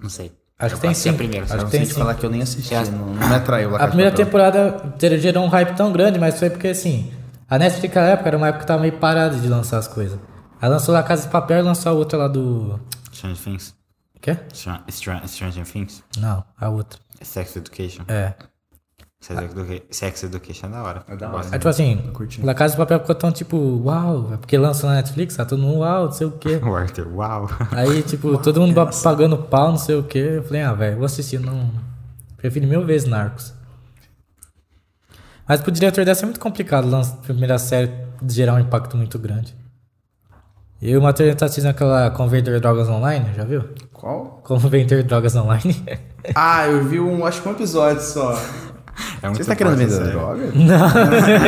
Não sei.
Acho que
Eu
tem
assisti a
cinco.
primeira,
Acho
só.
Eu
que
sei
tem
te
sim.
falar que É eu nem assisti, não, não me atraiu lá.
A primeira temporada ter- gerou um hype tão grande, mas foi porque assim, a Netflix naquela época era uma época que tava meio parada de lançar as coisas. Ela lançou lá a Casa de Papel e lançou a outra lá do.
Stranger Things.
Quê?
Stra- Stra- Stranger Things.
Não, a outra.
Sex Education.
É.
Sex, educa- Sex Education Ah. é da hora.
É da hora.
Gosto.
É tipo assim,
curti.
La Casa de Papel ficou tão tipo, uau, é porque lança na Netflix, tá todo mundo uau, não sei o quê.
O Arthur, uau. É
Aí, tipo, todo mundo ba- pagando pau, não sei o quê. Eu falei, ah, velho, vou assistir, não. Prefiro mil vezes Narcos. Mas pro diretor dessa é muito complicado lançar a primeira série gerar um impacto muito grande. E o Matheus tá assistindo aquela Como Vender Drogas Online, já viu?
Qual?
Como Vender Drogas Online.
Ah, eu vi um, acho que um episódio só.
É muito
Você tá querendo
bom,
vender
sério.
droga?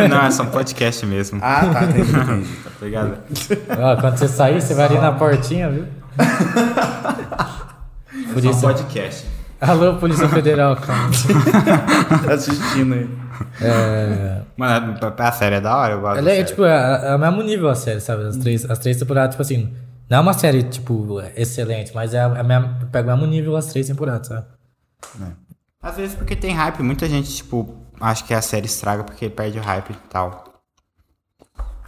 Não, é só um podcast mesmo.
Ah, tá, entendi, entendi.
Tá ligado?
Ó, quando você sair, você vai ali na portinha, viu?
É um
Polícia.
podcast.
Alô, Polícia Federal, calma.
Tá assistindo aí.
Mano, a- a série é da hora, eu gosto.
Ela
da
é,
série.
tipo, é, é o mesmo nível a série, sabe? As três, as três temporadas, tipo assim, não é uma série, tipo, excelente, mas é, a- é a mesma- pega o mesmo nível as três temporadas, sabe?
Às vezes porque tem hype, muita gente, tipo, acha que a série estraga porque perde o hype e tal.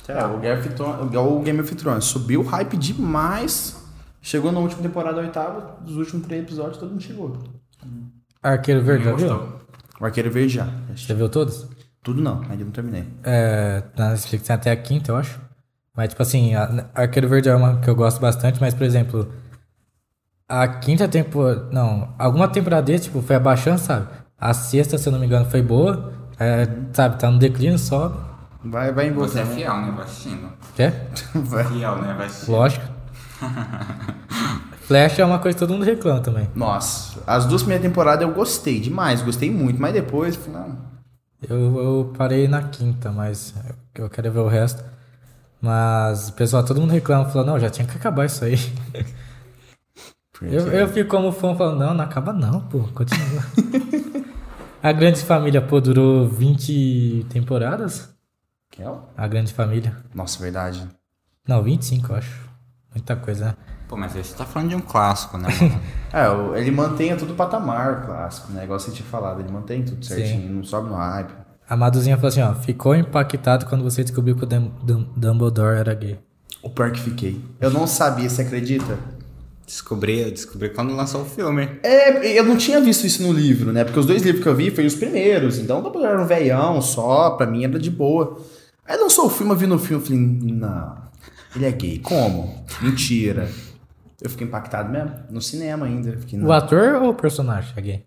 É, o Game, of Thrones, o Game of Thrones subiu o hype demais. Chegou na última temporada, oitava, dos últimos três episódios, todo mundo chegou.
Arqueiro Verde, já viu?
O Arqueiro Verde já.
Já viu todos?
Tudo não, ainda não terminei.
É, na Netflix tem até a quinta, eu acho. Mas, tipo assim, a- Arqueiro Verde é uma que eu gosto bastante, mas, por exemplo, a quinta temporada. Não, alguma temporada desse, tipo, foi abaixando, sabe? A sexta, se eu não me engano, foi boa. É, sabe, tá no declínio, sobe.
Vai, vai embora.
Você é fiel, né? Vai assistindo.
Quer?
Vai.
Fiel, né? Vai assistindo.
Lógico. Flash é uma coisa que todo mundo reclama também.
Nossa, as duas primeiras temporadas eu gostei demais, gostei muito, mas depois, falei, não.
Eu, eu parei na quinta, mas eu quero ver o resto. Mas, pessoal, todo mundo reclama, falando, não, já tinha que acabar isso aí. Eu, eu fico como fã falando, não, não acaba não, pô, continua. A Grande Família, pô, durou 20 temporadas?
Kel?
A Grande Família.
é Nossa, verdade.
Não, 25, eu acho. Muita coisa, né?
Pô, mas você tá falando de um clássico, né? mano?
É, o- ele mantém todo o patamar clássico, né? Igual você tinha falado, ele mantém tudo certinho, não sobe no hype.
A Maduzinha falou assim, ó, ficou impactado quando você descobriu que o Dum- Dum- Dumbledore era gay.
O pior que fiquei. Eu não sabia, você acredita?
descobri, eu descobri quando lançou o filme.
É, eu não tinha visto isso no livro, né? Porque os dois livros que eu vi foram os primeiros, então eu era um veião só, pra mim era de boa. Aí lançou o filme, eu vi no filme, eu falei, não, ele é gay. Como? Mentira. Eu fiquei impactado mesmo, no cinema ainda. eu Fiquei, não.
O ator ou o personagem é gay?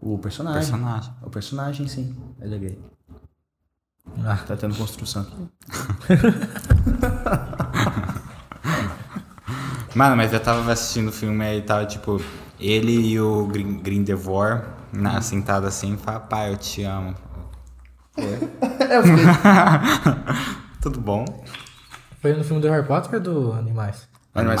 O personagem.
Personagem.
O personagem, sim. Ele é gay.
Ah,
Tá tendo construção aqui.
Mano, mas eu tava assistindo o filme aí e tava tipo, ele e o Grin- Grindelwald na, sentado assim, fala, pai, eu te amo.
eu fiquei,
Tudo bom?
foi no filme do Harry Potter ou do Animais?
Animais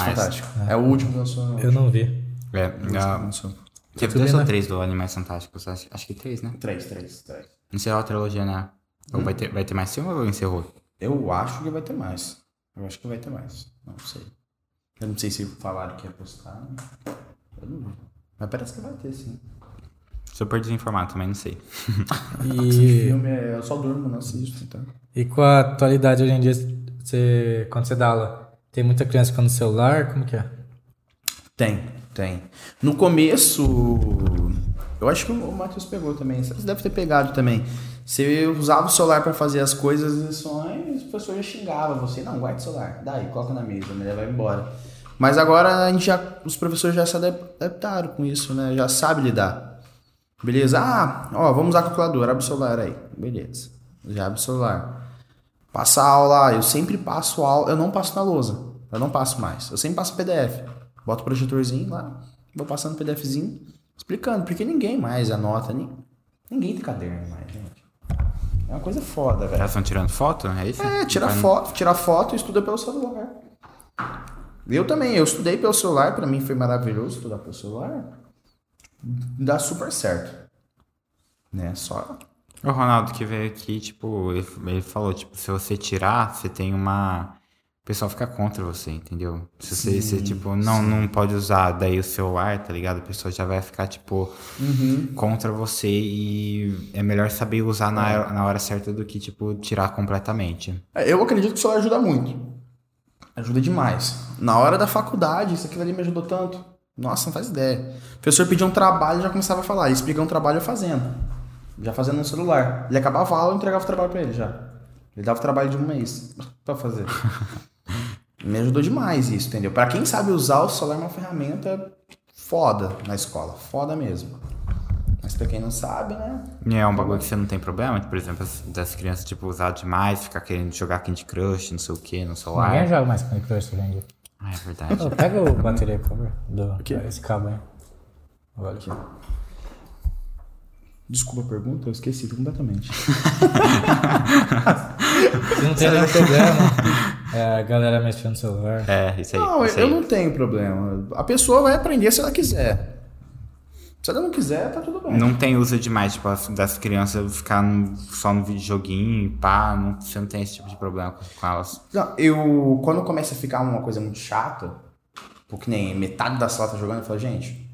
Animais.
Fantásticos. É o último que lançou.
Eu não vi.
É,
Ah,
ah,
lançou.
teve
Tudo
dois ou
bem, né?
três do Animais Fantásticos, acho, acho que três, né?
Três, três, três.
Encerrou a trilogia, né? Ou vai, ter, vai ter mais filme ou encerrou?
Eu acho que vai ter mais. Eu acho que vai ter mais. Não sei. Eu não sei se falaram que ia postar. né? Eu não vi. Mas parece que vai ter, sim.
Super desinformado, também não sei.
E...
Filme é- eu só durmo, não assisto, então.
E com a atualidade hoje em dia, você, quando você dá aula, tem muita criança que fica no celular, como que é?
Tem, tem. No começo, eu acho que o Matheus pegou também. Você deve ter pegado também. Você usava o celular pra fazer as coisas, as lições, o professor já xingava você. Não, guarda o celular. Daí, coloca na mesa, a mulher vai embora. Mas agora a gente já, os professores já se adap- adaptaram com isso, né? Já sabe lidar. Beleza? Ah, ó, vamos usar a calculadora. Abre o celular aí. Beleza. Já abre o celular. Passa a aula, eu sempre passo aula, eu não passo na lousa, eu não passo mais, eu sempre passo PDF, boto o projetorzinho lá, vou passando PDFzinho, explicando, porque ninguém mais anota, nem, ninguém tem caderno mais, gente. É uma coisa foda, velho.
Elas estão tirando foto? É isso?
É, tira
Vai-
foto, tira foto e estuda pelo celular. Eu também, eu estudei pelo celular, pra mim foi maravilhoso estudar pelo celular. Dá super certo. Né? Só
O Ronaldo que veio aqui, tipo, ele, ele falou, tipo, se você tirar, você tem uma. O pessoal fica contra você, entendeu? Se você, você, tipo, não, não pode usar daí o celular, tá ligado? A pessoa já vai ficar, tipo,
Uhum.
contra você e é melhor saber usar na, na hora certa do que, tipo, tirar completamente.
É, Eu acredito que o celular ajuda muito. Ajuda demais. Na hora da faculdade, isso aqui ali me ajudou tanto. Nossa, não faz ideia. O professor pedia um trabalho e já começava a falar. Ele explicava um trabalho eu fazendo. Já fazendo no celular. Ele acabava a aula e entregava o trabalho pra ele já. Ele dava o trabalho de um mês pra fazer. me ajudou demais isso, entendeu? Pra quem sabe usar o celular é uma ferramenta foda na escola. Foda mesmo. Mas pra quem não sabe, né?
E é um bagulho que você não tem problema, tipo, por exemplo, as- das crianças, tipo, usar demais, ficar querendo jogar Candy Crush, não sei o que, no
Ninguém
é?
celular.
joga mais Candy Crush hoje em dia.
Ah, é verdade.
Ô, pega o bateria, por favor, do,
quê?
esse cabo aí. Olha aqui.
Desculpa a pergunta, eu esqueci completamente.
Se não tem nenhum problema, é, a galera mexendo no celular.
É, isso aí.
Não,
isso
eu
aí.
não tenho problema. A pessoa vai aprender se ela quiser. Se ela não quiser, tá tudo bem.
Não tem uso demais, tipo, as- das crianças ficar no- só no joguinho, pá, não, você não tem esse tipo de problema com, com elas.
Não, eu, quando começa a ficar uma coisa muito chata, porque nem metade da sala tá jogando, eu falo, gente,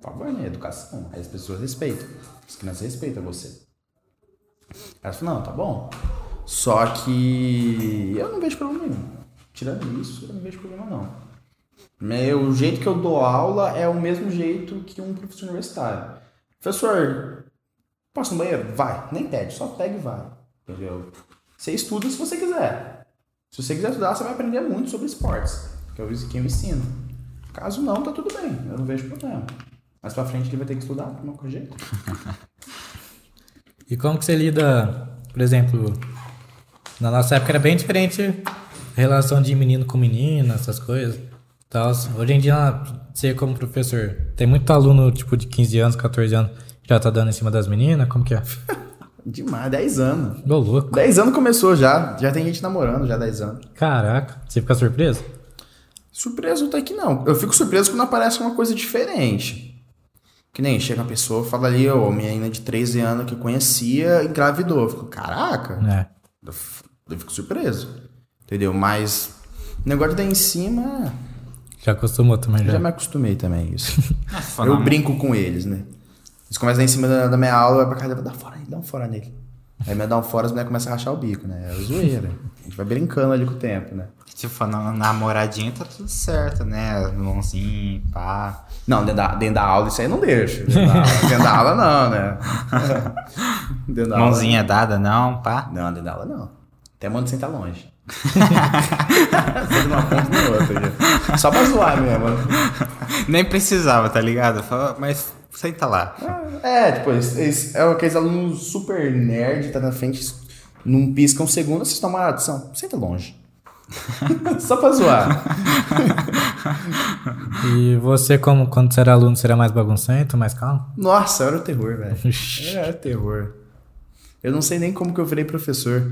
por favor, né? Educação. Aí as pessoas respeitam. As crianças respeitam você. Elas falam, não, tá bom. Só que eu não vejo problema nenhum. Tirando isso, eu não vejo problema não. Meu, o jeito que eu dou aula é o mesmo jeito que um professor universitário. Professor, posso ir no banheiro? Vai. Nem pede, só pega e vai. Entendeu? Você estuda se você quiser. Se você quiser estudar, você vai aprender muito sobre esportes, que é isso que eu ensino. Caso não, tá tudo bem. Eu não vejo problema. Mas pra frente ele vai ter que estudar, não tem jeito.
E como que você lida, por exemplo, na nossa época era bem diferente a relação de menino com menina, essas coisas. Tal. Hoje em dia, você como professor, tem muito aluno tipo de 15 anos, 14 anos, que já tá dando em cima das meninas, como que é?
Demais, 10 anos.
Ô louco.
10 anos começou já. Já tem gente namorando, já 10 anos.
Caraca, você fica surpreso?
Surpreso até que não. Eu fico surpreso quando aparece uma coisa diferente. Que nem chega uma pessoa fala ali, ô, menina de 13 anos que eu conhecia engravidou. Eu fico, caraca.
É.
Eu f- eu fico surpreso. Entendeu? Mas o negócio daí em cima,
Já acostumou também,
eu
já.
já me acostumei também a isso.
Nossa,
eu
na-
brinco com eles, né? Eles começam lá em cima da, da minha aula, vai pra casa e vai dar fora nele, dá um fora nele. Aí me dá um fora, as mulheres começam a rachar o bico, né? É zoeira. A gente vai brincando ali com o tempo, né?
Se for na namoradinha, tá tudo certo, né? Mãozinho, pá.
Não, dentro da, dentro da aula isso aí não deixa. Dentro da, aula- dentro da aula não, né? Dentro da aula-
Mãozinha dada, não, pá.
Não, dentro da aula não. Até manda sentar longe. Senta numa ponta e na outra. já. Só pra zoar mesmo.
Nem precisava, tá ligado? Fala, mas senta lá.
É, tipo, eles, eles, é aqueles alunos super nerd, tá na frente, eles não piscam um segundo, vocês tomam atenção. Senta longe. Só pra zoar.
E você, como quando você era aluno, você era mais baguncento, mais calmo?
Nossa, eu era o terror, velho. Eu Era o É, terror. Eu não sei nem como que eu virei professor.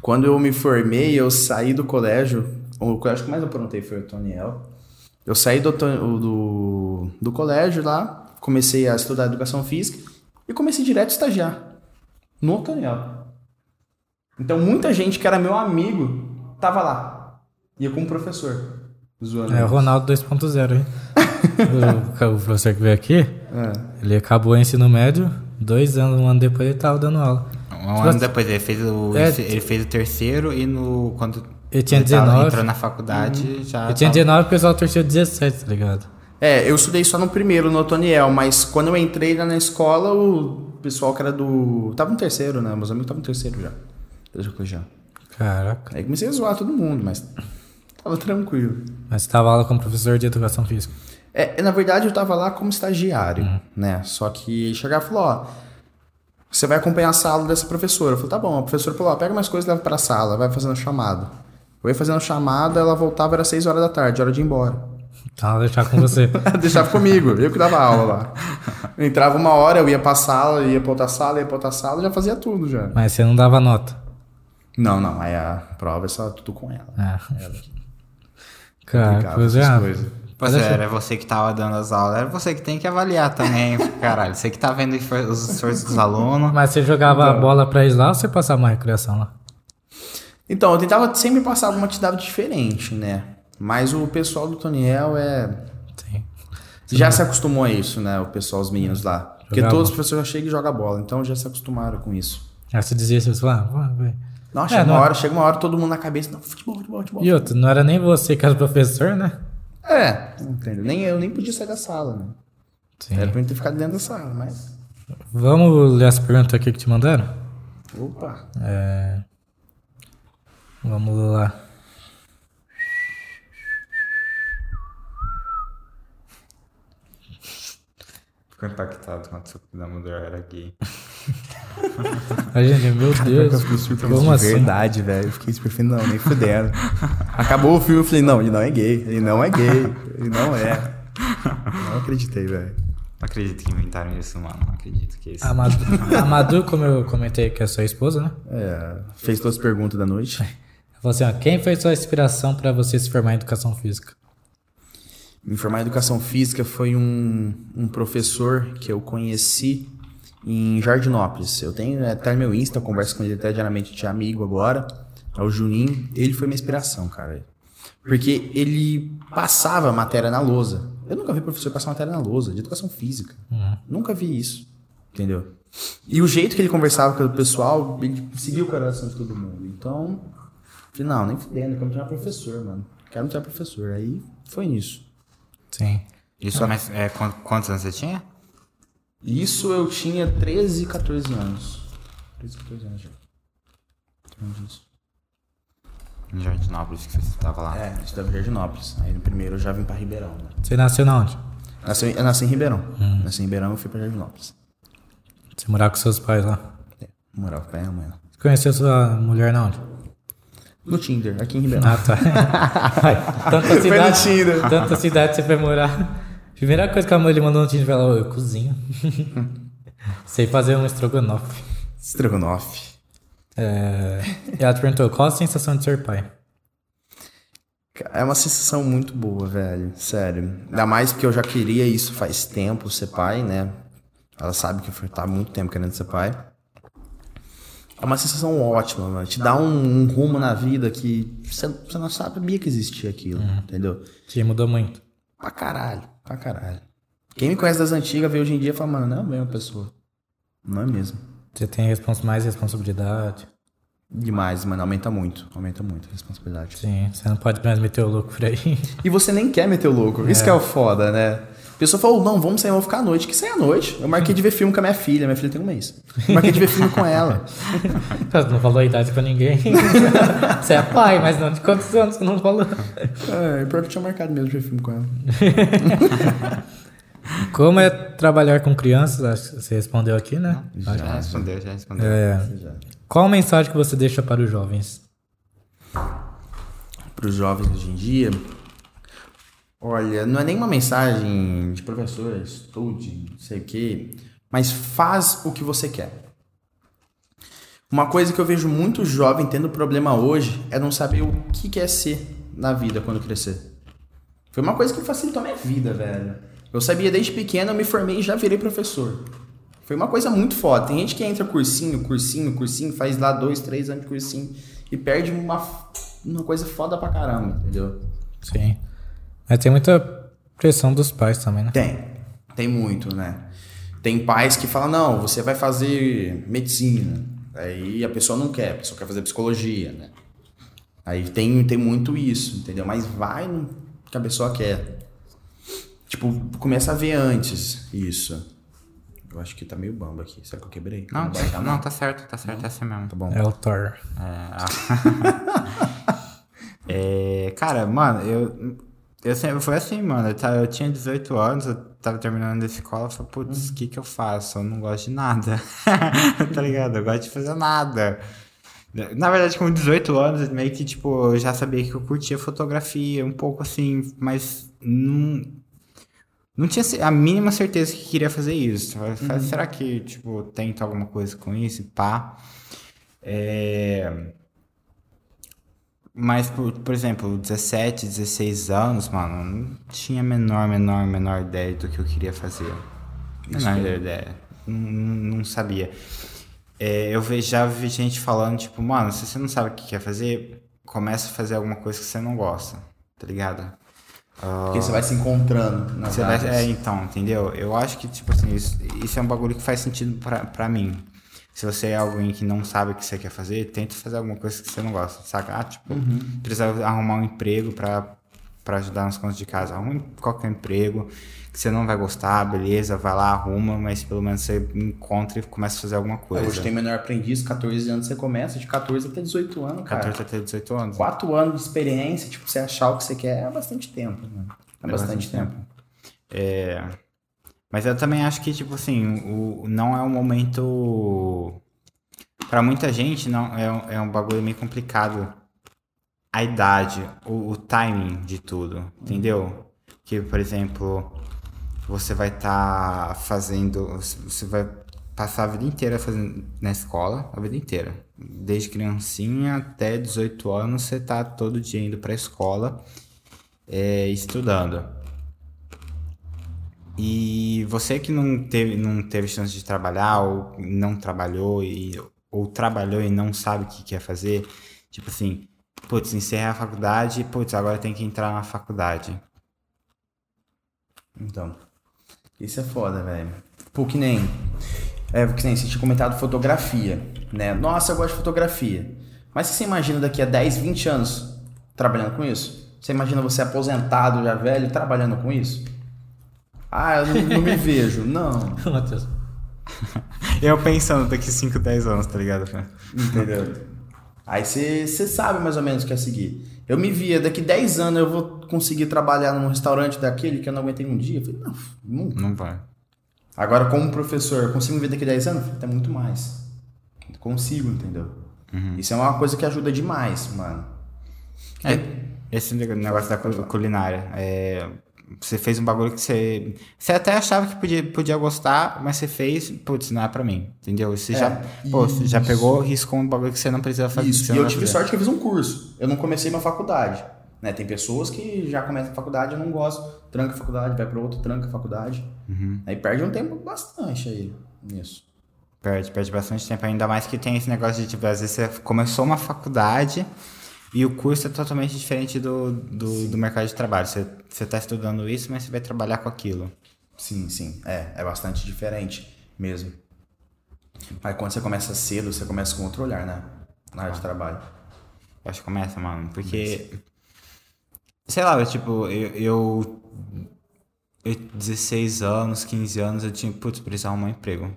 Quando eu me formei, eu saí do colégio. O colégio que mais eu aprontei foi o Toniel. Eu saí do, Ton- o- do, do colégio lá, comecei a estudar educação física e comecei direto a estagiar no Toniel. Então muita gente que era meu amigo tava lá. Ia como professor. Zoando.
É o Ronaldo 2.0, hein? o, o professor que veio aqui,
É.
ele acabou o ensino médio, dois anos, um ano depois ele tava dando aula.
Um ano depois, ele fez o,
É,
ele fez o terceiro e no, quando
Ele tinha
tava-
19.
entrou na faculdade, já
Ah,
Eu tinha
tava-
tá.
19 e o pessoal torceu 17, tá ligado?
É, eu estudei só no primeiro, no Otoniel, mas quando eu entrei lá na escola, o pessoal que era do. Tava no terceiro, né? Meus amigos estavam no terceiro já. Terceiro colegial.
Caraca.
Aí comecei a zoar todo mundo, mas tava tranquilo.
Mas você tava aula como professor de educação física.
É, na verdade, eu tava lá como estagiário, né? Só que chegava e falou, ó, você vai acompanhar a sala dessa professora. Eu falei, tá bom. A professora falou, ó, pega umas coisas e leva pra sala, vai fazendo chamada. Eu ia fazendo chamada, ela voltava, era seis horas da tarde, hora de ir embora.
Então eu vou deixar com você.
Deixava comigo, eu que dava aula lá. Eu entrava uma hora, eu ia pra sala, ia pra outra sala, ia pra outra sala, já fazia tudo já.
Mas você não dava nota.
Não, não, aí a prova é só tudo com ela.
Ah.
Ela
Cara,
aplicava É, essas
coisa.
coisas.
Pois
Mas
é,
eu-
era você que tava dando as aulas, era você que tem que avaliar também, caralho. Você que tá vendo os esforços dos alunos.
Mas você jogava a bola pra eles lá ou você passava uma recreação lá?
Então, eu tentava sempre passar alguma atividade diferente, né? Mas o pessoal do Toniel é.
Sim.
Já se acostumou a isso, né? O pessoal, os meninos lá. Porque
Jogava.
todos os professores já chegam e jogam bola, então já se acostumaram com isso.
Aí você dizia assim, você falava, ah, vai.
Nossa,
É,
chega uma
não-
hora, chega uma hora todo mundo na cabeça, não, futebol, futebol, futebol.
E outro, não era nem você que era o professor, né?
É, entendeu? Nem, eu nem podia sair da sala, né?
Sim.
Era pra mim ter ficado dentro da sala, mas.
Vamos ler as perguntas aqui que te mandaram?
Opa!
É... Vamos lá.
Ficou impactado quando soube que da mulher era gay.
A gente, meu Deus, como assim?
Verdade, velho. Eu fiquei super feliz, não, nem fudendo. Acabou o filme, eu falei, não, ele não é gay, ele não é gay, ele não é. Não acreditei, velho.
Não acredito que inventaram isso, mano. Não acredito que é isso.
A Madu, a Madu, como eu comentei, que é sua esposa, né?
É, fez todas as perguntas da noite.
Ela falou assim, ó, quem foi sua inspiração pra você se formar em educação física?
Me formar em educação física foi um, um professor que eu conheci em Jardinópolis. Eu tenho é, até meu Insta, eu converso com ele até diariamente de amigo agora. É o Juninho. Ele foi minha inspiração, cara. Porque ele passava matéria na lousa. Eu nunca vi professor passar matéria na lousa, de educação física. Nunca vi isso. Entendeu? E o jeito que ele conversava com o pessoal, ele seguia o coração de todo mundo. Então, falei, não, nem fudendo, eu quero me tornar professor, mano. Quero me tornar professor. Aí foi nisso.
Sim.
Isso, mas é, quan- quantos anos você tinha?
Isso eu tinha 13, 14 anos. 13, 14 anos já. Então, disso.
Em Jardinópolis que você estava lá.
É, estudava em Jardinópolis. Aí no primeiro eu já vim pra Ribeirão, né?
Você nasceu na onde?
Nasci, eu nasci em Ribeirão. Nasci em Ribeirão e fui pra Jardinópolis.
Você morava com seus pais lá.
É, morava com a minha mãe lá.
Você conheceu sua mulher na onde?
No Tinder, aqui em Ribeirão.
Ah, tá. Ai, Tanta cidade,
Tinder.
tanta cidade você foi morar. Primeira coisa que a mãe lhe mandou no Tinder, ela falou, eu cozinho. Sei fazer um estrogonofe.
Estrogonofe.
É, E ela te perguntou, qual a sensação de ser pai?
Cara, É uma sensação muito boa, velho. Sério. Ainda mais porque eu já queria isso faz tempo, ser pai, né? Ela sabe que eu tá há muito tempo querendo ser pai. É uma sensação ótima, mano. Te dá um, um rumo na vida que você, você não sabia que existia aquilo, entendeu?
Te mudou muito.
Pra caralho, pra caralho. Quem me conhece das antigas vê hoje em dia e fala, mano, não é a mesma pessoa. Não é mesmo.
Você tem respons mais responsabilidade.
Demais, mano. Aumenta muito. Aumenta muito a responsabilidade.
Sim, você não pode mais meter o louco por aí.
E você nem quer meter o louco. Isso que é o foda, né? A pessoa falou, não, vamos sair, vamos ficar à noite. Que sair à noite? Eu marquei de ver filme com a minha filha. Minha filha tem um mês. Eu marquei de ver filme com ela.
Você não falou a idade pra ninguém. você é pai, mas não de quantos anos você não falou.
É, pior que eu tinha marcado mesmo de ver filme com ela.
Como é trabalhar com crianças? Acho que você respondeu aqui, né? Acho
Já respondeu, já respondeu.
que- Qual mensagem que você deixa para os jovens?
Para os jovens hoje em dia, olha, não é nenhuma mensagem de professor, estude, não sei o quê, mas faz o que você quer. Uma coisa que eu vejo muito jovem tendo problema hoje é não saber o que quer ser na vida quando crescer. Foi uma coisa que facilitou a minha vida, velho. Eu sabia desde pequeno, eu me formei e já virei professor. Foi uma coisa muito foda. Tem gente que entra cursinho, cursinho, cursinho, faz lá dois, três anos de cursinho e perde uma, uma coisa foda pra caramba, entendeu?
Sim. Mas tem muita pressão dos pais também, né?
Tem. Tem muito, né? Tem pais que falam, não, você vai fazer medicina. Aí a pessoa não quer, a pessoa quer fazer psicologia, né? Aí tem, tem muito isso, entendeu? Mas vai no que a pessoa quer. Tipo, começa a ver antes isso. Eu acho que tá meio bamba aqui. Será que eu quebrei?
Não,
vai dar,
tá, não, tá certo, tá certo, é assim mesmo.
Tá bom.
É o Thor.
É, cara, mano, eu, eu sempre foi assim, mano. Eu, ta- eu tinha 18 anos, eu tava terminando a escola, eu falei, putz, o que que eu faço? Eu não gosto de nada, tá ligado? Eu gosto de fazer nada. Na verdade, com 18 anos, meio que, tipo, eu já sabia que eu curtia fotografia, um pouco assim, mas não, não tinha ce- a mínima certeza que queria fazer isso. Eu falei, Será que, tipo, eu tento alguma coisa com isso? e Pá. É... Mas, por, por exemplo, 17, 16 anos, mano, não tinha a menor, menor, menor ideia do que eu queria fazer. Menor ideia. Não, não não sabia. É, eu ve- já vi gente falando, tipo, mano, se você não sabe o que quer fazer, começa a fazer alguma coisa que você não gosta, tá ligado?
Porque você vai se encontrando nas
Você vai-
áreas.
é, então, entendeu? Eu acho que, tipo assim, isso, isso é um bagulho que faz sentido pra, pra mim. Se você é alguém que não sabe o que você quer fazer, tenta fazer alguma coisa que você não gosta, saca? Ah, tipo,
Uhum.
precisa arrumar um emprego pra, pra ajudar nas contas de casa. Arruma qualquer emprego que você não vai gostar, beleza, vai lá, arruma, mas pelo menos você encontra e começa a fazer alguma coisa.
Hoje tem menor aprendiz, 14 anos você começa, de 14 até 18 anos, cara.
14 até 18 anos.
quatro anos de experiência, tipo, você achar o que você quer, é bastante tempo, né? É, bastante, tempo.
Mas eu também acho que, tipo assim, o, não é um momento. Pra muita gente, não é, um- é um bagulho meio complicado. A idade, o, o timing de tudo, entendeu? Que, por exemplo, você vai estar fazendo. Você vai passar a vida inteira fazendo na escola, a vida inteira. Desde criancinha até 18 anos, você tá todo dia indo pra escola, é, estudando. E você que não teve, não teve chance de trabalhar, ou não trabalhou, e, ou trabalhou e não sabe o que quer fazer, tipo assim, putz, encerrei a faculdade, putz, agora tem que entrar na faculdade.
Então, isso é foda, velho. Pô, que nem. É, que nem você tinha comentado fotografia, né? Nossa, eu gosto de fotografia. Mas você imagina daqui a 10, 20 anos trabalhando com isso? Você imagina você aposentado, já velho, trabalhando com isso? Ah, eu não, não me vejo. Não.
Matheus.
Eu pensando daqui 5, 10 anos, tá ligado?
Entendeu? Aí você sabe mais ou menos o que é seguir. Eu me via, daqui 10 anos eu vou conseguir trabalhar num restaurante daquele que eu não aguentei um dia. Eu falei, não, nunca.
Não vai.
Agora, como professor, eu consigo me ver daqui 10 anos? Eu falei, Até muito mais. Eu consigo, entendeu? Isso é uma coisa que ajuda demais, mano.
É, esse negócio da cu- culinária. é, você fez um bagulho que você. Você até achava que podia, podia gostar, mas você fez, putz, não é pra mim. Entendeu? Você
É,
já. Pô, você já
isso.
pegou, riscou um bagulho que você não precisa fazer. que
Isso.
você
E
não
eu
vai
tive
fazer.
sorte que eu fiz um curso. Eu não comecei minha faculdade. Né? Tem pessoas que já começam a faculdade, eu não gosto. Tranca a faculdade, vai pra outro, tranca a faculdade. Aí perde um tempo bastante aí nisso.
Perde, perde bastante tempo, ainda mais que tem esse negócio de, tipo, às vezes você começou uma faculdade e o curso é totalmente diferente do, do, do mercado de trabalho. Você, você tá estudando isso, mas você vai trabalhar com aquilo.
Sim, sim. É, é bastante diferente mesmo. Mas quando você começa cedo, você começa com outro olhar, né? Na área de trabalho.
Eu acho que começa, mano. Porque. Sei lá, eu, tipo, eu, eu. eu 16 anos, 15 anos, eu tinha. Putz, precisava arrumar um emprego.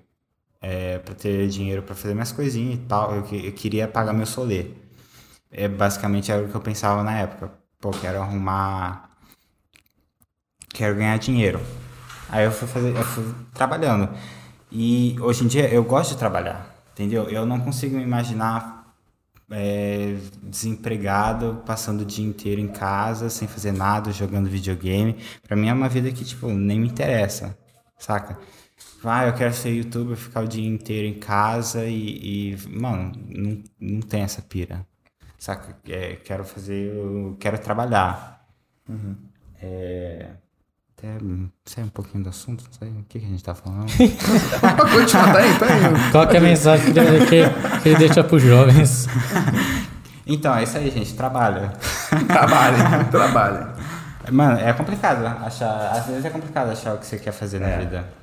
É, pra ter dinheiro pra fazer minhas coisinhas e tal. Eu, que- eu queria pagar meu solê. É, basicamente era o que eu pensava na época. Pô, quero arrumar. Quero ganhar dinheiro. Aí eu fui fazer. Eu fui trabalhando. E hoje em dia eu gosto de trabalhar. Entendeu? Eu não consigo me imaginar é, desempregado, passando o dia inteiro em casa, sem fazer nada, jogando videogame. Pra mim é uma vida que, tipo, nem me interessa, saca? Vai, eu quero ser youtuber, ficar o dia inteiro em casa e, e, mano, não, não tem essa pira, saca? É, quero fazer, eu quero trabalhar. É, até hum, sai um pouquinho do assunto, não sei o que, que a gente tá falando.
Continua, tá aí, tá aí.
Qual que é a mensagem que ele, que, que ele deixa pros jovens?
então, é isso aí, gente, trabalha.
Trabalhe, trabalhe.
Mano, é complicado achar. Às vezes é complicado achar o que você quer fazer na vida.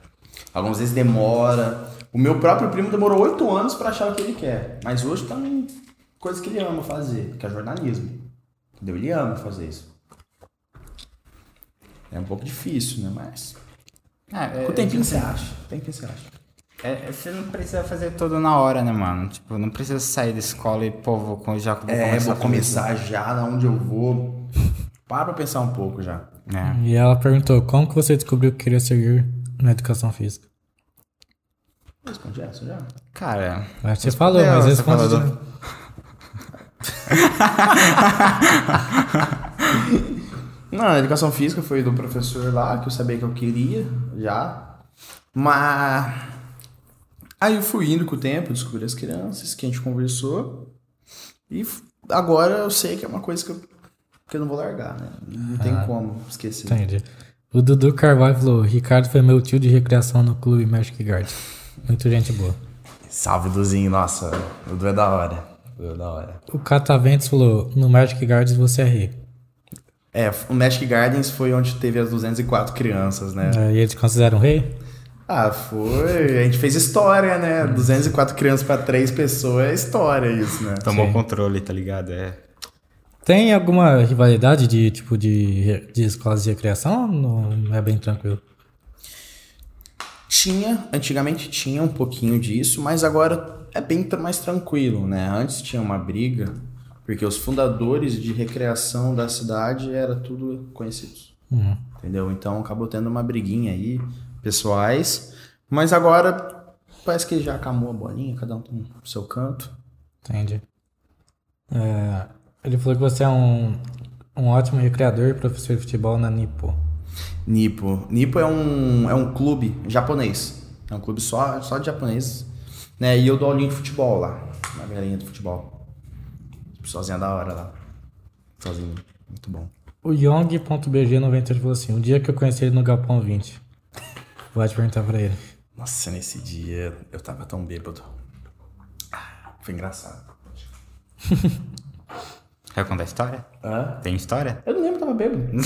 Algumas vezes demora. O meu próprio primo demorou oito anos pra achar o que ele quer. Mas hoje tá em coisa que ele ama fazer, que é jornalismo. Entendeu? Ele ama fazer isso. É um pouco difícil, né? Mas.
É,
Com o tempinho você acha. Com o tempinho você acha.
é- é- você não precisa fazer tudo na hora, né, mano? Tipo, não precisa sair da escola e, pô, vou, co- já vou
É,
começar
vou
a
começar já da onde eu vou. Para pra pensar um pouco já.
fazer.
E ela perguntou, como que você descobriu que queria seguir na educação física?
Responde essa já.
É. Cara.
Acho que você falou,
É,
mas
você
responde de
falou do-
novo.
Não, a educação física foi do professor lá, que eu sabia que eu queria já. Mas. Aí eu fui indo com o tempo, descobri as crianças, que a gente conversou. E f- agora eu sei que é uma coisa que eu, que eu não vou largar, né? Não tem como esquecer.
Entendi. O Dudu Carvalho falou, Ricardo foi meu tio de recreação no clube Magic Garden. Muito gente boa.
Salve, Duzinho, nossa. O Du é da hora. O Du é da hora.
O Cataventos falou, no Magic Gardens você é rico.
É, o Magic Gardens foi onde teve as 204 crianças, né?
É, E eles consideram rei?
Ah, foi. A gente fez história, né? 204 crianças pra três pessoas é história isso, né?
Tomou controle, tá ligado? É.
Tem alguma rivalidade de tipo de, re- de escolas de recreação? ou Não é bem tranquilo.
Tinha, antigamente tinha um pouquinho disso, mas agora é bem tra- mais tranquilo, né? Antes tinha uma briga, porque os fundadores de recreação da cidade era tudo conhecidos.
Uhum.
Entendeu? Então acabou tendo uma briguinha aí, pessoais. Mas agora parece que já acabou a bolinha, cada um tem o seu canto.
Entendi. É, ele falou que você é um, um ótimo recreador e professor de futebol na Nippo.
Nippo. Nippo é um, é um clube japonês. É um clube só, só de japoneses. Né? E eu dou aulinha de futebol lá. Na galerinha do futebol. Tipo, Sozinha da hora lá. Sozinho. Muito bom.
O Yong.bg98 falou assim: um dia que eu conheci ele no Galpão 20. Vou te perguntar pra ele.
Nossa, nesse dia eu tava tão bêbado. Ah, Foi engraçado.
Quer contar a história?
Hã?
Tem história?
Eu não lembro que eu tava bêbado.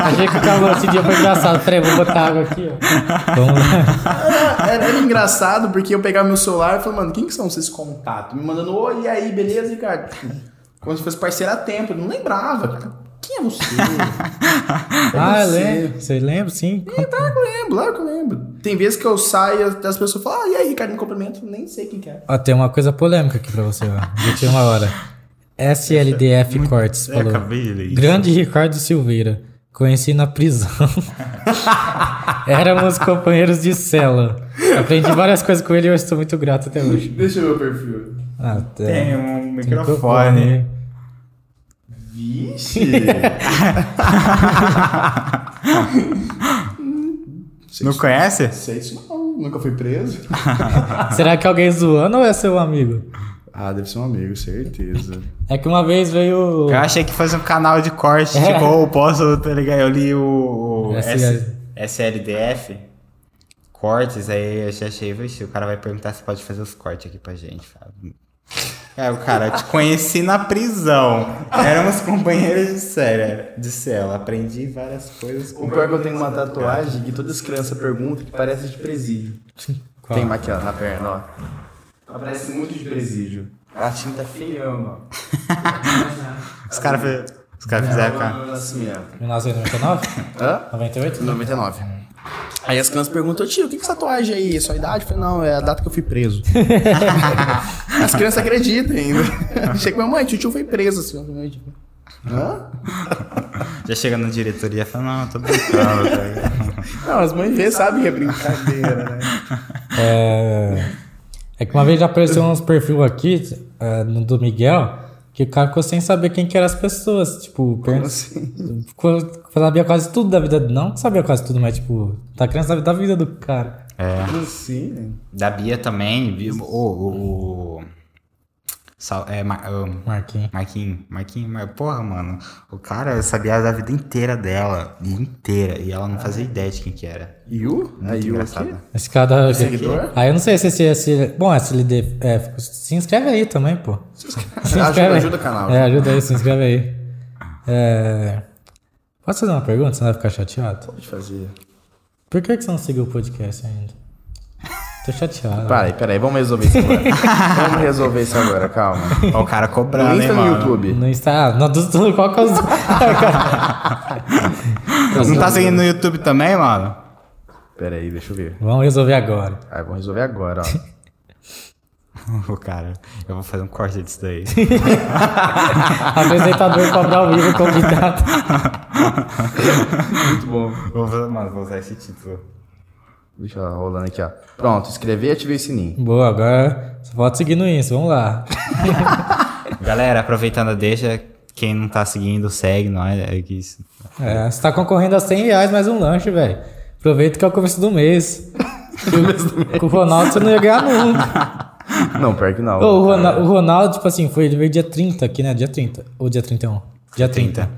Achei que o calor esse dia foi engraçado. Peraí, vou botar água aqui, ó. Vamos lá.
Era, era engraçado porque eu pegava meu celular e falava, mano, quem que são esses contatos? Me mandando, oi, e aí, beleza, Ricardo? Como se fosse parceiro a tempo, eu não lembrava. cara. Quem é você?
Ah, eu
você.
lembro. Você lembra, sim?
Claro que eu lembro, claro que eu lembro. Tem vezes que eu saio e até as pessoas falam, ah, e aí, Ricardo, me cumprimento, nem sei quem que é.
Ó, Ah, tem uma coisa polêmica aqui pra você, ó. Já tinha uma hora. SLDF Cortes
Eu
falou.
é, acabei de ler isso.
Grande Ricardo Silveira. Conheci na prisão. Éramos companheiros de cela. Aprendi várias coisas com ele e eu estou muito grato até hoje.
Deixa eu ver o perfil.
Ah, tá.
Tem um
Tem
microfone.
Vixe! Sei
Não
isso-
conhece?
Sei é isso não, nunca fui preso.
Será que alguém zoando ou é seu amigo?
ah, deve ser um amigo, certeza.
É que uma vez veio.
Eu achei que fosse um canal de corte,
É.
tipo, eu posso, tá ligado? Eu li o, o S-
SL.
SLDF, cortes, aí eu já achei, vixe, o cara vai perguntar se pode fazer os cortes aqui pra gente, sabe? É, o cara, te conheci na prisão. Éramos companheiros de cela, de cela. Aprendi várias coisas.
O pior é que eu tenho uma tatuagem que todas as crianças perguntam que parece de presídio.
Qual?
Tem uma aqui, ó, na perna, ó. Ela Parece muito de presídio. A tinta feiama.
Os caras os cara fizeram cara.
assim mesmo.
1999?
Hã?
98?
99. Aí as crianças perguntam, tio, o que que é essa tatuagem aí? É sua idade? Eu falei, não, é a data que eu fui preso. as crianças acreditam ainda. Chega minha mãe, tio, tio foi preso. Assim, Hã?
Já chega na diretoria e fala, não, eu tô brincando. tá ligado?
Não, as mães vê, sabem que é brincadeira, né?
É... é que uma vez já apareceu uns perfil aqui, é, no do Miguel, que o cara ficou sem saber quem que eram as pessoas. Tipo, per...
Assim.
ficou- sabia quase tudo da vida. Não sabia quase tudo, mas tipo, tá querendo saber da vida do cara.
é.
Assim.
Da Bia também, viu? O. o, o- Sal- é, Mar- o-
Marquinhos.
Marquinho, Marquinho, Mar- porra, mano. O cara sabia da vida inteira dela, inteira, e ela não fazia ideia de quem que era.
Yu?
Muito
A Yu
engraçado.
aqui?
Esse cara. da-
Seguidor?
Aí eu não sei se esse. esse... Bom, SLD. É, fica- se inscreve aí também, pô. Se
Ajuda-
inscreve aí.
ajuda o canal.
É, ajuda aí, se inscreve aí. É... Posso fazer uma pergunta? Você não vai ficar chateado?
Pode fazer.
Por que, que você não seguiu o podcast ainda? Tô chateado.
Peraí, peraí, vamos resolver isso agora. vamos resolver isso agora, calma.
Ó, o cara cobrando,
No
hein,
Insta tá no
mano.
YouTube.
No Insta. Não, dos, do, qual que é os.
Não tá seguindo no YouTube também, mano?
Peraí, deixa eu ver.
Vamos resolver agora.
Ah, vamos resolver agora, ó.
O cara, eu vou fazer um corte disso daí.
Apresentador cobrar ao vivo convidado.
Muito bom.
vou fazer, mano, vou usar esse título.
Deixa eu rolando aqui, ó. Pronto, inscrever e ativei o sininho.
Boa, agora só pode seguir no Insta, vamos lá.
Galera, aproveitando a deixa, quem não tá seguindo, segue, nós. É que isso.
É, você tá concorrendo a 100 reais mais um lanche, velho. Aproveita que é o começo do mês. Com o Ronaldo você não ia ganhar nunca.
Não, pior que não.
Ô, o, Rona- o Ronaldo, tipo assim, foi, ele veio dia 30 aqui, né? Dia 30. Ou dia 31. Dia 30.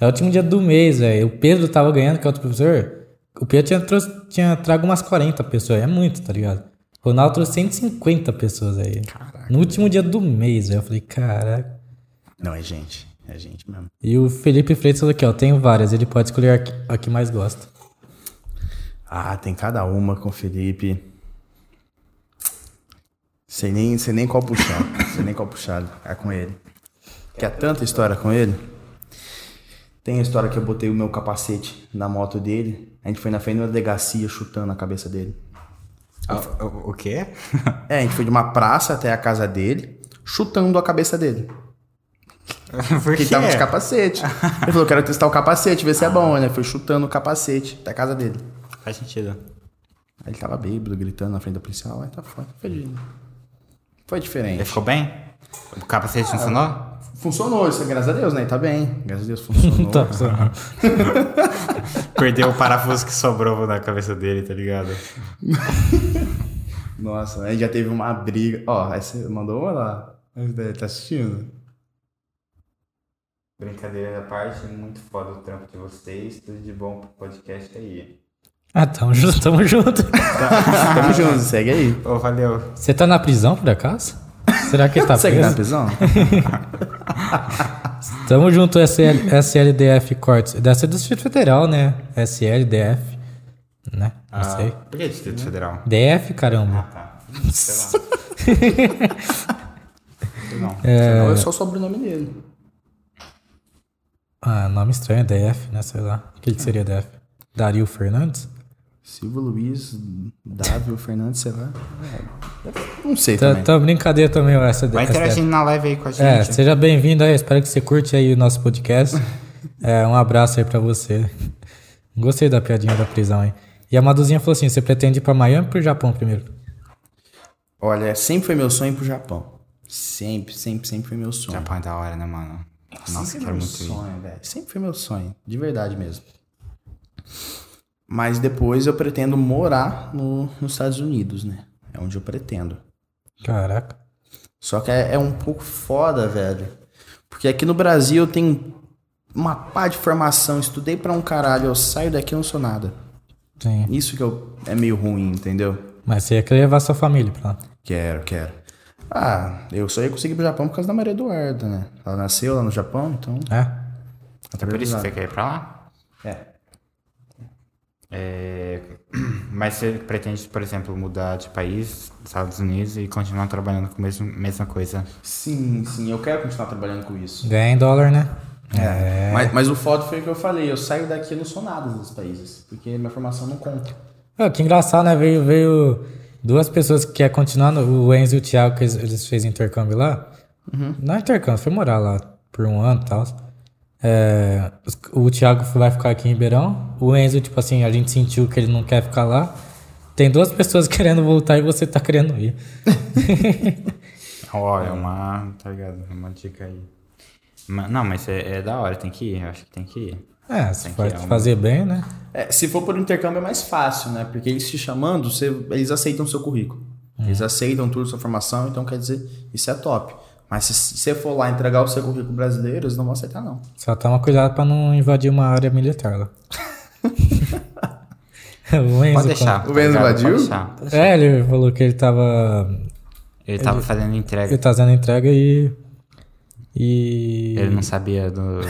É o último dia do mês, velho. O Pedro tava ganhando, que é outro professor. O Pedro tinha, trouxe, tinha trago umas 40 pessoas. É muito, tá ligado? O Ronaldo trouxe 150 pessoas aí. No último dia do mês, velho. Eu falei, caraca.
Não, é gente. É gente mesmo.
E o Felipe Freitas falou aqui, ó, tenho várias. Ele pode escolher a que, a que mais gosta.
Ah, tem cada uma com o Felipe. Sei nem, sei nem qual puxar. sei nem qual puxar. É com ele. Quer tanta história com ele? Tem a história que eu botei o meu capacete na moto dele. A gente foi na frente da delegacia chutando a cabeça dele.
O, Ah, o- o quê?
É, a gente foi de uma praça até a casa dele, chutando a cabeça dele.
Por
Porque
quê?
ele
é.
tava de capacete. Ele falou, quero testar o capacete, ver se é bom, né? Foi chutando o capacete da casa dele.
Faz sentido.
Aí ele tava bêbado, gritando na frente da policial. Aí tá foda. Foi, de- foi
Ele
diferente.
ficou bem? O
Ah.
capacete funcionou?
Funcionou isso, graças a Deus, né? E Tá bem. Graças a Deus funcionou.
Tá, pessoal.
Perdeu o parafuso que sobrou na cabeça dele, tá ligado?
Nossa, aí já teve uma briga. Ó, aí você mandou uma lá. Ele tá assistindo?
Brincadeira da parte, muito foda o trampo de vocês. Tudo de bom pro podcast aí.
Ah, tamo junto, tamo junto. Ah, tá.
Tamo junto, segue aí.
Ô, valeu.
Você tá na prisão, por acaso? Será que ele tá
segue na
preso?
prisão?
Tamo junto, SL, SLDF Cortes. Deve ser do Distrito Federal, né? SLDF. Né? Não sei.
Ah, Por que Distrito Federal?
DF, caramba.
Tá. Sei lá. Sei não.
É,
É... Não, é só o sobrenome dele.
Ah, nome estranho é DF, né? Sei lá. O
É.
que, que seria DF? Dario Fernandes?
Silvio Luiz, Dávio, Fernandes, sei lá. É, não sei
Tá,
também.
tá brincadeira também essa
Vai
essa-
interagindo na live aí com a gente.
É, seja bem-vindo aí. Espero que você curte aí o nosso podcast. É, um abraço aí pra você. Gostei da piadinha da prisão aí. E a Maduzinha falou assim: você pretende ir pra Miami ou pro Japão primeiro?
Olha, sempre foi meu sonho ir pro Japão. Sempre, sempre, sempre foi meu sonho.
Japão é da hora, né, mano? Nossa,
sempre foi
quero
meu
muito ir.
sonho, velho. Sempre foi meu sonho, de verdade mesmo. Mas depois eu pretendo morar no- nos Estados Unidos, né? É onde eu pretendo.
Caraca.
Só que é, é um pouco foda, velho. Porque aqui no Brasil eu tenho uma pá de formação, estudei pra um caralho, eu saio daqui e não sou nada.
Sim.
Isso que eu, é meio ruim, entendeu?
Mas você ia querer levar sua família pra lá.
Quero, quero. Ah, eu só ia conseguir ir pro Japão por causa da Maria Eduarda, né? Ela nasceu lá no Japão, então.
É?
Até por isso que você quer ir pra lá?
É.
É, Mas você pretende, por exemplo, mudar de país, Estados Unidos, e continuar trabalhando com a mesma, mesma coisa?
Sim, sim, eu quero continuar trabalhando com isso.
Ganhar em dólar, né?
É. Mas, mas o foda foi o que eu falei, eu saio daqui e não sou nada dos países, porque minha formação não conta.
Pô, que engraçado, né? Veio, veio duas pessoas que quer continuar, no- o Enzo e o Thiago, que eles, eles fez intercâmbio lá.
Uhum.
Não é intercâmbio, foi morar lá por um ano e tal. É, os- o Thiago vai ficar aqui em Ribeirão. O Enzo, tipo assim, a gente sentiu que ele não quer ficar lá. Tem duas pessoas querendo voltar e você tá querendo ir.
Ó, é uma, tá ligado? É Uma dica aí. Ma- não, mas é, é da hora, tem que ir, eu acho que tem que ir.
É, se
Tem
for
que ir, é um-
fazer bem, né?
É, se for por intercâmbio é mais fácil, né? Porque eles te chamando, você- eles aceitam seu currículo. Eles aceitam tudo, sua formação, então quer dizer, isso é top. Mas se se você for lá entregar o seu currículo brasileiro, eles não vão aceitar, não.
Só toma cuidado pra não invadir uma área militar lá. o Enzo.
Pode deixar.
O
tá
Enzo
ligado?
invadiu?
Pode deixar.
quando- É, ele falou que ele tava
Ele tava fazendo
Ele
entrega.
tá fazendo entrega e. E.
Ele não sabia do-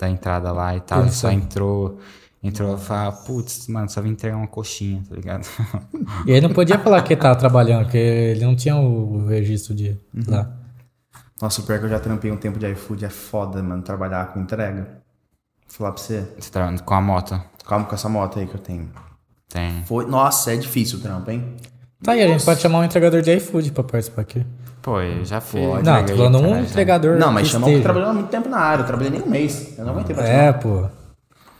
da entrada lá e tal. Ele só entrou. Entrou e falou, "Ah, putz, mano, só vim entregar uma coxinha, tá ligado?
E ele não podia falar que ele tava trabalhando, porque ele não tinha o registro de
Uhum.
lá.
Nossa, o pior é que eu já trampei um tempo de iFood, é foda, mano, trabalhar com entrega. Vou falar pra você,
Você tá com a moto?
calma com essa moto aí que eu tenho.
Tem.
Foi, nossa, é difícil o trampo, hein?
Tá aí, a gente pode chamar um entregador de iFood pra participar aqui.
Pô, eu já fiz.
não, tô
entreguei, tá
falando um
cara, já.
entregador.
Não, mas um
que
chamou que
esteja.
trabalhou há muito tempo na área, eu trabalhei nem um mês, eu não aguentei pra
É, pô.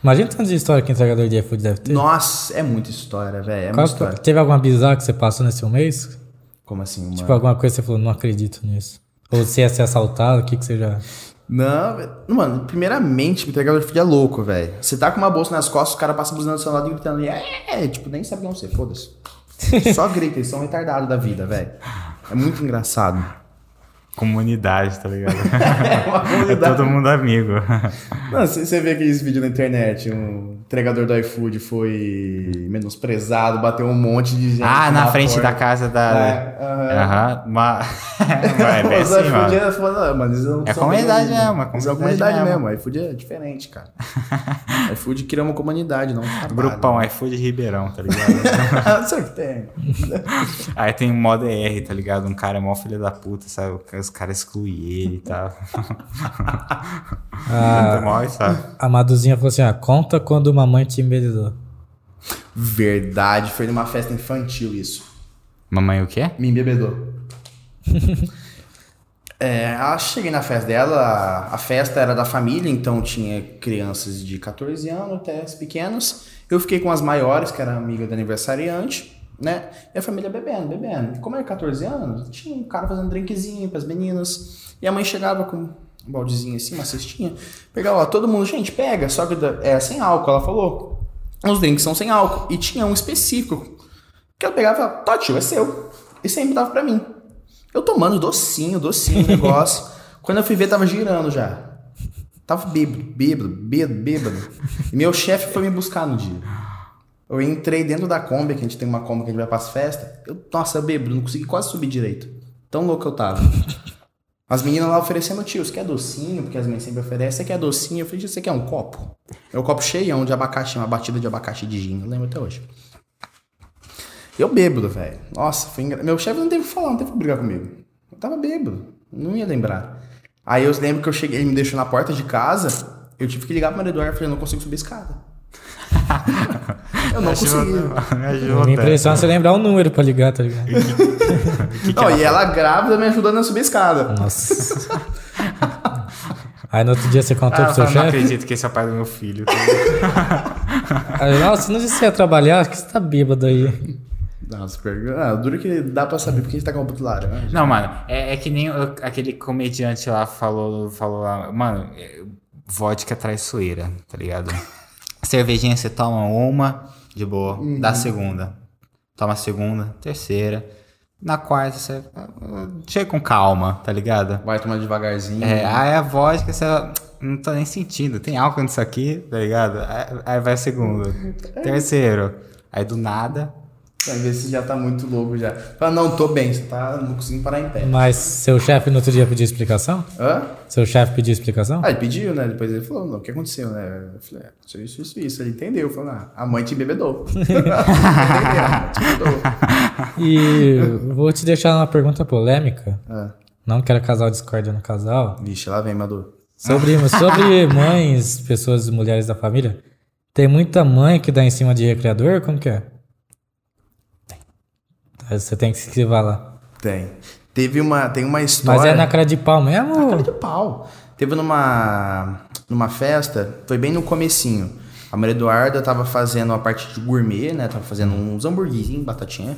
Imagina tantas histórias que entregador de iFood deve ter.
Nossa, é muita história, velho, é
Qual
muita
que-
história.
teve alguma bizarra que você passou nesse um mês?
Como assim, mano?
Tipo, alguma coisa que você falou, não acredito nisso. Ou você ia ser assaltado, o que, que você já.
Não, velho. mano, primeiramente, o entregador de food é louco, velho. Você tá com uma bolsa nas costas, o cara passa buzinando do seu lado e gritando, e é, é", tipo, nem sabe não você, foda-se. Só grita, eles são retardados da vida, velho. É muito engraçado.
Comunidade, tá ligado?
É uma
é
comunidade.
todo mundo amigo.
Não, você você vê aqueles vídeos na internet, um entregador do iFood foi menosprezado, bateu um monte de gente.
ah, na frente da casa da.
É, aham.
Aham, mas. mas é bem
Os
assim, mano.
iFood é foda, mano, eles não
É
são
comunidade
bem-vindos.
mesmo, é
Eles são
comunidade
comunidade
mesmo.
mesmo. iFood é diferente, cara. iFood cria uma comunidade, não um trabalho.
Grupão, iFood Ribeirão, tá ligado?
Sempre tem.
Aí tem um modo ER, tá ligado? Um cara é mó filho da puta, sabe? Os caras excluem ele e tal. Muito mal, sabe?
A Maduzinha falou assim: ah, conta quando mamãe te embelezou.
Verdade, foi numa festa infantil isso.
Mamãe o quê?
Me embebedou. é, eu cheguei na festa dela, a festa era da família, então tinha crianças de 14 anos até as pequenas. Eu fiquei com as maiores, que era amiga do aniversariante, né? E a família bebendo, bebendo. E como era 14 anos, tinha um cara fazendo drinkzinho pras meninas. E a mãe chegava com um baldezinho assim, uma cestinha. Pegava, ó, todo mundo, gente, pega, só que da- é sem álcool, ela falou. Os drinks são sem álcool. E tinha um específico que eu pegava e falava, tá tio, é seu. E sempre dava pra mim. Eu tomando docinho, docinho, negócio. Quando eu fui ver, tava girando já. Tava bêbado, bêbado, bêbado, bêbado. E meu chefe foi me buscar no dia. Eu entrei dentro da Kombi, que a gente tem uma Kombi que a gente vai pras festas. Eu, nossa, bêbado, não consegui quase subir direito. Tão louco que eu tava. As meninas lá oferecendo, tio, você quer docinho? Porque as mães sempre oferecem. Você quer docinho? Eu falei, "Tio, você quer um copo? É um copo cheião de abacaxi, uma batida de abacaxi de gin. Eu lembro até hoje. Eu bêbado, velho. Nossa, foi engra... Meu chefe não teve o que falar, não teve o que brigar comigo. Eu tava bêbado. Não ia lembrar. Aí eu lembro que eu cheguei, ele me deixou na porta de casa. Eu tive que ligar pro Maria Eduarda e falei, eu não consigo subir a escada. eu não consegui.
Me
Minha
ajuda.
impressão é você lembrar o número pra ligar, tá ligado?
Não, e ela grávida me ajudando a subir a escada.
Nossa. Aí no outro dia você contou
Ah,
pro
eu
seu
falo, não
chefe.
acredito que esse é o pai do meu filho.
Aí, Nossa, você não disse que você ia trabalhar, acho que você tá bêbado aí.
Nossa, per- ah, duro que dá pra saber porque a gente tá com a boca laranja.
Não, mano, é, é que nem o- aquele comediante lá falou, falou lá, mano, é, vodka traiçoeira, tá ligado? Cervejinha você toma uma, de boa, dá a segunda. Toma a segunda, terceira. Na quarta você. Chega com calma, tá ligado?
Vai tomar devagarzinho.
É, aí a vodka você. Não tô nem sentindo, tem álcool nisso aqui, tá ligado? Aí- Aí vai a segunda. Terceiro. Aí do nada.
Pra ver se já tá muito louco já. Fala, não, tô bem, você tá não conseguindo parar em pé.
Mas seu chefe no outro dia pediu explicação?
Hã?
Seu chefe pediu explicação?
Ah, ele pediu, né? Depois ele falou, não, o que aconteceu, né? Eu falei, é, isso, isso, isso, isso. Ele entendeu. Falou, ah, a mãe te bebedou. Entendeu? A mãe te bebedou.
E vou te deixar uma pergunta polêmica.
Ah,
Não quero casal discórdia no casal.
vixe, lá vem, Madu.
Sobre, sobre mães, pessoas, mulheres da família, tem muita mãe que dá em cima de recreador? Como que é? Tá, Você tem que se esquivar lá.
Tem. Teve uma, tem uma história...
Mas é na cara de pau mesmo?
de Tá pau. Teve numa, numa festa, foi bem no comecinho. A Maria Eduarda tava fazendo a parte de gourmet, né? Tava fazendo uns hamburguinhos, batatinha.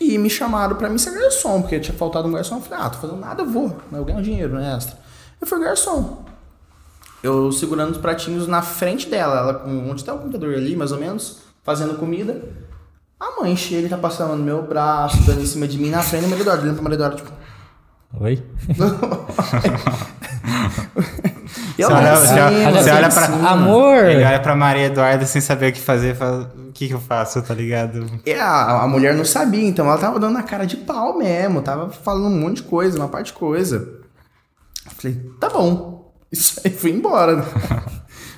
E me chamaram pra mim ser garçom, porque tinha faltado um garçom. Eu falei, ah, tô fazendo nada, eu vou. né, Eu ganho dinheiro, né, extra. Eu fui garçom. Eu segurando os pratinhos na frente dela, ela com onde tá o computador ali, mais ou menos, fazendo comida. A mãe chega e tá passando no meu braço, dando em cima de mim, na frente da Maria Eduarda, olhando pra Maria Eduarda, tipo...
Oi?
E ela
Você olha-
lá em
você
cima,
olha-
lá
você
em
olha pra-
cima.
Amor!
Ele olha pra Maria Eduarda sem saber o que fazer, fala, o que, que eu faço, tá ligado?
E É, a, a mulher não sabia, então ela tava dando na cara de pau mesmo, tava falando um monte de coisa, uma parte de coisa. Eu falei, tá bom. Isso aí fui embora. né?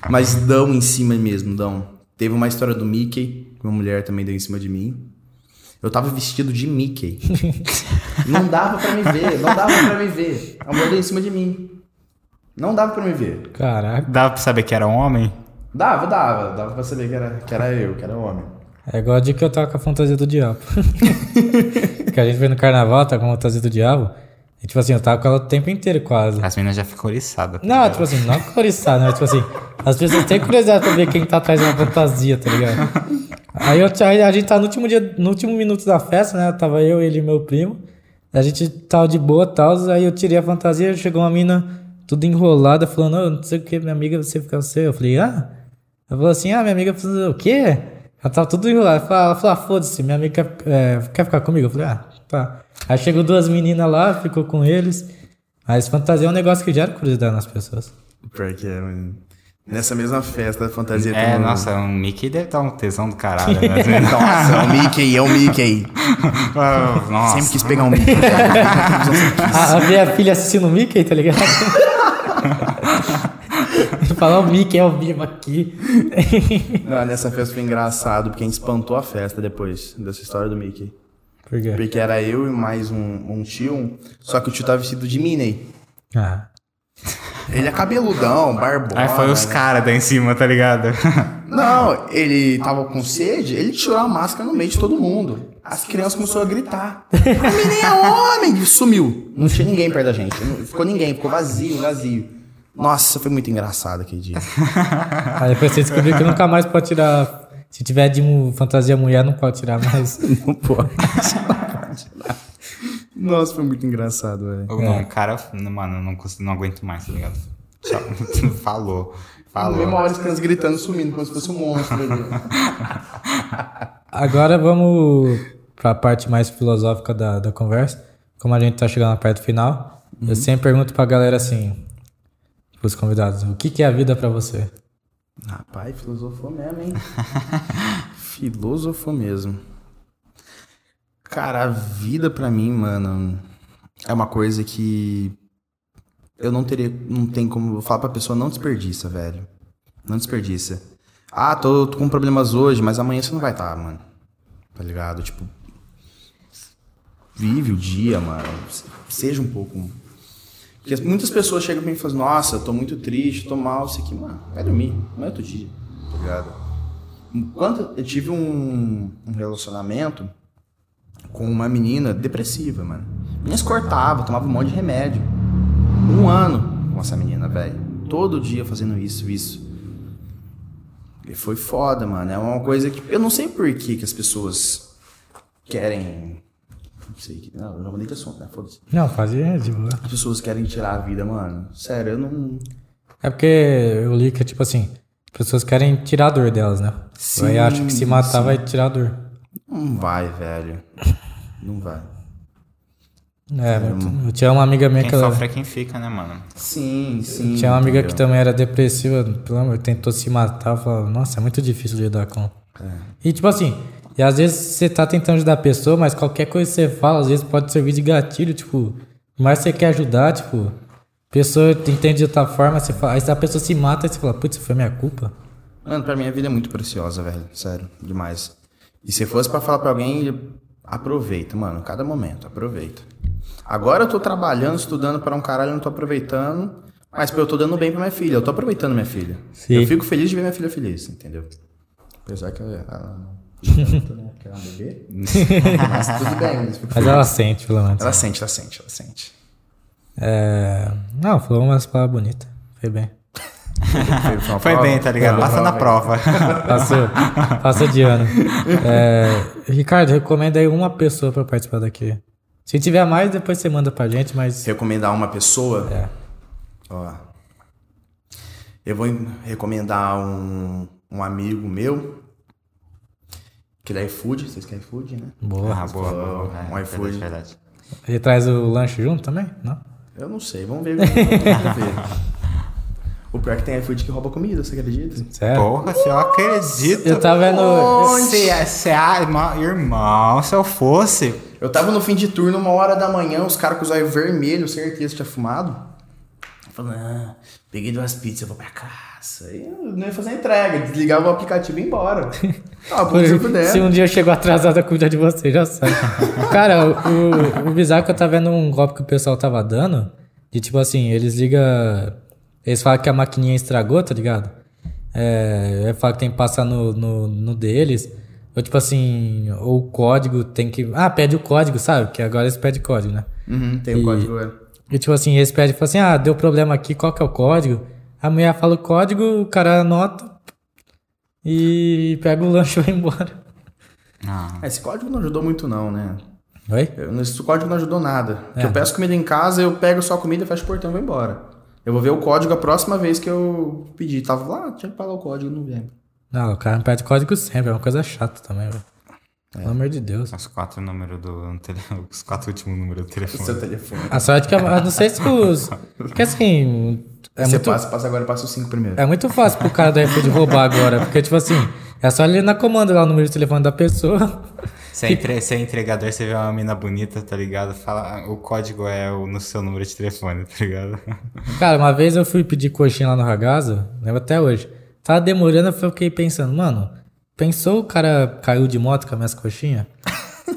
Mas dão em cima mesmo, dão. Teve uma história do Mickey, que uma mulher também deu em cima de mim. Eu tava vestido de Mickey. não dava pra me ver, não dava pra me ver. A mulher deu em cima de mim. Não dava pra me ver.
Caraca.
Dava pra saber que era um homem?
Dava, dava. Dava pra saber que era, que era eu, que era homem.
É igual a dia que eu tava com a fantasia do diabo. que a gente foi no carnaval, tava com a fantasia do diabo. E tipo assim, eu tava com ela o tempo inteiro quase.
As meninas já ficam oriçadas. tá
Não,
ligado?
tipo assim, não coriçar, né? Tipo assim, as pessoas têm curiosidade pra ver quem tá atrás de uma fantasia, tá ligado? Aí eu, aí a gente tá no último dia, no último minuto da festa, né? Tava eu, ele e meu primo. A gente tava de boa e tal. Aí eu tirei a fantasia, chegou uma mina tudo enrolada, falando, "Ô, não sei o que, minha amiga, você fica você. Eu falei, ah? Ela falou assim, ah, minha amiga precisa o quê? Ela tava tudo enrolada. Ela falou, ela falou, ah, foda-se, minha amiga quer, é, quer ficar comigo? Eu falei, ah, tá. Aí chegou duas meninas lá, ficou com eles. Mas fantasia é um negócio que gera curiosidade nas pessoas.
Pior que é, mano. Nessa mesma festa da fantasia
É,
tem um-
nossa, um Mickey deve dar um tesão do caralho. Né? As meninas-
Nossa, é o Mickey, é o Mickey.
nossa.
Sempre quis pegar um Mickey.
A, a minha filha assistindo o Mickey, tá ligado? Falar o Mickey é ao vivo aqui.
Não, nessa festa foi engraçado, porque a gente espantou a festa depois dessa história do Mickey.
Por quê?
Porque era eu e mais um, um tio, só que o tio tava vestido de Minnie.
Ah,
Ele é cabeludão, barbona.
Aí foi os
né?
caras daí em cima, tá ligado?
Não, ele tava com sede, ele tirou a máscara no meio de todo mundo. As crianças começaram a gritar. O menino é homem! E Sumiu. Não tinha ninguém perto da gente. Não- Ficou ninguém, ficou vazio, vazio. Nossa, foi muito engraçado aquele dia.
aí depois você descobriu que nunca mais pode tirar. Se tiver de mu- fantasia mulher, não pode tirar mais.
Não pode. Nossa, foi muito engraçado, velho.
Ou Não, o cara, não, mano, eu não, consigo, não aguento mais, tá ligado? Tchau. Falou.
Mesma
Falou.
hora as crianças gritando, sumindo, como se fosse um monstro ali.
Agora vamos pra parte mais filosófica da, da conversa. Como a gente tá chegando na parte final, eu sempre pergunto pra galera assim, pros convidados, o que, que é a vida pra você?
Rapaz, filosofou mesmo, hein? filosofou mesmo. Cara, a vida pra mim, mano, é uma coisa que eu não teria, não tem como eu falar pra pessoa, não desperdiça, velho. Não desperdiça. Ah, tô, tô com problemas hoje, mas amanhã você não vai estar, mano. Tá ligado? Tipo, vive o dia, mano. Se- Seja um pouco Porque muitas pessoas chegam pra mim e falam, assim, nossa, eu tô muito triste, tô mal, isso aqui, mano, vai dormir, não é outro dia, tá ligado? Enquanto eu tive um, um relacionamento com uma menina depressiva, mano. Meninas cortava, tomava um monte de remédio. Um ano com essa menina, velho. Todo dia fazendo isso, isso. E foi foda, mano. É uma coisa que. Eu não sei por que, que as pessoas querem. Não sei. que- Não, eu já mudei de assunto, né? Foda-se.
Não, fazia de boa.
As pessoas querem tirar a vida, mano. Sério, eu não.
É porque eu li que, tipo assim, as pessoas querem tirar a dor delas, né?
Sim,
Aí acha que se matar vai tirar a dor.
Não vai, velho. Não vai.
É, eu- eu tinha uma amiga minha
Quem
que ela,
sofre é quem fica, né, mano?
Sim, sim.
tinha uma amiga que
entendeu?
também era depressiva, pelo amor, tentou se matar, eu falava, nossa, é muito difícil lidar com. E tipo assim, e às vezes você tá tentando ajudar a pessoa, mas qualquer coisa que você fala, às vezes pode servir de gatilho, tipo, por mais que você quer ajudar, tipo, a pessoa te entende de outra forma, você fala, aí se a pessoa se mata, aí você fala, putz, foi minha culpa. tá-
Mano, pra mim a vida é muito preciosa, velho. Sério, demais. E se fosse pra falar pra alguém, aproveita, mano. Cada momento, aproveita. Agora eu tô trabalhando, estudando pra um caralho, eu não tô aproveitando. Mas pô, eu tô dando bem pra minha filha, eu tô aproveitando minha filha.
Sim.
Eu fico feliz de ver minha filha feliz, entendeu? Apesar que ela- ela não. Que ela é um bebê. Mas tudo bem, mas eu fico
Mas
feliz.
ela sente, pelo menos.
Ela sente, ela sente, ela sente.
É... Não, falou umas palavras bonitas. Foi bem.
Foi, uma
Foi
prova,
bem, tá ligado?
uma
Passa na prova.
Passou, passou de ano. É, Ricardo, recomenda aí uma pessoa pra participar daqui. Se tiver mais, depois você manda pra gente, mas.
recomendar uma pessoa.
É.
Ó. Eu vou em- recomendar um, um amigo meu. Que ele é iFood, vocês querem iFood, né?
Boa.
Ah, boa, boa.
Um
É,
iFood.
verdade, verdade.
Ele traz o lanche junto também? Não?
Eu não sei, vamos ver. Vamos ver. O pior é que tem iFood que rouba comida, você acredita?
Sério?
Porra, se eu acredito.
Eu tava vendo.
Se, é- se a irmã- irmão, se eu fosse.
Eu tava no fim de turno, uma hora da manhã, os caras com os olhos vermelhos, certeza que tinha fumado. Eu Falando, ah, peguei duas pizzas, eu vou pra casa. E eu não ia fazer a entrega, desligava o aplicativo e ia embora. Ah, como se eu puder.
Se um dia eu chego atrasado a comida de você, já sabe. Cara, o, o bizarro é que eu tava vendo um golpe que o pessoal tava dando. De tipo assim, eles ligam. Eles falam que a maquininha estragou, tá ligado? É, aí fala que tem que passar no, no, no deles. Ou tipo assim, ou o código tem que. Ah, pede o código, sabe? Que agora eles pedem código, né?
Uhum, tem o
E-
código, é.
E tipo assim, eles pedem, falam assim, ah, deu problema aqui, qual que é o código? A mulher fala o código, o cara anota e pega o lanche e vai embora.
Ah,
Ah, Esse código não ajudou muito, não, né?
Oi?
Eu- Esse código não ajudou nada.
É.
Porque Eu peço comida em casa, eu pego só a comida, fecho o portão e vou embora. Eu vou ver o código a próxima vez que eu pedir. Tava lá, tinha que pagar o código, não lembro.
Não, o cara não perde código sempre, é uma coisa chata também, velho. Pelo amor de Deus.
os quatro números do um tele- os quatro últimos números do telefone.
Seu telefone.
A sorte que eu, eu não sei se os. Porque assim. É
Você
muito,
passa, passa agora, passa os cinco primeiro.
é muito fácil pro cara do iFood roubar agora. Porque, tipo assim, é só ele na comanda lá o número de telefone da pessoa.
tá-
Você é, entre- você é entregador, você vê uma mina bonita, tá ligado? Fala, o código é o, no seu número de telefone, tá ligado?
Cara, uma vez eu fui pedir coxinha lá no Ragazzo, lembro até hoje. Tava demorando, eu fiquei pensando, mano, pensou o cara caiu de moto com as minhas coxinhas?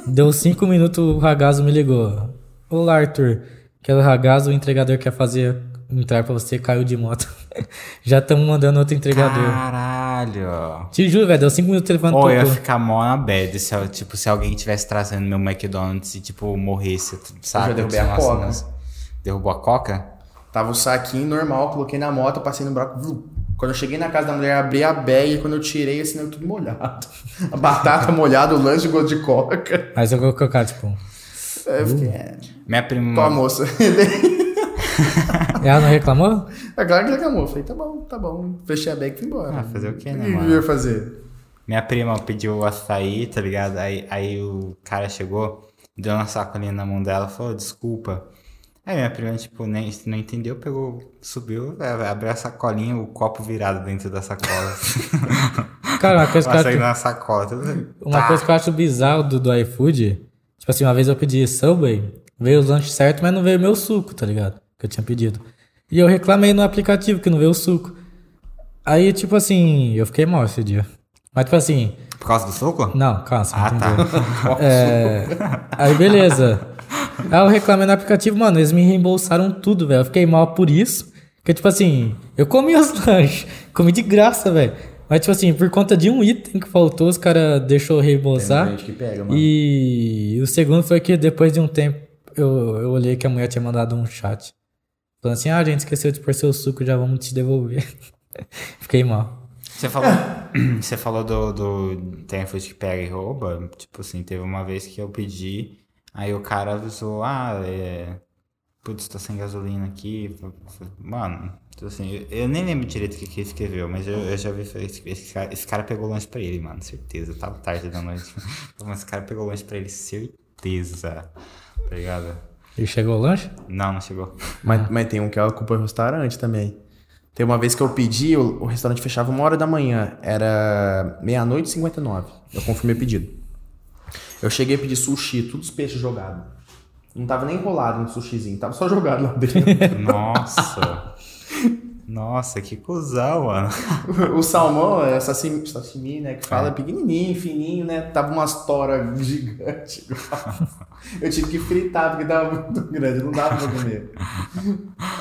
Deu cinco minutos, o Ragazzo me ligou. Olá, Arthur. Que é o Ragazzo, o entregador quer fazer entrar pra você, caiu de moto. Já estamos mandando outro entregador.
Ah. Caralho!
Te juro, velho, deu cinco minutos, o telefone
Ou eu ia
tocou.
ficar mó na bad se, eu- tipo, se alguém tivesse trazendo meu McDonald's e, tipo, morresse, tu- sabe? Tipo,
derrubei a
Nossa,
Coca.
nossa. Derrubou a coca?
Tava o saquinho normal, coloquei na moto, passei no buraco. vlu. Quando eu cheguei na casa da mulher, abri a bag e quando eu tirei, assim, era tudo molhado. A batata molhada, o lanche gosto de coca.
Aí você colocou o cara, tipo,
Aí eu
Hum.
fiquei, é,
Minha prima.
tua moça.
ela não reclamou?
É claro que reclamou. Eu Falei, tá bom, tá bom. Fechei a bag e fui embora.
Ah, fazer o quê,
O
né,
que eu
mano?
ia fazer?
Minha prima pediu açaí, tá ligado? Aí, aí o cara chegou, deu uma sacolinha na mão dela, falou, desculpa. Aí minha prima, tipo, nem, não entendeu, pegou, subiu, é, abriu a sacolinha, o copo virado dentro da sacola.
Cara, uma coisa que eu acho
Açaí na sacola. tudo-
Uma
Tá.
coisa que eu acho bizarro do, do iFood, tipo assim, uma vez eu pedi Subway, veio os lanches certo, mas não veio meu suco, tá ligado? Que eu tinha pedido. E eu reclamei no aplicativo que não veio o suco. Aí, tipo assim, eu fiquei mal esse dia. Mas, tipo assim,
Por causa do suco?
não, calma, você não
Ah, tá.
entendeu. É, aí, beleza. Aí eu reclamei no aplicativo, mano, eles me reembolsaram tudo, velho. Eu fiquei mal por isso. Porque, tipo assim, eu comi os lanches, comi de graça, velho. Mas, tipo assim, por conta de um item que faltou, os caras deixou eu reembolsar.
Tem gente que pega, mano.
E o segundo foi que depois de um tempo eu, eu olhei que a mulher tinha mandado um chat. Falando assim, ah, a gente esqueceu de pôr seu suco, já vamos te devolver. Fiquei mal.
Você falou, você falou do, do tem iFood que pega e rouba. Tipo assim, teve uma vez que eu pedi, aí o cara avisou, ah, é, putz, tô sem gasolina aqui. Mano, tipo assim, eu nem lembro direito o que, que ele escreveu, mas eu, eu já vi, esse, esse cara, esse cara pegou lanche pra ele, mano, certeza. Tava tarde da noite, mas esse cara pegou lanche pra ele, certeza. Tá ligado?
E chegou o lanche?
Não, não chegou.
Mas, mas tem um que é culpa do restaurante também. Tem uma vez que eu pedi, o, o restaurante fechava uma hora da manhã. Era meia-noite e 59. Eu confirmei o pedido. Eu cheguei a pedir sushi, todos os peixes jogados. Não tava nem enrolado no sushizinho, tava só jogado lá dentro.
Nossa. Nossa, que cuzão, mano.
o salmão, é sashimi, sashimi, né? Que fala é. pequenininho, fininho, né? Tava umas tora gigante. eu tive que fritar porque tava muito grande, não dava pra comer.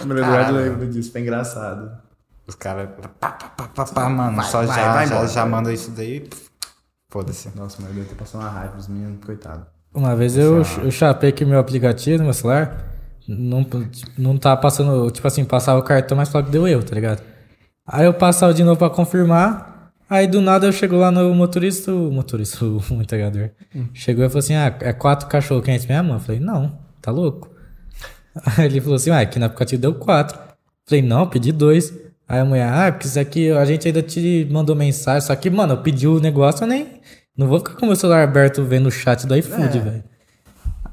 Na verdade, eu lembro disso, foi engraçado.
Os caras. Pá, pá, pá, pá, pá, mano.
Vai,
só
vai,
já,
vai
já,
embora.
já manda isso daí. pff, Foda-se.
Nossa, mas eu devo ter passado uma raiva dos meninos, coitado.
Uma vez eu, eu chapei que meu aplicativo no meu celular não, não tá passando, tipo assim, passava o cartão, mas falava que deu eu, tá ligado? Aí eu passava de novo pra confirmar, aí do nada eu chego lá no motorista, o motorista, o entregador, chegou e falou assim, ah, é quatro cachorro quente mesmo? Eu falei, não, tá louco. Aí ele falou assim, ah, aqui no aplicativo deu quatro. Eu falei, não, eu pedi dois. Aí a mulher, ah, porque isso aqui a gente ainda te mandou mensagem, só que, mano, eu pedi o negócio, eu nem... Não vou ficar com o meu celular aberto vendo o chat do iFood,
É.
velho.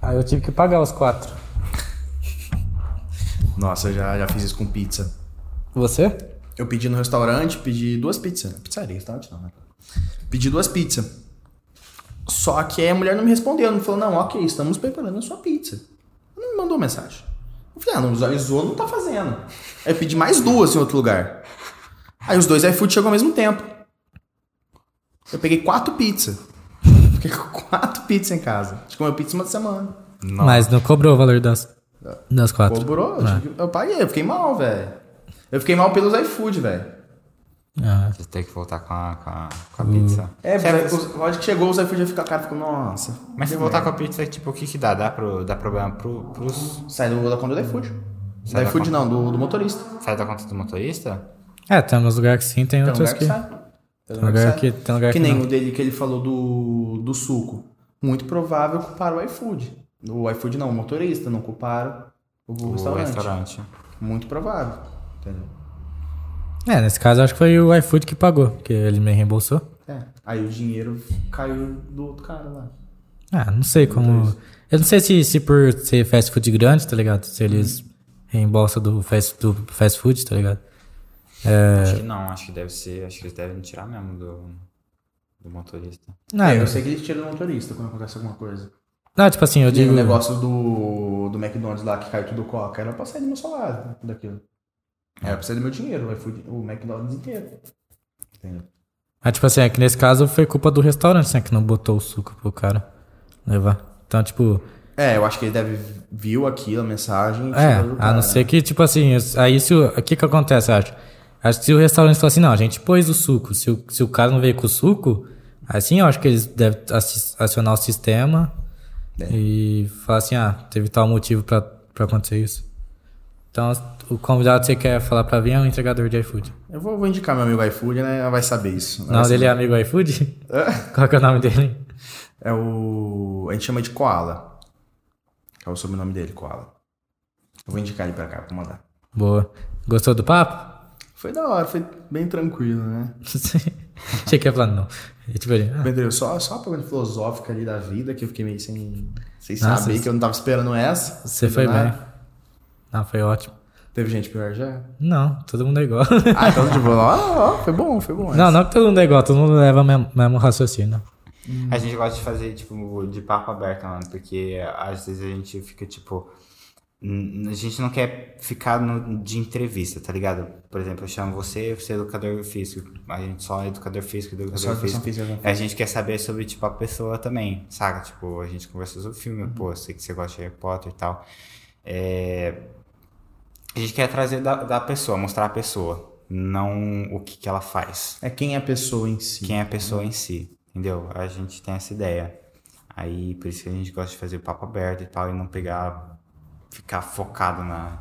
Aí eu tive que pagar os quatro.
Nossa, eu já, já fiz isso com pizza.
Você?
Eu pedi no restaurante, pedi duas pizzas. Pizzaria, restaurante não, né? Pedi duas pizzas. Só que aí a mulher não me respondeu, não falou, não, ok, estamos preparando a sua pizza. Não me mandou mensagem. Eu falei, ah, não visualizou, não tá fazendo. Aí eu pedi mais duas em outro lugar. Aí os dois iFood chegou ao mesmo tempo. Eu peguei quatro pizzas. Fiquei com quatro pizzas em casa. A gente comeu pizza uma semana.
Mas não cobrou o valor das, das quatro. Ah,
Cobrou, eu
É.
tive que- eu paguei, eu fiquei mal, velho. Eu fiquei mal pelos iFood, velho.
Ah,
Você tem que voltar com a, com a, com a pizza.
É, mas lógico que chegou, os iFood já fica caro, ficou, nossa.
Mas se voltar com a pizza, tipo, o que que dá? Dá, pro, dá problema pro, pros...
Sai do, da conta do iFood.
Sai
Sai
da
do
conta.
iFood não, do, do motorista.
Sai da conta do motorista?
É, tem uns lugares que sim, tem,
Tem um
outros
lugar
que.
que sai.
Tem um lugar que, tem lugar
Que
que,
nem
não.
o dele que ele falou do, do suco. Muito provável culpar o iFood. O iFood não, o motorista, não culparam o,
O
restaurante.
restaurante.
Muito provável. Entendeu?
É, nesse caso acho que foi o iFood que pagou, porque ele me reembolsou.
É. Aí o dinheiro caiu do outro cara lá.
Ah, não sei como. Eu não sei se, se por ser fast food grande, tá ligado? Se
Uhum.
eles reembolsam do fast, do fast food, tá ligado?
Acho que não, acho que deve ser... Acho que eles devem tirar mesmo do, do motorista.
Não,
é, eu
eu-
sei que eles tiram do motorista quando acontece alguma coisa.
não tipo assim, eu
E
digo.
o um negócio do, do McDonald's lá que caiu tudo coca, era pra sair do meu salário daquilo. Era pra sair do meu dinheiro, o iFood- o McDonald's inteiro. Entendeu?
Ah, tipo assim, é que nesse caso foi culpa do restaurante, né? Que não botou o suco pro cara levar. Então, tipo.
É, eu acho que ele deve viu aquilo, a mensagem. e
É,
tirou do
a
cara.
não ser que, tipo assim, os- aí se o, o que que acontece, eu acho? Acho que se o restaurante falar assim, não, a gente pôs o suco, se o, se o cara não veio com o suco, assim eu acho que eles devem assi- acionar o sistema É. e falar assim, ah, teve tal motivo pra, pra acontecer isso. Então, o convidado que você quer falar pra vir é um entregador de iFood.
Eu vou, vou indicar meu amigo iFood, né? Ela vai saber isso.
O nome dele é amigo iFood? Qual que é o nome dele?
É o. A gente chama de Koala. É o sobrenome dele, Koala. Eu vou indicar ele pra cá, pra mandar.
Boa. Gostou do papo?
Foi da hora, foi bem tranquilo, né?
Achei que ia falar, não. É tipo, ele, ah,
Pedro, só, só uma pergunta filosófica ali da vida, que eu fiquei meio sem, sem
Nossa,
saber,
isso-
que eu não tava esperando essa. é
você foi
Nada.
bem. Não, foi ótimo.
Teve gente pior já?
Não, todo mundo é igual.
Ah, então de boa. Ó, ó, foi bom, foi bom.
Não, não que todo mundo é igual, todo mundo leva o mesmo, mesmo raciocínio.
A gente gosta de fazer, tipo, de papo aberto, mano, porque às vezes a gente fica, tipo, N- A gente não quer ficar no- de entrevista, tá ligado? Por exemplo, eu chamo você, você é educador físico. A gente só é educador físico, educador
Só educação
físico.
física. né?
A gente quer saber sobre, tipo, a pessoa também, saca? Tipo, a gente conversou sobre o filme, pô, eu sei que você gosta de Harry Potter e tal. É, A gente quer trazer da, da pessoa, mostrar a pessoa, não o que, que ela faz.
É quem é a pessoa em si.
Quem é a pessoa
Uhum.
em si, entendeu? A gente tem essa ideia. Aí, por isso que a gente gosta de fazer o papo aberto e tal, e não pegar, ficar focado na,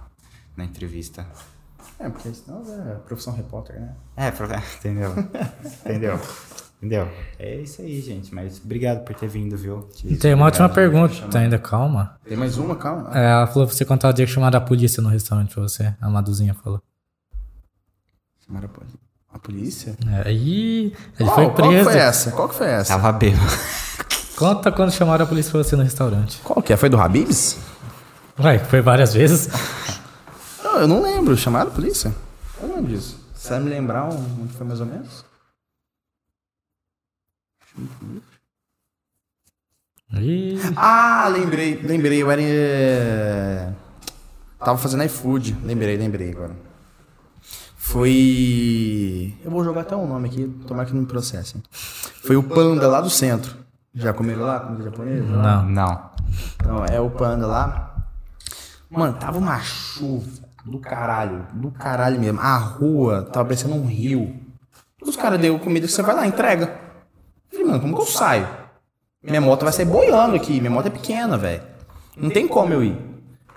na entrevista.
É, porque senão é profissão repórter, né?
É, pro- entendeu? entendeu? Entendeu? É isso aí, gente. Mas obrigado por ter vindo, viu? Te-
Tem uma última
obrigado.
pergunta ainda, calma.
Tem mais uma, calma.
É, ela falou pra você contar o dia que chamaram a polícia no restaurante pra você. A Maduzinha falou.
Chamaram a poli- A polícia?
É, Ih, ele
Qual-
foi
Qual que
preso. Tá.
foi essa? Qual que foi essa?
Tava bêbado.
Conta quando chamaram a polícia pra você no restaurante.
Qual que é? Foi do Habibs?
Ué, foi várias vezes.
Não, eu não lembro. Chamaram a polícia? Eu não lembro disso. Você vai me lembrar um- onde foi mais ou menos?
Ih,
Ah, lembrei, lembrei. Eu era. é, Tava fazendo iFood. Lembrei, lembrei agora. Foi. Eu vou jogar até um nome aqui, tomar que não me processem. Foi o Panda lá do centro. Já comeram lá? Comida japonesa? lá?
não.
Não.
Não, é o Panda lá. Mano, tava uma chuva do caralho, do caralho mesmo. A rua tava parecendo um rio. Os caras deu comida que você vai lá, entrega. Falei, mano, como que eu saio? Minha moto vai sair boiando aqui, minha moto é pequena, velho. Não tem como eu ir.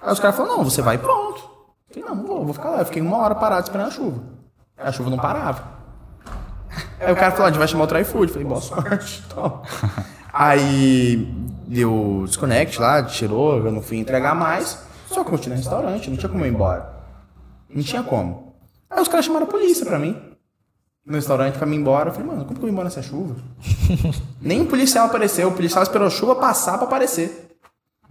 Aí os caras falaram, não, você vai e pronto. Falei, não, não vou, vou ficar lá. Eu fiquei uma hora parado esperando a chuva. A chuva não parava. Aí o cara falou, "Ó, a gente vai chamar o Tryfood. Falei, boa sorte. Então. Aí deu desconnect lá, tirou, eu não fui entregar mais. Só que eu continuei no restaurante, não tinha como eu ir embora. Não tinha como. Aí os caras chamaram a polícia pra mim. No restaurante pra mim ir embora. Eu falei, mano, como que eu vou embora nessa chuva? Nem o policial apareceu, o policial esperou a chuva passar pra aparecer.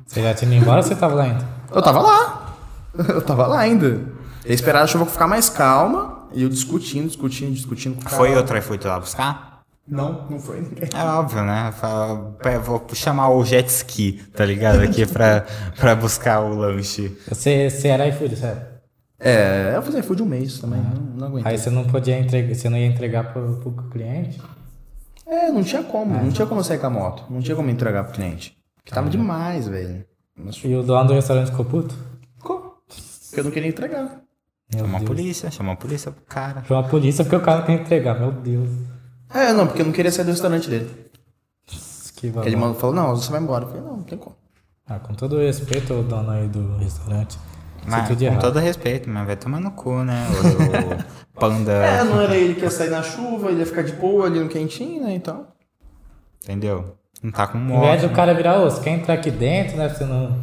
Você já tinha ido embora ou você tava lá ainda?
Eu tava lá. Eu tava lá ainda. Eles esperaram a chuva ficar mais calma e eu discutindo, discutindo, discutindo com o cara.
Foi outro iFood lá buscar?
Não, não foi ninguém.
É óbvio, né? Fala, "Pé, Vou chamar o jet ski, tá ligado? Aqui pra, pra buscar o lanche.
Você, você era iFood, sério.
É, eu fiz iFood um mês também, não, não aguentei.
Aí você não podia entregar, você não ia entregar pro, pro cliente?
É, não tinha como, não tinha como eu sair com a moto, não tinha como entregar pro cliente. Que tava demais, velho. Mas
E o dono do restaurante ficou puto?
ficou, porque eu não queria entregar.
Meu
Chamar a
Deus.
polícia, chamar a polícia pro cara.
Foi uma polícia porque o cara tem que entregar, meu Deus.
É, não, porque eu não queria sair do restaurante dele.
Que
Porque ele
babado.
mandou, falou, não, você vai embora. Eu falei, não, não tem como.
Ah, com todo o respeito ao dono aí do restaurante. Isso é
Mas,
tudo
com
errado.
todo respeito, mas vai tomar no cu, né? O, o
É,
panda.
não era ele que ia sair na chuva, ele ia ficar de boa ali no quentinho, né, então.
Entendeu? Não tá com
Em vez do
morte. cara.
cara virar osso, quer entrar aqui dentro, né? Você não.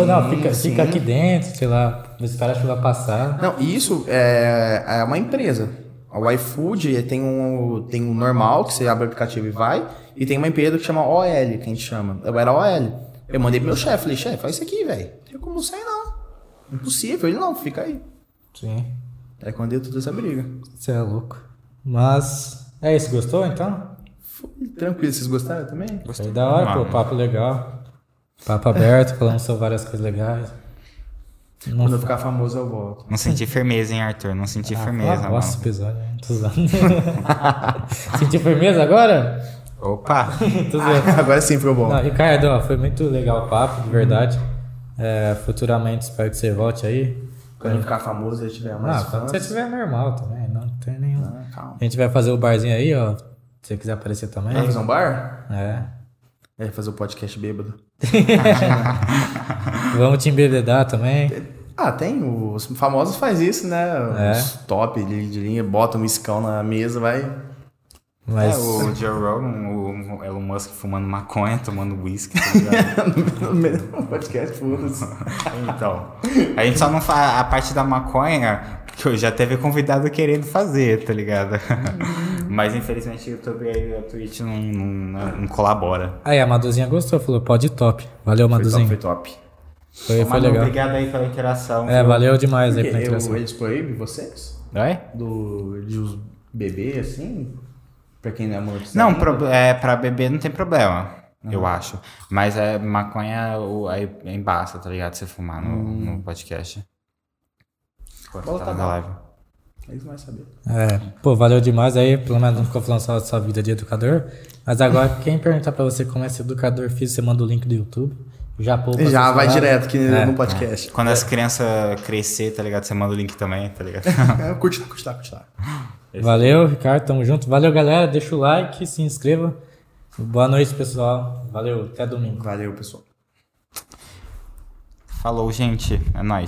ou não, fica,
sim.
fica aqui dentro, sei lá, espera a chuva passar.
Não, isso é, é uma empresa. O iFood tem um, tem um normal, que você abre o aplicativo e vai, e tem uma empresa que chama OL, que a gente chama. Eu era OL. Eu mandei pro meu chefe, falei, chefe, faz isso aqui, velho. Eu como não sei, não. Impossível, ele não, fica aí.
Sim.
Aí quando deu tudo essa briga.
Você é louco. Mas. É isso, gostou então?
Foi tranquilo, vocês gostaram também?
Foi da hora, pô. Papo legal. Papo aberto, falando sobre várias coisas legais. Não
Quando eu ficar famoso, eu volto.
Não senti firmeza, hein, Arthur? Não senti firmeza,
ah,
mano.
Nossa, episódio, hein? Tô zoando. Sentiu firmeza agora?
Opa!
Tô zoando.
Agora sim ficou bom.
Não, Ricardo, ó, foi muito legal o papo, de verdade. É, futuramente espero que você volte aí.
Quando eu ficar famoso, eu tiver mais
Ah, quando
fãs.
você estiver normal também, não tem nenhum.
Ah, Calma.
A gente vai fazer o barzinho aí, ó. Se você quiser aparecer também.
Vai fazer um bar?
É.
É, fazer o podcast bêbado.
Vamos te embebedar também.
Ah, tem. Os famosos faz isso, né? Os top de, de linha, bota um escão na mesa, vai.
Mas
É, o Joe Rogan, o Elon Musk fumando maconha, tomando whisky, tá ligado?
no meio do podcast, foda-se.
Então, a gente só não faz a parte da maconha, que eu já teve convidado querendo fazer, tá ligado? Mas infelizmente o YouTube e a Twitch não, não, não colabora.
aí a Maduzinha gostou, falou, pode ir top. Valeu,
Foi top, foi
Maduzinha.
top.
Foi, foi
Manu,
legal.
obrigado aí pela interação.
É,
viu?
valeu demais aí assim.
Porque
pela
eu,
interação.
eles proíbem vocês?
Oi?
Do, de os bebês, assim? Pra quem não é muito.
Não, pro, é, pra beber não tem problema. eu acho. Mas é, maconha o- aí embaça, tá ligado? Você fumar no, no podcast. Pô,
Bola
tá
tá
na
mal.
live.
Eles vão saber.
É, pô, valeu demais aí, pelo menos não ficou falando só da sua vida de educador. Mas agora, quem perguntar pra você como é ser educador físico, você manda o link do YouTube. Já
Já
poupa essas
vai
paradas.
direto aqui no podcast.
Quando as crianças crescer, tá ligado? Você manda o link também, tá ligado?
É, curte lá, curte lá, curte lá.
Valeu, Ricardo, tamo junto. Valeu, galera, deixa o like, se inscreva. Boa noite, pessoal. Valeu, até domingo.
Valeu, pessoal.
Falou, gente. É nóis.